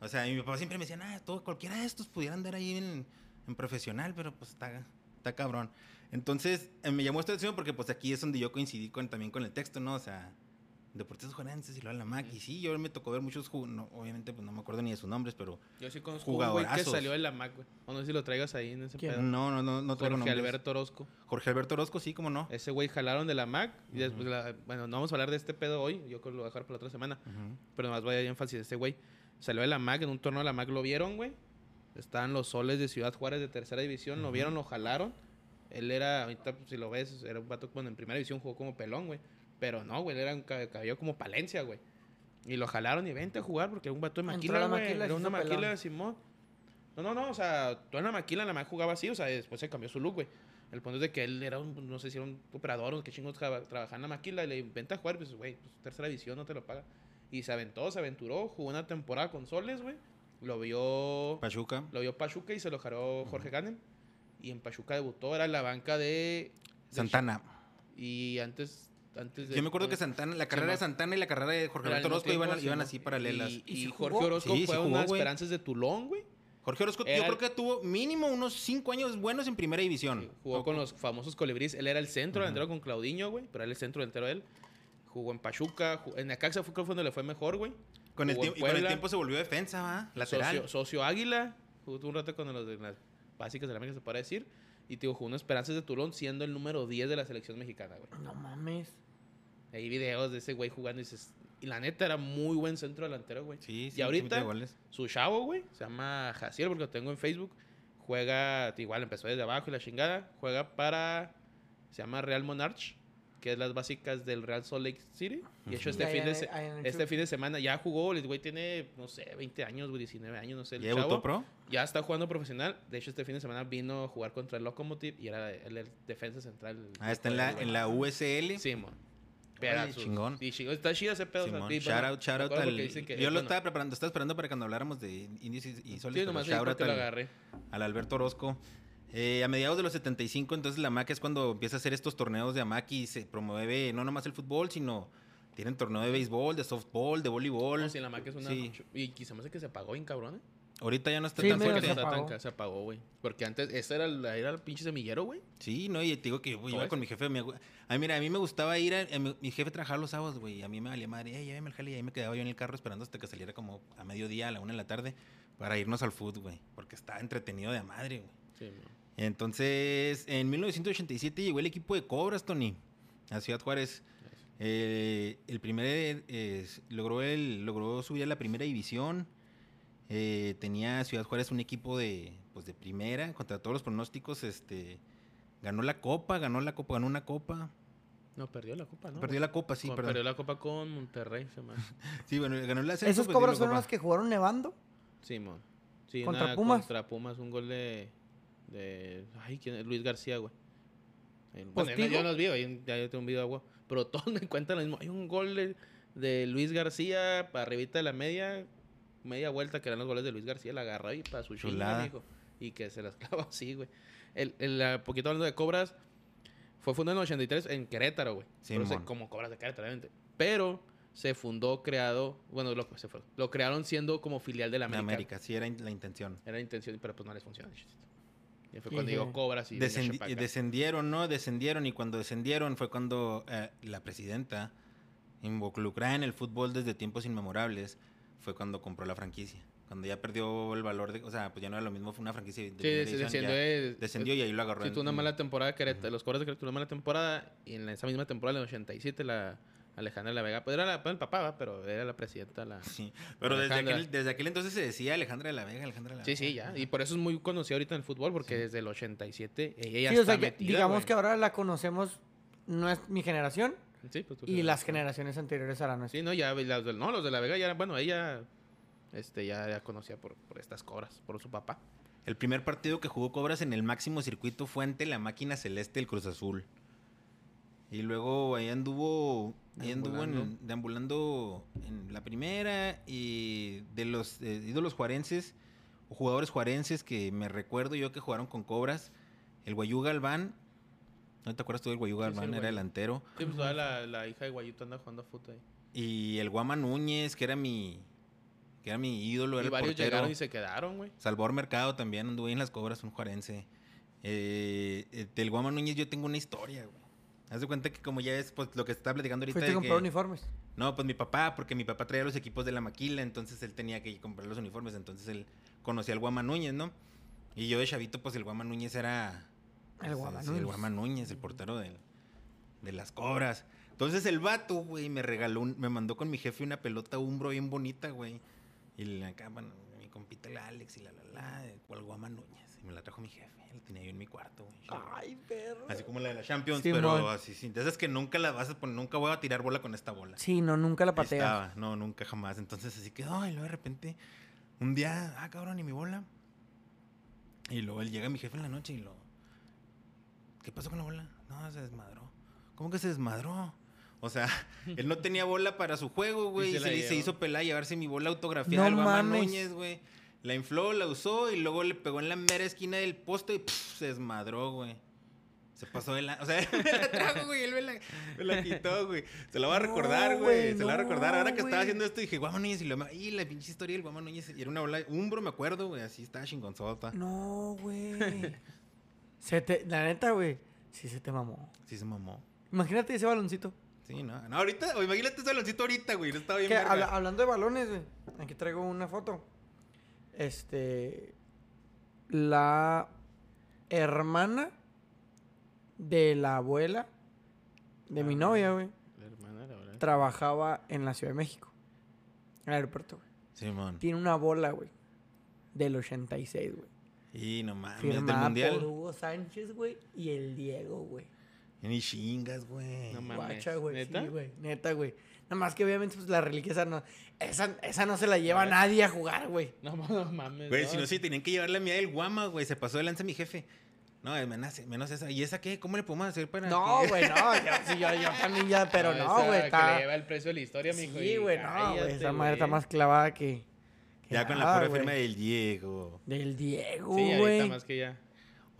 S1: O sea, mi papá siempre me decía, ah, todo, cualquiera de estos pudiera andar ahí en, en profesional, pero pues está, está cabrón. Entonces, eh, me llamó esta atención porque pues aquí es donde yo coincidí con, también con el texto, ¿no? O sea, deportistas juarenses y lo de la MAC. Y sí, yo me tocó ver muchos, ju- no, obviamente pues no me acuerdo ni de sus nombres, pero
S3: Yo sí conozco un güey que
S1: Jugadorazos.
S3: salió de la MAC, güey. O no sé si lo traigas ahí en ese
S2: ¿Quién?
S3: pedo.
S1: no, no, no, no traigo
S3: Jorge
S1: nombres.
S3: Alberto Orozco.
S1: Jorge Alberto Orozco, sí, cómo no.
S3: Ese güey jalaron de la MAC. Y después, la- bueno, no vamos a hablar de este pedo hoy. Yo creo que lo voy a dejar para la otra semana.
S1: Ujú.
S3: Pero nomás voy a dar énfasis de este güey. Salió de la MAC, en un torneo de la MAC lo vieron, güey. Estaban los soles de Ciudad Juárez de tercera división, lo vieron, lo jalaron. Él era, ahorita pues, si lo ves, era un vato cuando en primera división jugó como pelón, güey. Pero no, güey, él era un ca- cabello como Palencia, güey. Y lo jalaron y vente a jugar porque era un vato de
S2: Entró
S3: maquila,
S2: a la
S3: güey.
S2: maquila y
S3: Era
S2: se
S3: una
S2: hizo
S3: maquila
S2: pelón.
S3: Simón. No, no, no, o sea, tú en la maquila, en la MAC jugaba así, o sea, después se cambió su look, güey. El punto es de que él era un, no sé si era un operador o qué chingos traba- trabajaba en la maquila y le inventa jugar, pues, güey, pues, tercera división no te lo paga. Y se aventó, se aventuró, jugó una temporada con Soles, güey. Lo vio.
S1: Pachuca.
S3: Lo vio Pachuca y se lo jaló Jorge Ganem. Y en Pachuca debutó, era la banca de. de
S1: Santana.
S3: Chi- Y antes. antes de, pues,
S1: Yo me acuerdo que Santana, la carrera de
S3: Simón.
S1: Santana y la carrera de Jorge
S3: Era al
S1: Alberto
S3: mismo
S1: Orozco iban,
S3: tiempo,
S1: iban
S3: Simón.
S1: así paralelas.
S3: Y,
S2: ¿Y
S3: y
S2: si
S3: Jorge
S2: jugó?
S3: Orozco
S1: Sí, sí
S3: fue
S1: jugó,
S3: una
S1: güey.
S3: esperanzas de Tulón, güey.
S1: Jorge Orozco, yo
S3: Era-
S1: creo que tuvo mínimo unos cinco años buenos en primera división.
S3: Jugó
S1: O-
S3: con los famosos colibríes. Él era el centro delantero con Claudiño, güey. Pero él era el centro delantero de él. Jugó en Pachuca. ju- En Acaxa fue creo que fue donde le fue mejor, güey.
S1: con el
S3: jugó en
S1: tiempo, y con el
S3: Puebla.
S1: tiempo se volvió defensa, ¿va? Lateral.
S3: Socio, socio Águila. Jugó un rato con los de las básicas de la América, se puede decir. Y te digo, jugó en Esperanzas de Tulón siendo el número 10 de la selección mexicana, güey.
S2: No mames.
S3: Hay videos de ese güey jugando y dices... Y la neta era muy buen centro delantero, güey.
S1: Sí, sí. sí
S3: y
S1: metió
S3: ahorita
S1: goles.
S3: su chavo, güey, se llama Jaciel porque lo tengo en Facebook. Juega, igual empezó desde abajo y la chingada. Juega para, se llama Real Monarch, que es las básicas del Real Salt Lake City. Y de hecho, este,
S2: Ahí
S3: fin,
S2: en
S3: de
S2: el-
S3: se-
S2: ahí en el
S3: este
S2: club.
S3: fin de semana ya jugó. El güey tiene, no sé, 20 años, güey, 19 años, no sé. El
S1: ¿Ya debutó
S3: chavo.
S1: pro?
S3: Ya está jugando profesional. De hecho, este fin de semana vino a jugar contra el Locomotive y era el, el defensa central.
S1: Ah, está en la, en la USL.
S3: Sí, mon.
S1: Órale, chingón.
S3: Y chingón. Está chido ese pedo. o sea,
S1: Simón,
S3: sí, bueno,
S1: shout out, shout
S3: me
S1: out
S3: acuerdo
S1: al-
S3: porque dicen que-
S1: Yo lo
S3: bueno,
S1: estaba preparando, estaba esperando para cuando habláramos de indios y, y soles.
S3: Sí,
S1: pero
S3: nomás ahí
S1: shout out
S3: porque lo
S1: al-
S3: agarré.
S1: al Alberto Orozco. Eh, a mediados de los 75, entonces la AMAC es cuando empieza a hacer estos torneos de AMAC y se promueve no nomás el fútbol, sino tienen torneo de béisbol, de softball, de voleibol.
S3: No, Oh, sí, la marca es una.
S1: Sí.
S3: Y quizá me hace que se apagó bien, cabrón. ¿eh?
S1: Ahorita ya no está
S2: Sí,
S1: tan
S2: mira,
S1: fuerte.
S2: se
S3: se,
S2: apagó.
S3: apagó. se apagó, güey. Porque antes, ese era, el- era el pinche semillero, güey.
S1: Sí, no, y te digo que yo
S3: ¿Todo
S1: iba con
S3: eso?
S1: mi jefe. Mi, abue- a mí, mira, a mí me gustaba ir, a, a mi, mi jefe trabajaba los sábados, güey, y a mí me valía madre, "Ey, llévame al jale", y ahí me quedaba yo en el carro esperando hasta que saliera como a mediodía, a la una de la tarde, para irnos al fútbol, güey, porque estaba entretenido de a madre, güey.
S3: Sí, mo.
S1: Entonces, en 1987 llegó el equipo de Cobras, Tony, a Ciudad Juárez. Eh, el primer eh, s- logró el, logró subir a la primera división. Eh, tenía Ciudad Juárez un equipo de, pues de primera, contra todos los pronósticos, este ganó la copa, ganó la copa, ganó una copa.
S3: No, perdió la copa, ¿no?
S1: perdió la copa, sí,
S3: Con-
S1: perdón.
S3: Perdió la copa con Monterrey, se me hace.
S1: Sí, bueno, ganó la pues,
S2: ¿Esos
S3: pues,
S2: cobras fueron los que jugaron nevando?
S3: Simón. Sí,
S2: ¿Contra
S3: una-
S2: Pumas?
S3: Contra Pumas, un gol de. de ay, ¿quién es? Luis García, güey. El-
S2: Pues,
S3: Bueno, yo no- yo
S2: digo.
S3: no los vi, güey, ya yo tengo un video, güey. Pero todos me cuentan lo mismo. Hay un gol de, de Luis García para arribita de la media, media vuelta, que eran los goles de Luis García, la agarró y para su
S1: Chulada.
S3: chingada, dijo. Y que se las clavó así, güey. El, el, ah, poquito hablando de cobras, fue fundado en el 83 en Querétaro, güey. Pero se-
S1: Simón.
S3: como cobras de Querétaro, obviamente. Pero se fundó, creado, bueno, lo, se fue, lo crearon siendo como filial de la
S1: América.
S3: América.
S1: América, sí era in- la intención.
S3: Era la intención, pero pues no les funcionó. Y fue
S2: Y
S3: cuando
S2: de-
S3: llegó cobras y vino
S1: Descendi-
S3: Chapacas.
S1: descendieron, ¿no? Descendieron y cuando descendieron fue cuando eh, la presidenta involucrada en el fútbol desde tiempos inmemorables fue cuando compró la franquicia. Cuando ya perdió el valor de... O sea, pues ya no era lo mismo, fue una franquicia de
S3: Sí,
S1: primera
S3: des-
S1: división,
S3: descendió
S1: ya
S3: de-
S1: descendió y ahí lo agarró.
S3: Sí,
S1: en-
S3: tuvo una mala temporada Querétaro,
S1: Ujú.
S3: los Cobras de Querétaro tuvieron una mala temporada y en la- esa misma temporada, en el 87, la Alejandra de la Vega, pues era la, el papá, ¿va? pero era la presidenta. La...
S1: Sí. Pero desde
S3: Alejandra.
S1: aquel, desde aquel entonces se decía Alejandra de la Vega, Alejandra de la
S3: Sí,
S1: Vega.
S3: sí, ya. Y por eso es muy conocida ahorita en el fútbol, porque desde el 87 ella ya
S2: Sí,
S3: está
S2: o sea, que
S3: metida,
S2: digamos
S3: güey.
S2: que ahora la conocemos, no es mi generación,
S3: Sí, pues, tú
S2: y
S3: sabes.
S2: las generaciones anteriores a la nuestra.
S3: Sí, no, ya, las del- no, los de la Vega ya eran, bueno, ella este, ya, ya conocía por, por estas cobras, por su papá.
S1: El primer partido que jugó Cobras en el máximo circuito fue ante la máquina celeste del Cruz Azul. Y luego ahí anduvo, ahí anduvo en-
S3: Deambulando.
S1: deambulando en la primera y de los eh, ídolos juarenses, o jugadores juarenses que me recuerdo yo que jugaron con Cobras, el Guayú Galván, ¿no te acuerdas tú del Guayú
S3: Sí, sí, el
S1: Galván? Era
S3: Guayú.
S1: delantero.
S3: Sí, pues todavía la, la hija de Guayuto anda jugando a fútbol ahí.
S1: Y el Guama Núñez, que era mi, que era mi ídolo, era
S3: Y
S1: el
S3: varios
S1: portero.
S3: llegaron y se quedaron, güey.
S1: Salvador Mercado también anduvo ahí en las cobras, un juarense. Eh, eh, del Guama Núñez yo tengo una historia, güey. Haz de cuenta que como ya es pues, lo que está platicando ahorita.
S2: Fuiste a
S1: de
S2: comprar
S1: que-
S2: uniformes.
S1: No, pues mi papá, porque mi papá traía los equipos de la maquila, entonces él tenía que comprar los uniformes, entonces él conocía al Guama Núñez, ¿no? Y yo de chavito, pues el Guama Núñez era...
S2: El
S1: pues,
S2: Guama
S1: sí,
S2: Núñez.
S1: El Guama Núñez, el portero del- de las cobras. Entonces el vato, güey, me regaló, un- me mandó con mi jefe una pelota umbro bien bonita, güey. Y la acá, bueno, mi compita el Alex y la la la, eh, cual Guama Núñez. Y me la trajo mi jefe, la tenía yo en mi cuarto, güey.
S2: Ay, perro.
S1: Así como la de la Champions,
S2: Simón.
S1: pero así, sí. De esas que nunca la vas a poner, nunca voy a tirar bola con esta bola.
S2: Sí, no, nunca la
S1: Ahí
S2: pateas.
S1: estaba. No, nunca jamás. Entonces así quedó. Y luego de repente, un día, ah, cabrón, y mi bola. Y luego él llega mi jefe en la noche y lo. ¿Qué pasó con la bola? No, se desmadró. ¿Cómo que se desmadró? O sea, él no tenía bola para su juego, güey.
S3: Y
S1: Y
S3: se
S1: se,
S3: la
S1: le- se
S3: llevó.
S1: hizo pelar y llevarse mi bola autografiada
S2: No
S1: al Guamán
S2: mames.
S1: Núñez, güey. La infló, la usó y luego le pegó en la mera esquina del poste y pff, se desmadró, güey. Se pasó de la... O sea, él me la trajo, güey. Él me la, me la quitó, güey. Se la va a
S2: No,
S1: recordar,
S2: güey,
S1: güey. Se la va a
S2: no,
S1: recordar. Ahora que estaba
S2: güey.
S1: haciendo esto dije, Guama Núñez. Y, lo, y la pinche historia del Guama Núñez. Y era una bola... Umbro, me acuerdo, güey. Así estaba chingonzota.
S2: No, güey. se te, la neta, güey, sí se te mamó.
S1: Sí se mamó.
S2: Imagínate ese baloncito.
S1: Sí, ¿no? No, ahorita... O imagínate ese baloncito ahorita, güey. No estaba bien
S2: Que
S1: verga.
S2: habla- hablando de balones, güey, aquí traigo una foto. Este. La hermana de la abuela de mi
S3: Ah,
S2: novia, güey,
S3: La hermana, la verdad.
S2: trabajaba en la Ciudad de México, en el aeropuerto, güey.
S1: Simón.
S2: Tiene una bola, güey, del 86, güey.
S1: Y no mames, Ah, del
S2: Firmada por
S1: mundial.
S2: Hugo Sánchez, güey, y el Diego, güey.
S1: Ni chingas, güey.
S3: No mames.
S2: Guacha, güey. ¿Neta?
S3: ¿Neta?
S2: Sí, güey. Neta, güey. Nada más que obviamente pues la reliquia esa no... Esa, esa no se la lleva nadie a jugar, güey.
S3: No, no mames.
S1: Güey, si no, sí, tenían que llevarle a mía del guama, güey. Se pasó de lanza mi jefe. No, eh, menos, menos esa. ¿Y esa qué? ¿Cómo le podemos hacer para.?
S2: No,
S1: que-
S2: güey, no. Yo, sí, yo, yo también ya, pero no,
S3: esa
S2: güey.
S3: Que
S2: Está...
S3: le lleva el precio de la historia, mijo.
S2: Sí,
S3: y
S2: güey, no, güey.
S3: cállate,
S2: Esa madre está
S3: güey.
S2: más clavada que... que
S1: Ya con la
S2: nada,
S1: pura
S2: güey.
S1: firma del Diego.
S2: Del Diego,
S3: Sí, ahorita
S2: güey.
S3: más que ya.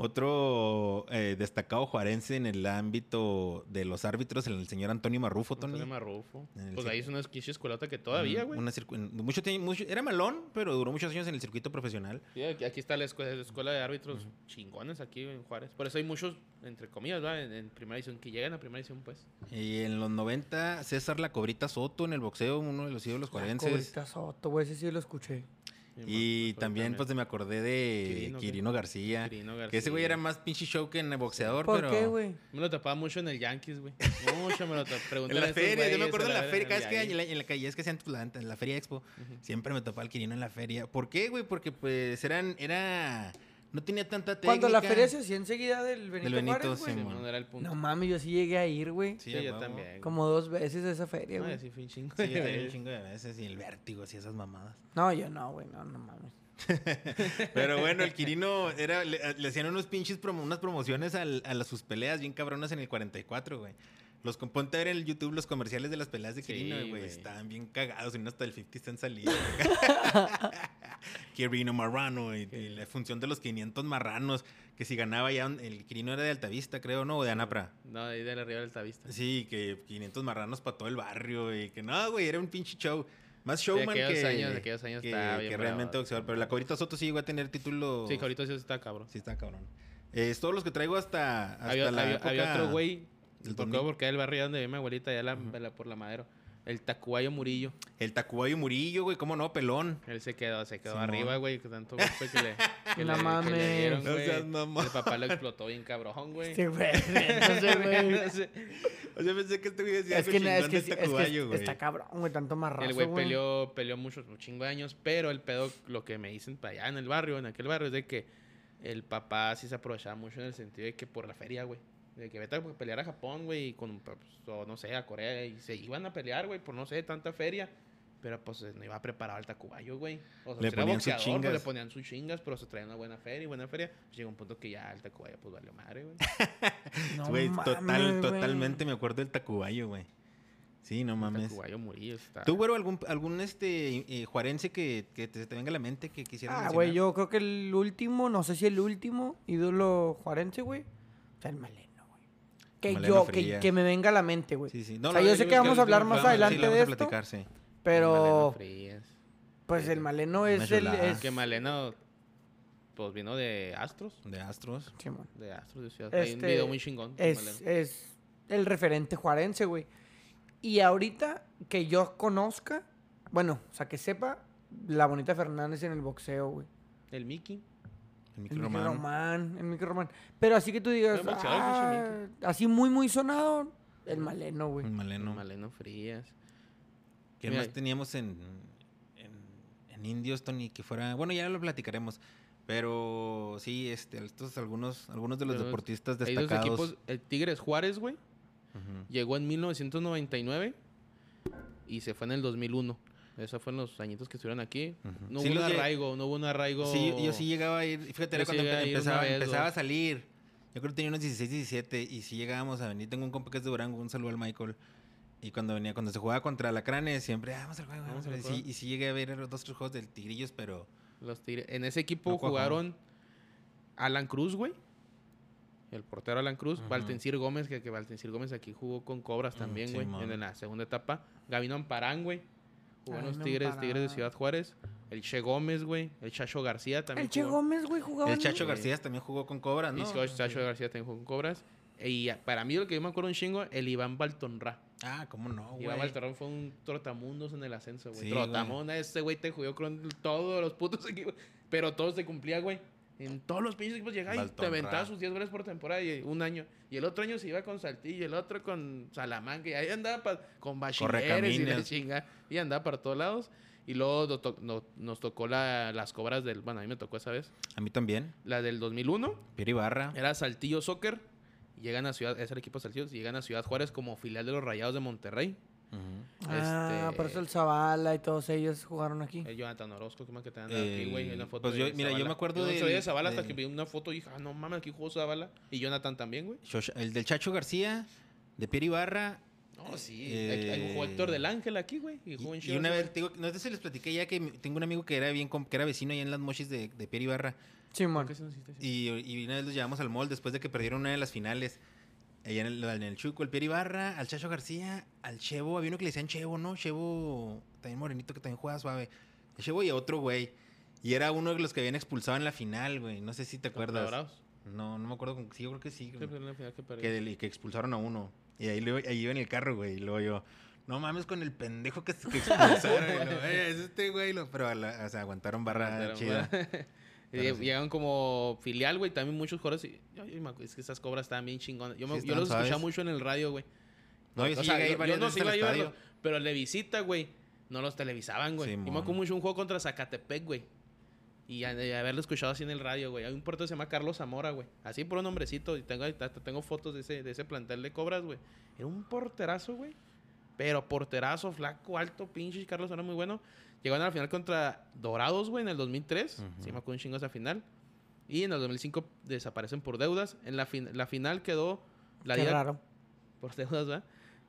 S1: Otro eh, destacado juarense en el ámbito de los árbitros, el señor Antonio Marrufo, Tony.
S3: Antonio Marrufo.
S1: En el
S3: Pues
S1: cir-
S3: ahí es una esquiche escuelota que todavía,
S1: Un-
S3: güey.
S1: una circu- en- mucho tie- mucho- era malón, pero duró muchos años en el circuito profesional.
S3: Sí, aquí aquí está la escuela, la escuela de árbitros chingones aquí en Juárez. Por eso hay muchos, entre comillas, ¿verdad? En, en primera edición, que llegan a primera edición, pues.
S1: Y en los 90, César La Cobrita Soto en el boxeo, uno de los ídolos
S2: La
S1: juarenses.
S2: Cobrita Soto, güey. Ese sí lo escuché.
S3: Sí,
S1: Y
S3: man, me
S1: también, pues, me acordé de
S3: Quirino,
S1: Quirino,
S3: ¿qué?
S1: García.
S3: Quirino
S1: Que ese güey
S3: García.
S1: era más pinche show que en el boxeador,
S2: ¿Por
S1: pero...
S2: qué, güey?
S3: Me lo tapaba mucho en el Yankees, güey. Mucho me lo tapaba.
S1: En la feria, yo me acuerdo en la feria, cada vez que en la, en la calle, es que hacían la, en la feria expo, siempre me topaba al Quirino en la feria. ¿Por qué, güey? Porque pues eran, era, no tenía tanta técnica.
S2: Cuando la feria se hacía enseguida del Benito,
S1: Benito,
S2: Juárez, güey.
S1: sí,
S3: no era el punto.
S2: No mames, yo sí llegué a ir, güey.
S1: Sí,
S3: Sí,
S1: a
S3: yo
S1: huevo.
S3: también. güey.
S2: Como dos veces a esa feria,
S3: No,
S2: güey.
S3: yo sí fui un chingo.
S1: Sí,
S3: de
S1: yo también un
S3: veces.
S1: chingo de veces y el vértigo y esas mamadas.
S2: No, yo no, güey, no, no mames.
S1: Pero bueno, el Quirino era, le, le hacían unos pinches promo- unas promociones al- a las- sus peleas bien cabronas en el 44, güey. Los com- ponte a ver en el YouTube los comerciales de las peleas de
S3: Sí,
S1: Quirino, güey.
S3: güey.
S1: Estaban bien cagados, y no hasta el 50 están salidos. Quirino Marrano y, y la función de los 500 marranos, que si ganaba ya un- el Quirino era de Altavista, creo, ¿no? O de Anapra.
S3: No, ahí de arriba del Tavista.
S1: Sí, que 500 marranos para todo el barrio y que no, güey, era un pinche show. Más
S3: De
S1: showman
S3: aquellos
S1: que,
S3: años, de aquellos años
S1: que,
S3: estaba bien
S1: que
S3: bravo,
S1: realmente boxeador. Pero la Corita Soto sí llegó a tener título.
S3: Sí, que ahorita sí está cabrón.
S1: Sí, está cabrón. Eh, es todos los que traigo hasta, hasta
S3: había,
S1: la
S3: había-
S1: época-
S3: había otro güey,
S1: del
S3: porque
S1: 2000.
S3: porque era el barrio donde vive mi abuelita, allá la, la- por la madero. El Tacuayo Murillo.
S1: El Tacubayo Murillo, güey, cómo no, pelón.
S3: Él se quedó, se quedó
S1: Simón.
S3: arriba, güey, con tanto golpe que le, que
S2: No
S3: le- que le
S2: mames.
S3: dieron,
S1: No
S3: güey.
S1: seas mamón.
S3: El papá lo explotó bien cabrón, güey.
S2: Sí, Este, güey. Entonces, güey.
S3: No sé.
S1: O sea, pensé que este güey decía
S2: Es que,
S1: algo
S2: na- es
S1: chingón
S2: que,
S1: del
S2: sí- es que
S1: Tacubayo, güey.
S2: está cabrón, güey, tanto marrazo,
S3: este El
S2: güey.
S3: güey peleó, peleó muchos, un chingo de años, pero el pedo, lo que me dicen para allá en el barrio, en aquel barrio, es de que el papá sí se aprovechaba mucho en el sentido de que por la feria, güey. De que vete a pelear a Japón, güey, y con, pues, o no sé, a Corea, y se iban a pelear, güey, por no sé, tanta feria. Pero pues no iba preparado al tacubayo, güey. O sea,
S1: Le
S3: si era
S1: ponían sus
S3: boxeador, pues,
S1: chingas.
S3: le ponían sus chingas, pero se traía una buena feria y buena feria. Llegó un punto que ya el tacubayo, pues valió madre, güey.
S2: No
S1: Güey, total,
S2: mames, güey.
S1: totalmente me acuerdo del Tacubayo, güey. Sí, no
S3: El
S1: mames.
S3: tacubayo murió, está.
S1: ¿Tú, güero, algún, algún este, eh, juarense que, que te, se te venga a la mente que quisieras
S2: Ah,
S1: mencionar?
S2: güey, yo creo que el último, no sé si el último ídolo juarense, güey, o sea, el Maleno, güey. Que
S1: Maleno
S2: yo, que,
S1: Fría.
S2: que me venga a la mente, güey.
S1: Sí, sí. No,
S2: O sea,
S1: no,
S2: yo
S1: no,
S2: sé
S1: no,
S2: que vamos a
S1: no,
S2: hablar
S1: no,
S2: más
S1: vamos- sí,
S2: adelante
S1: lo vamos
S2: de
S1: a
S2: esto.
S1: platicar, sí.
S2: Pero,
S3: Maleno Frías.
S2: pues el Maleno
S1: Una
S2: es el...
S1: chulada.
S2: es-
S3: Que Malena, pues vino de Astros.
S1: De Astros.
S2: Simón.
S3: De Astros de Ciudad. Hay un
S2: Este,
S3: video muy chingón. con
S2: es,
S3: Malena.
S2: es el referente juarense, güey. Y ahorita que yo conozca, bueno, o sea, que sepa, la bonita Fernández en el boxeo, güey.
S3: El
S1: El
S3: Mickey.
S2: El
S1: micro
S2: micro
S1: romano.
S2: román, el micro román. Pero así que tú digas,
S3: El boxeador, el
S2: "Ah",
S3: pinche
S2: así muy, muy sonado, el maleno, güey.
S1: Un Maleno.
S3: Maleno Frías.
S1: ¿Qué
S3: Mira,
S1: más teníamos en, en, en Indios, Tony? Que fuera. Bueno, ya lo platicaremos. Pero sí, este, estos algunos, algunos de los
S3: Pero
S1: deportistas
S3: Hay dos
S1: destacados.
S3: equipos. El Tigres Juárez, güey.
S1: Ujú.
S3: Llegó en 1999 y se fue en el 2001. Esos fueron los añitos que estuvieron aquí.
S1: Ujú.
S3: No
S1: Sí,
S3: hubo un
S1: los lle-
S3: arraigo, no hubo un arraigo.
S1: Sí, yo, yo sí llegaba a ir. Fíjate, era
S3: Yo sí
S1: cuando
S3: llegué a
S1: empe-
S3: ir una
S1: empezaba,
S3: vez,
S1: empezaba
S3: güey.
S1: a salir. Yo creo que tenía unos 16, 17. Y sí llegábamos a venir. Tengo un compa que es de Durango. Un saludo al Michael. Y cuando venía, cuando se jugaba contra Alacranes, siempre, "Ah, vamos al juego, vamos
S3: Vamos
S1: al
S3: al
S1: juego". Sí,
S3: juego.
S1: y sí llegué a ver los dos tres juegos del Tigrillos, pero.
S3: Los Tigres. En ese equipo
S1: No cuajó.
S3: jugaron Alan Cruz, güey. El portero Alan Cruz.
S1: Ujú.
S3: Valtencir Gómez, que, que Valtencir Gómez aquí jugó con Cobras
S1: Mm,
S3: también, güey.
S1: Simón.
S3: en, la segunda etapa. Gavino Amparán, güey. Jugó en los
S2: Gavino
S3: Tigres,
S2: Amparán.
S3: Tigres de Ciudad Juárez. El Che Gómez, güey. El Chacho García también.
S2: El Che
S3: jugó.
S2: Gómez, güey, jugaba.
S1: El
S2: en-
S1: Chacho
S3: Sí.
S1: García también jugó con Cobra,
S3: Y
S1: ¿no?
S3: el Chacho García también jugó con Cobras. Y a- para mí lo que yo me acuerdo un chingo, el Iván Baltonra.
S1: Ah, cómo no, güey.
S3: Iván Baltonra fue un trotamundos en el ascenso, güey.
S1: Sí, güey.
S3: Trotamundos, ese güey te jugó con todos los putos equipos. Pero todo se cumplía, güey. En todos los pinches equipos llegaba y te
S1: Baltonra.
S3: aventaba sus 10 goles por temporada y un año. Y el otro año se iba con Saltillo, el otro con Salamanca. Y ahí andaba pa- con Bachilleres y la
S1: Correcaminos.
S3: chinga. Y andaba para todos lados. Y luego nos to- no- nos tocó la- las cobras del... Bueno, a mí me tocó esa vez.
S1: A mí también.
S3: La del 2001.
S1: Pierre Ibarra.
S3: Era Saltillo Soccer. y Llegan a Ciudad, es el equipo de Saltillo, y llegan a Ciudad Juárez como filial de los Rayados de Monterrey.
S1: Ujú.
S2: Ah,
S3: Este, eh,
S2: por eso el Zavala y todos ellos jugaron aquí.
S3: El Jonathan Orozco, que más que te dan
S1: Eh,
S3: aquí, güey. hay Una foto
S1: pues yo-
S3: de
S1: mira, yo
S3: Zavala.
S1: me acuerdo
S3: Yo no
S1: del-
S3: sabía de Zavala hasta
S1: del-
S3: que vi una foto y dije, ah, no mames, aquí jugó Zavala. Y Jonathan también, güey.
S1: Xoxa- El del Chacho García, de Pierre Ibarra.
S3: No, sí.
S1: Eh,
S3: hay- hay un jugó Héctor del Ángel aquí, güey. Y
S1: Y,
S3: jugó en
S1: y
S3: Chivas,
S1: una
S3: güey.
S1: vez, te digo, no sé si les platiqué ya que mi- tengo un amigo que era bien com- que era vecino allá en las mochis de, de Pierre Ibarra.
S2: Simón.
S3: ¿Qué se nos hiciste?
S1: Y, y una vez los llevamos al mall después de que perdieron una de las finales. Allá en el, en el Chuco, el Pierre Ibarra, al Chacho García, al Chevo. Había uno que le decían Chevo, ¿no? Chevo, también morenito que también jugaba suave. El Chevo y a otro güey. Y era uno de los que habían expulsado en la final, güey. No sé si te
S3: Contra
S1: acuerdas.
S3: Bravos.
S1: No, no me acuerdo. con- Sí, yo creo que sí.
S3: Sí,
S1: güey.
S3: pero en la final que perdí.
S1: que, del- que expulsaron a uno. Y ahí, lo- ahí iba en el carro, güey. Y luego yo, No mames con el pendejo que, que expulsaron. y lo, "Eh, es este güey. lo- pero a la- o sea, aguantaron barra
S3: Pero,
S1: chida. Pero
S3: güey, lleg-
S1: sí.
S3: Llegaron como filial, güey. También muchos jugadores. y- yo- yo me acu- es que esas cobras estaban bien chingonas. Yo, me-
S1: Sí,
S3: yo
S1: están
S3: los escuchaba
S1: suaves.
S3: mucho en el radio, güey.
S1: No, yo sí
S3: O sea,
S1: llegué a ir
S3: yo-
S1: varias
S3: yo no
S1: veces
S3: sí iba
S1: al
S3: a verlo,
S1: estadio.
S3: pero el de visita, güey, no los televisaban, güey. y
S1: Simón.
S3: me acuerdo mucho un juego contra Zacatepec, güey. Y a- de haberlo escuchado así en el radio, güey. Hay un puerto que se llama Carlos Zamora, güey. Así por un nombrecito. Y tengo, hasta tengo fotos de ese, de ese plantel de cobras, güey. Era un porterazo, güey. Pero porterazo, flaco, alto, pinche. Carlos Zamora muy bueno. Llegaron a la final contra Dorados, güey, en el 2003.
S1: Ujú.
S3: Sí, me acuerdo un chingo esa final. Y en el 2005 desaparecen por deudas. En la, fin- la final quedó... La
S2: Qué
S3: Liga-
S2: raro.
S3: por deudas, ¿verdad?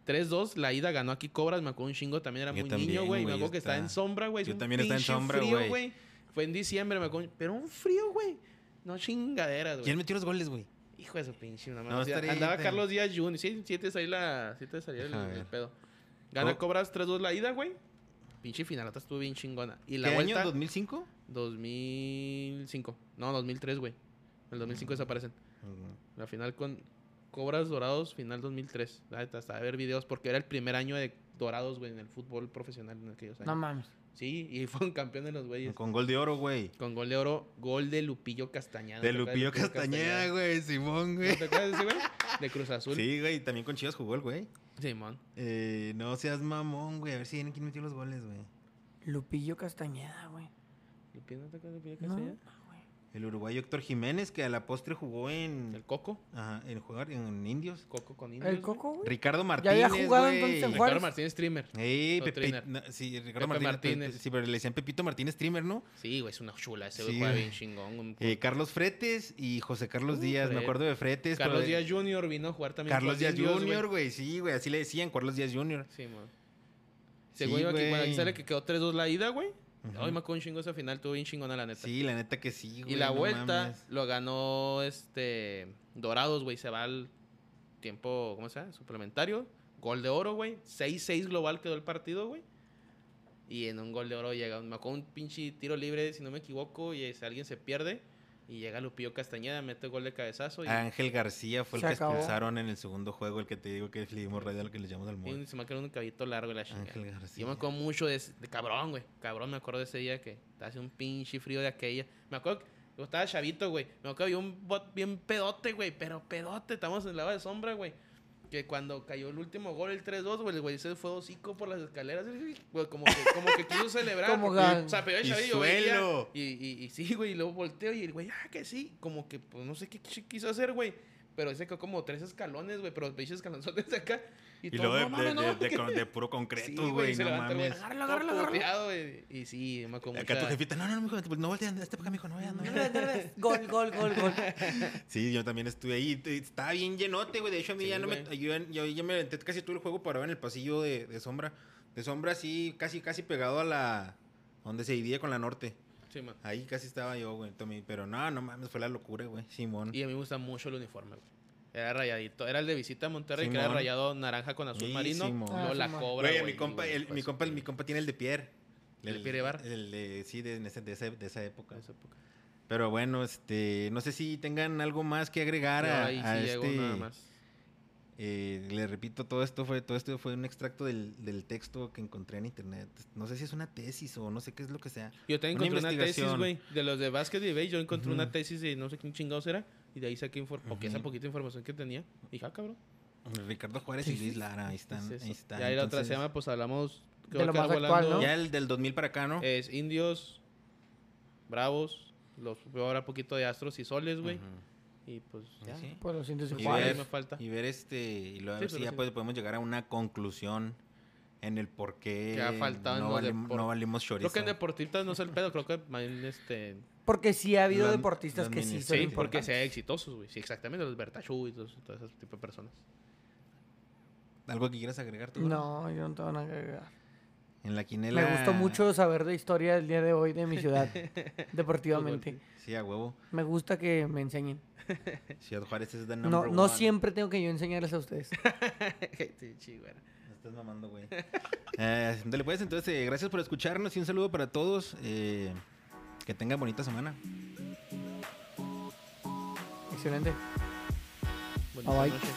S3: 3-2, la ida ganó aquí Cobras, me acuerdo un chingo, también era
S1: Yo
S3: muy
S1: también,
S3: niño, güey. Me
S1: güey,
S3: acuerdo que
S1: está-
S3: estaba en sombra, güey.
S1: yo
S3: un
S1: también estaba en
S3: pinche
S1: sombra,
S3: frío,
S1: güey.
S3: Fue en diciembre, me acuerdo. Pero un frío, güey. No chingaderas, güey.
S1: ¿Quién metió los goles, güey?
S3: Hijo de su pinche, una
S1: No,
S3: madre.
S1: estaría-
S3: Andaba
S1: estaría-
S3: Carlos Díaz Junior. Sí, sí te salía la. Sí te salía el,
S1: Deja
S3: el
S1: ver.
S3: pedo. Gana
S1: Oh.
S3: Cobras 3-2 la ida, güey. Pinche final, hasta estuvo bien chingona. Y la
S1: ¿Qué año?
S3: vuelta.
S1: ¿2005?
S3: 2005. No, 2003, güey. En el
S1: Mm.
S3: 2005 desaparecen. La final con Cobras Dorados, final 2003. La neta, Hasta ver videos, porque era el primer año de Dorados, güey, en el fútbol profesional en aquellos años.
S2: No mames.
S3: sí, y fueron campeones los güeyes.
S1: Con gol de oro, güey.
S3: Con gol de oro, gol de Lupillo Castañeda.
S1: De
S3: ¿te acuerdas
S1: Lupillo Castañeda, güey. Simón,
S3: ¿No
S1: güey.
S3: ¿Te acuerdas de ese, güey? De Cruz Azul.
S1: Sí, güey. También con Chivas jugó el güey.
S3: Simón.
S1: Eh, no seas mamón, güey. A ver si vienen quién metió los goles, güey.
S2: Lupillo Castañeda, güey.
S3: ¿Lupillo no te acuerdas de Lupillo
S2: No.
S3: Castañeda?
S2: güey.
S1: El uruguayo Héctor Jiménez, que a la postre jugó en.
S3: El Coco.
S1: Ajá, en jugar en Indios.
S3: Coco con indios.
S2: El
S3: güey.
S2: Coco, güey.
S1: Ricardo Martínez.
S2: había jugado
S1: güey.
S2: entonces en
S3: Ricardo
S2: Juárez.
S3: Martínez, streamer.
S1: Ey,
S3: No,
S1: Pepe,
S3: trainer.
S1: no, sí, Ricardo
S3: Pepe
S1: Martínez,
S3: Martínez.
S1: pe- sí, pero le decían Pepito Martínez, streamer, ¿no?
S3: Sí, güey, es una chula. Ese
S1: Sí,
S3: güey juega
S1: güey.
S3: bien chingón. un-
S1: Eh, Carlos Fretes y José Carlos
S3: Uh,
S1: Díaz, me
S3: Fre-
S1: acuerdo de Fretes. pero
S3: Carlos
S1: de-
S3: Díaz Jr. vino a jugar también.
S1: Carlos
S3: con
S1: Díaz
S3: indios, güey.
S1: Junior, güey, sí, güey, así le decían, Carlos Díaz Junior.
S3: Sí, man.
S1: Sí,
S3: Según yo, aquí, cuando
S1: güey.
S3: aquí sale que quedó 3-2 la ida, güey.
S1: Ujú.
S3: Ay, me acuerdo un chingo esa final, estuvo bien chingona, la neta.
S1: Sí, la neta que sí, güey.
S3: y la
S1: no
S3: vuelta
S1: mames.
S3: lo ganó este Dorados, güey. Se va al tiempo, ¿cómo se llama? Suplementario. Gol de oro, güey. 6-6 global quedó el partido, güey. Y en un gol de oro llega, me acuerdo un pinche tiro libre, si no me equivoco, y es- alguien se pierde. Y llega Lupillo Castañeda, mete gol de cabezazo. Y,
S1: Ángel García fue el
S2: Se
S1: que
S2: acabó.
S1: expulsaron en el segundo juego, el que te digo que le dimos radio al que le llamamos al
S3: y
S1: móvil.
S3: se me quedó un caballito largo y
S1: Ah,
S3: la chingada.
S1: Ángel García.
S3: Yo me acuerdo mucho de, ese- de cabrón, güey. Cabrón, me acuerdo de ese día que hace un pinche frío de aquella. Me acuerdo que yo estaba chavito, güey. Me acuerdo que había un bot bien pedote, güey. Pero pedote, estamos en la de sombra, güey. Que cuando cayó el último gol, el 3-2, güey, el güey se fue hocico por las escaleras. Güey, como que, como que quiso celebrar.
S2: Como
S3: porque-
S2: gan-
S3: O sea, pero el
S1: Y
S3: chavillo, güey, ya-
S1: suelo.
S3: Y, y, y sí, güey, y luego volteo y el güey, ah, que sí. Como que, pues, no sé qué ch- quiso hacer, güey. Pero ese que como tres escalones, güey, pero los pinches escalonzones de acá. Y,
S1: Y
S3: todos,
S1: luego de,
S3: "No
S1: de-
S3: mames, no
S1: de-
S3: mames,
S1: de-
S3: que-
S1: con- de puro
S3: Sí,
S1: concreto,
S3: güey,
S1: güey,
S3: se
S1: no
S3: levanta "Ah, el güey,
S1: mames.
S2: Agárralo, agárralo,
S3: Todo
S2: agárralo.
S3: puteado, güey. Y sí, me acuerdo
S1: Acá tu
S3: mucha-
S1: jefita, no, no, mijo, no voltean, hasta para acá, mijo, no vean, no vean.
S2: Gol, gol, gol, gol.
S1: Sí, yo también estuve ahí. te- Estaba bien llenote, güey. De hecho, a mí
S3: Sí,
S1: ya no me.
S3: güey.
S1: Yo, yo- yo me aventé casi todo el juego parado en el pasillo de, de sombra. De sombra, así, casi, casi pegado a la. Donde se divide con la norte.
S3: Sí, man.
S1: Ahí casi estaba yo, güey. Tommy, Pero no, no mames, fue la locura, güey. Simón.
S3: Y a mí me gusta mucho el uniforme, güey. Era rayadito. Era el de visita a Monterrey, que era
S1: Simón.
S3: rayado naranja con azul
S1: Sí,
S3: marino.
S1: Simón.
S3: luego
S2: Ah,
S3: la
S2: Simón.
S3: cobra.
S1: Güey, a
S3: güey,
S1: mi compa,
S3: y,
S1: el-
S3: güey,
S1: mi
S3: pues,
S1: compa, mi
S3: güey,
S1: compa tiene el de Pierre.
S3: ¿El Pierre Ibarra?
S1: El de, sí, de, en ese- de esa, de esa época.
S3: en esa época.
S1: Pero bueno, este, no sé si tengan algo más que agregar
S3: No,
S1: a,
S3: ahí
S1: a
S3: sí llegó
S1: este-
S3: nada más.
S1: Eh, le repito, todo esto fue, todo esto fue un extracto del, del texto que encontré en internet. No sé si es una tesis o no sé qué es lo que sea.
S3: Yo también
S1: Una
S3: encontré una, tesis,
S1: investigación.
S3: güey. De los de básquet y base, yo encontré
S1: Ujú.
S3: una tesis de no sé quién chingados era. Y de ahí saqué infor- porque esa
S1: Ujú.
S3: poquita información que tenía. Y dije, ah, cabrón.
S1: Ricardo Juárez y Luis Lara, ahí están,
S3: es eso.
S1: ahí están.
S3: ya ahí la otra
S1: Entonces,
S3: semana, pues hablamos.
S2: De
S3: creo
S2: lo
S3: que
S2: más
S3: algo
S2: actual,
S3: hablando-
S2: ¿no?
S1: Ya el del 2000 para acá, ¿no?
S3: Es indios, bravos, los ahora poquito de astros y soles, güey.
S1: Ujú.
S3: Y pues ya.
S1: Sí.
S2: Pues lo siento,
S1: Y
S2: si
S3: Juárez
S1: ver,
S3: me falta.
S1: y ver este, y luego a
S3: Sí,
S1: ver si
S3: pero
S1: ya
S3: sí.
S1: pues, podemos llegar a una conclusión en el por qué
S3: Que ha faltado en
S1: no,
S3: los
S1: valim-
S3: depor-
S1: no valimos chorizo.
S3: Creo que en deportistas no es el pedo, creo que más bien, este.
S2: Porque sí ha habido
S1: Lo han-
S2: deportistas
S1: lo
S2: que sí
S1: administran.
S2: son
S3: Sí,
S1: importantes.
S3: porque sean exitosos, güey. Sí, exactamente, los Bertachú y todos, todo ese tipo de personas.
S1: ¿Algo que quieras agregar tú? Bruno?
S2: No, yo no tengo nada que agregar.
S1: En la quinela.
S2: Me gustó mucho saber de historia del día de hoy de mi ciudad, deportivamente.
S1: Sí, a huevo.
S2: Me gusta que me enseñen.
S1: Ciudad Juárez es de
S2: No, no siempre tengo que yo enseñarles a ustedes.
S3: sí, sí, güey.
S1: Me estás mamando, güey. Eh, ándale, pues, entonces, eh, gracias por escucharnos y un saludo para todos. Eh, que tengan bonita semana.
S2: Excelente.
S3: Bonita
S2: Bye, bye.
S3: noche.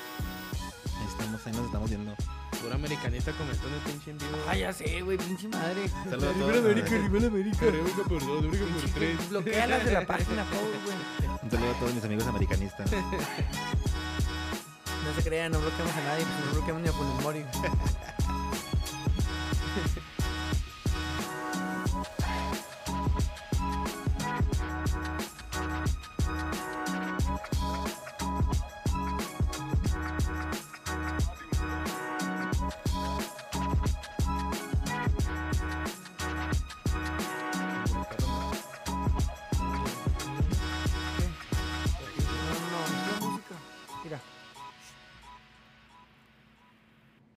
S1: Este, estamos ahí, nos estamos viendo.
S3: Pura americanista comentó en el pinche en vivo.
S2: Ah, ya sé, güey, pinche madre.
S3: Saludos a todos.
S2: arriba la América.
S3: América por dos, América por tres.
S2: Bloquea las de la página, por favor, güey.
S1: Un saludo a todos mis amigos americanistas.
S2: pues, No se crean, no bloqueamos a nadie, no bloqueamos ni a Pulmorio.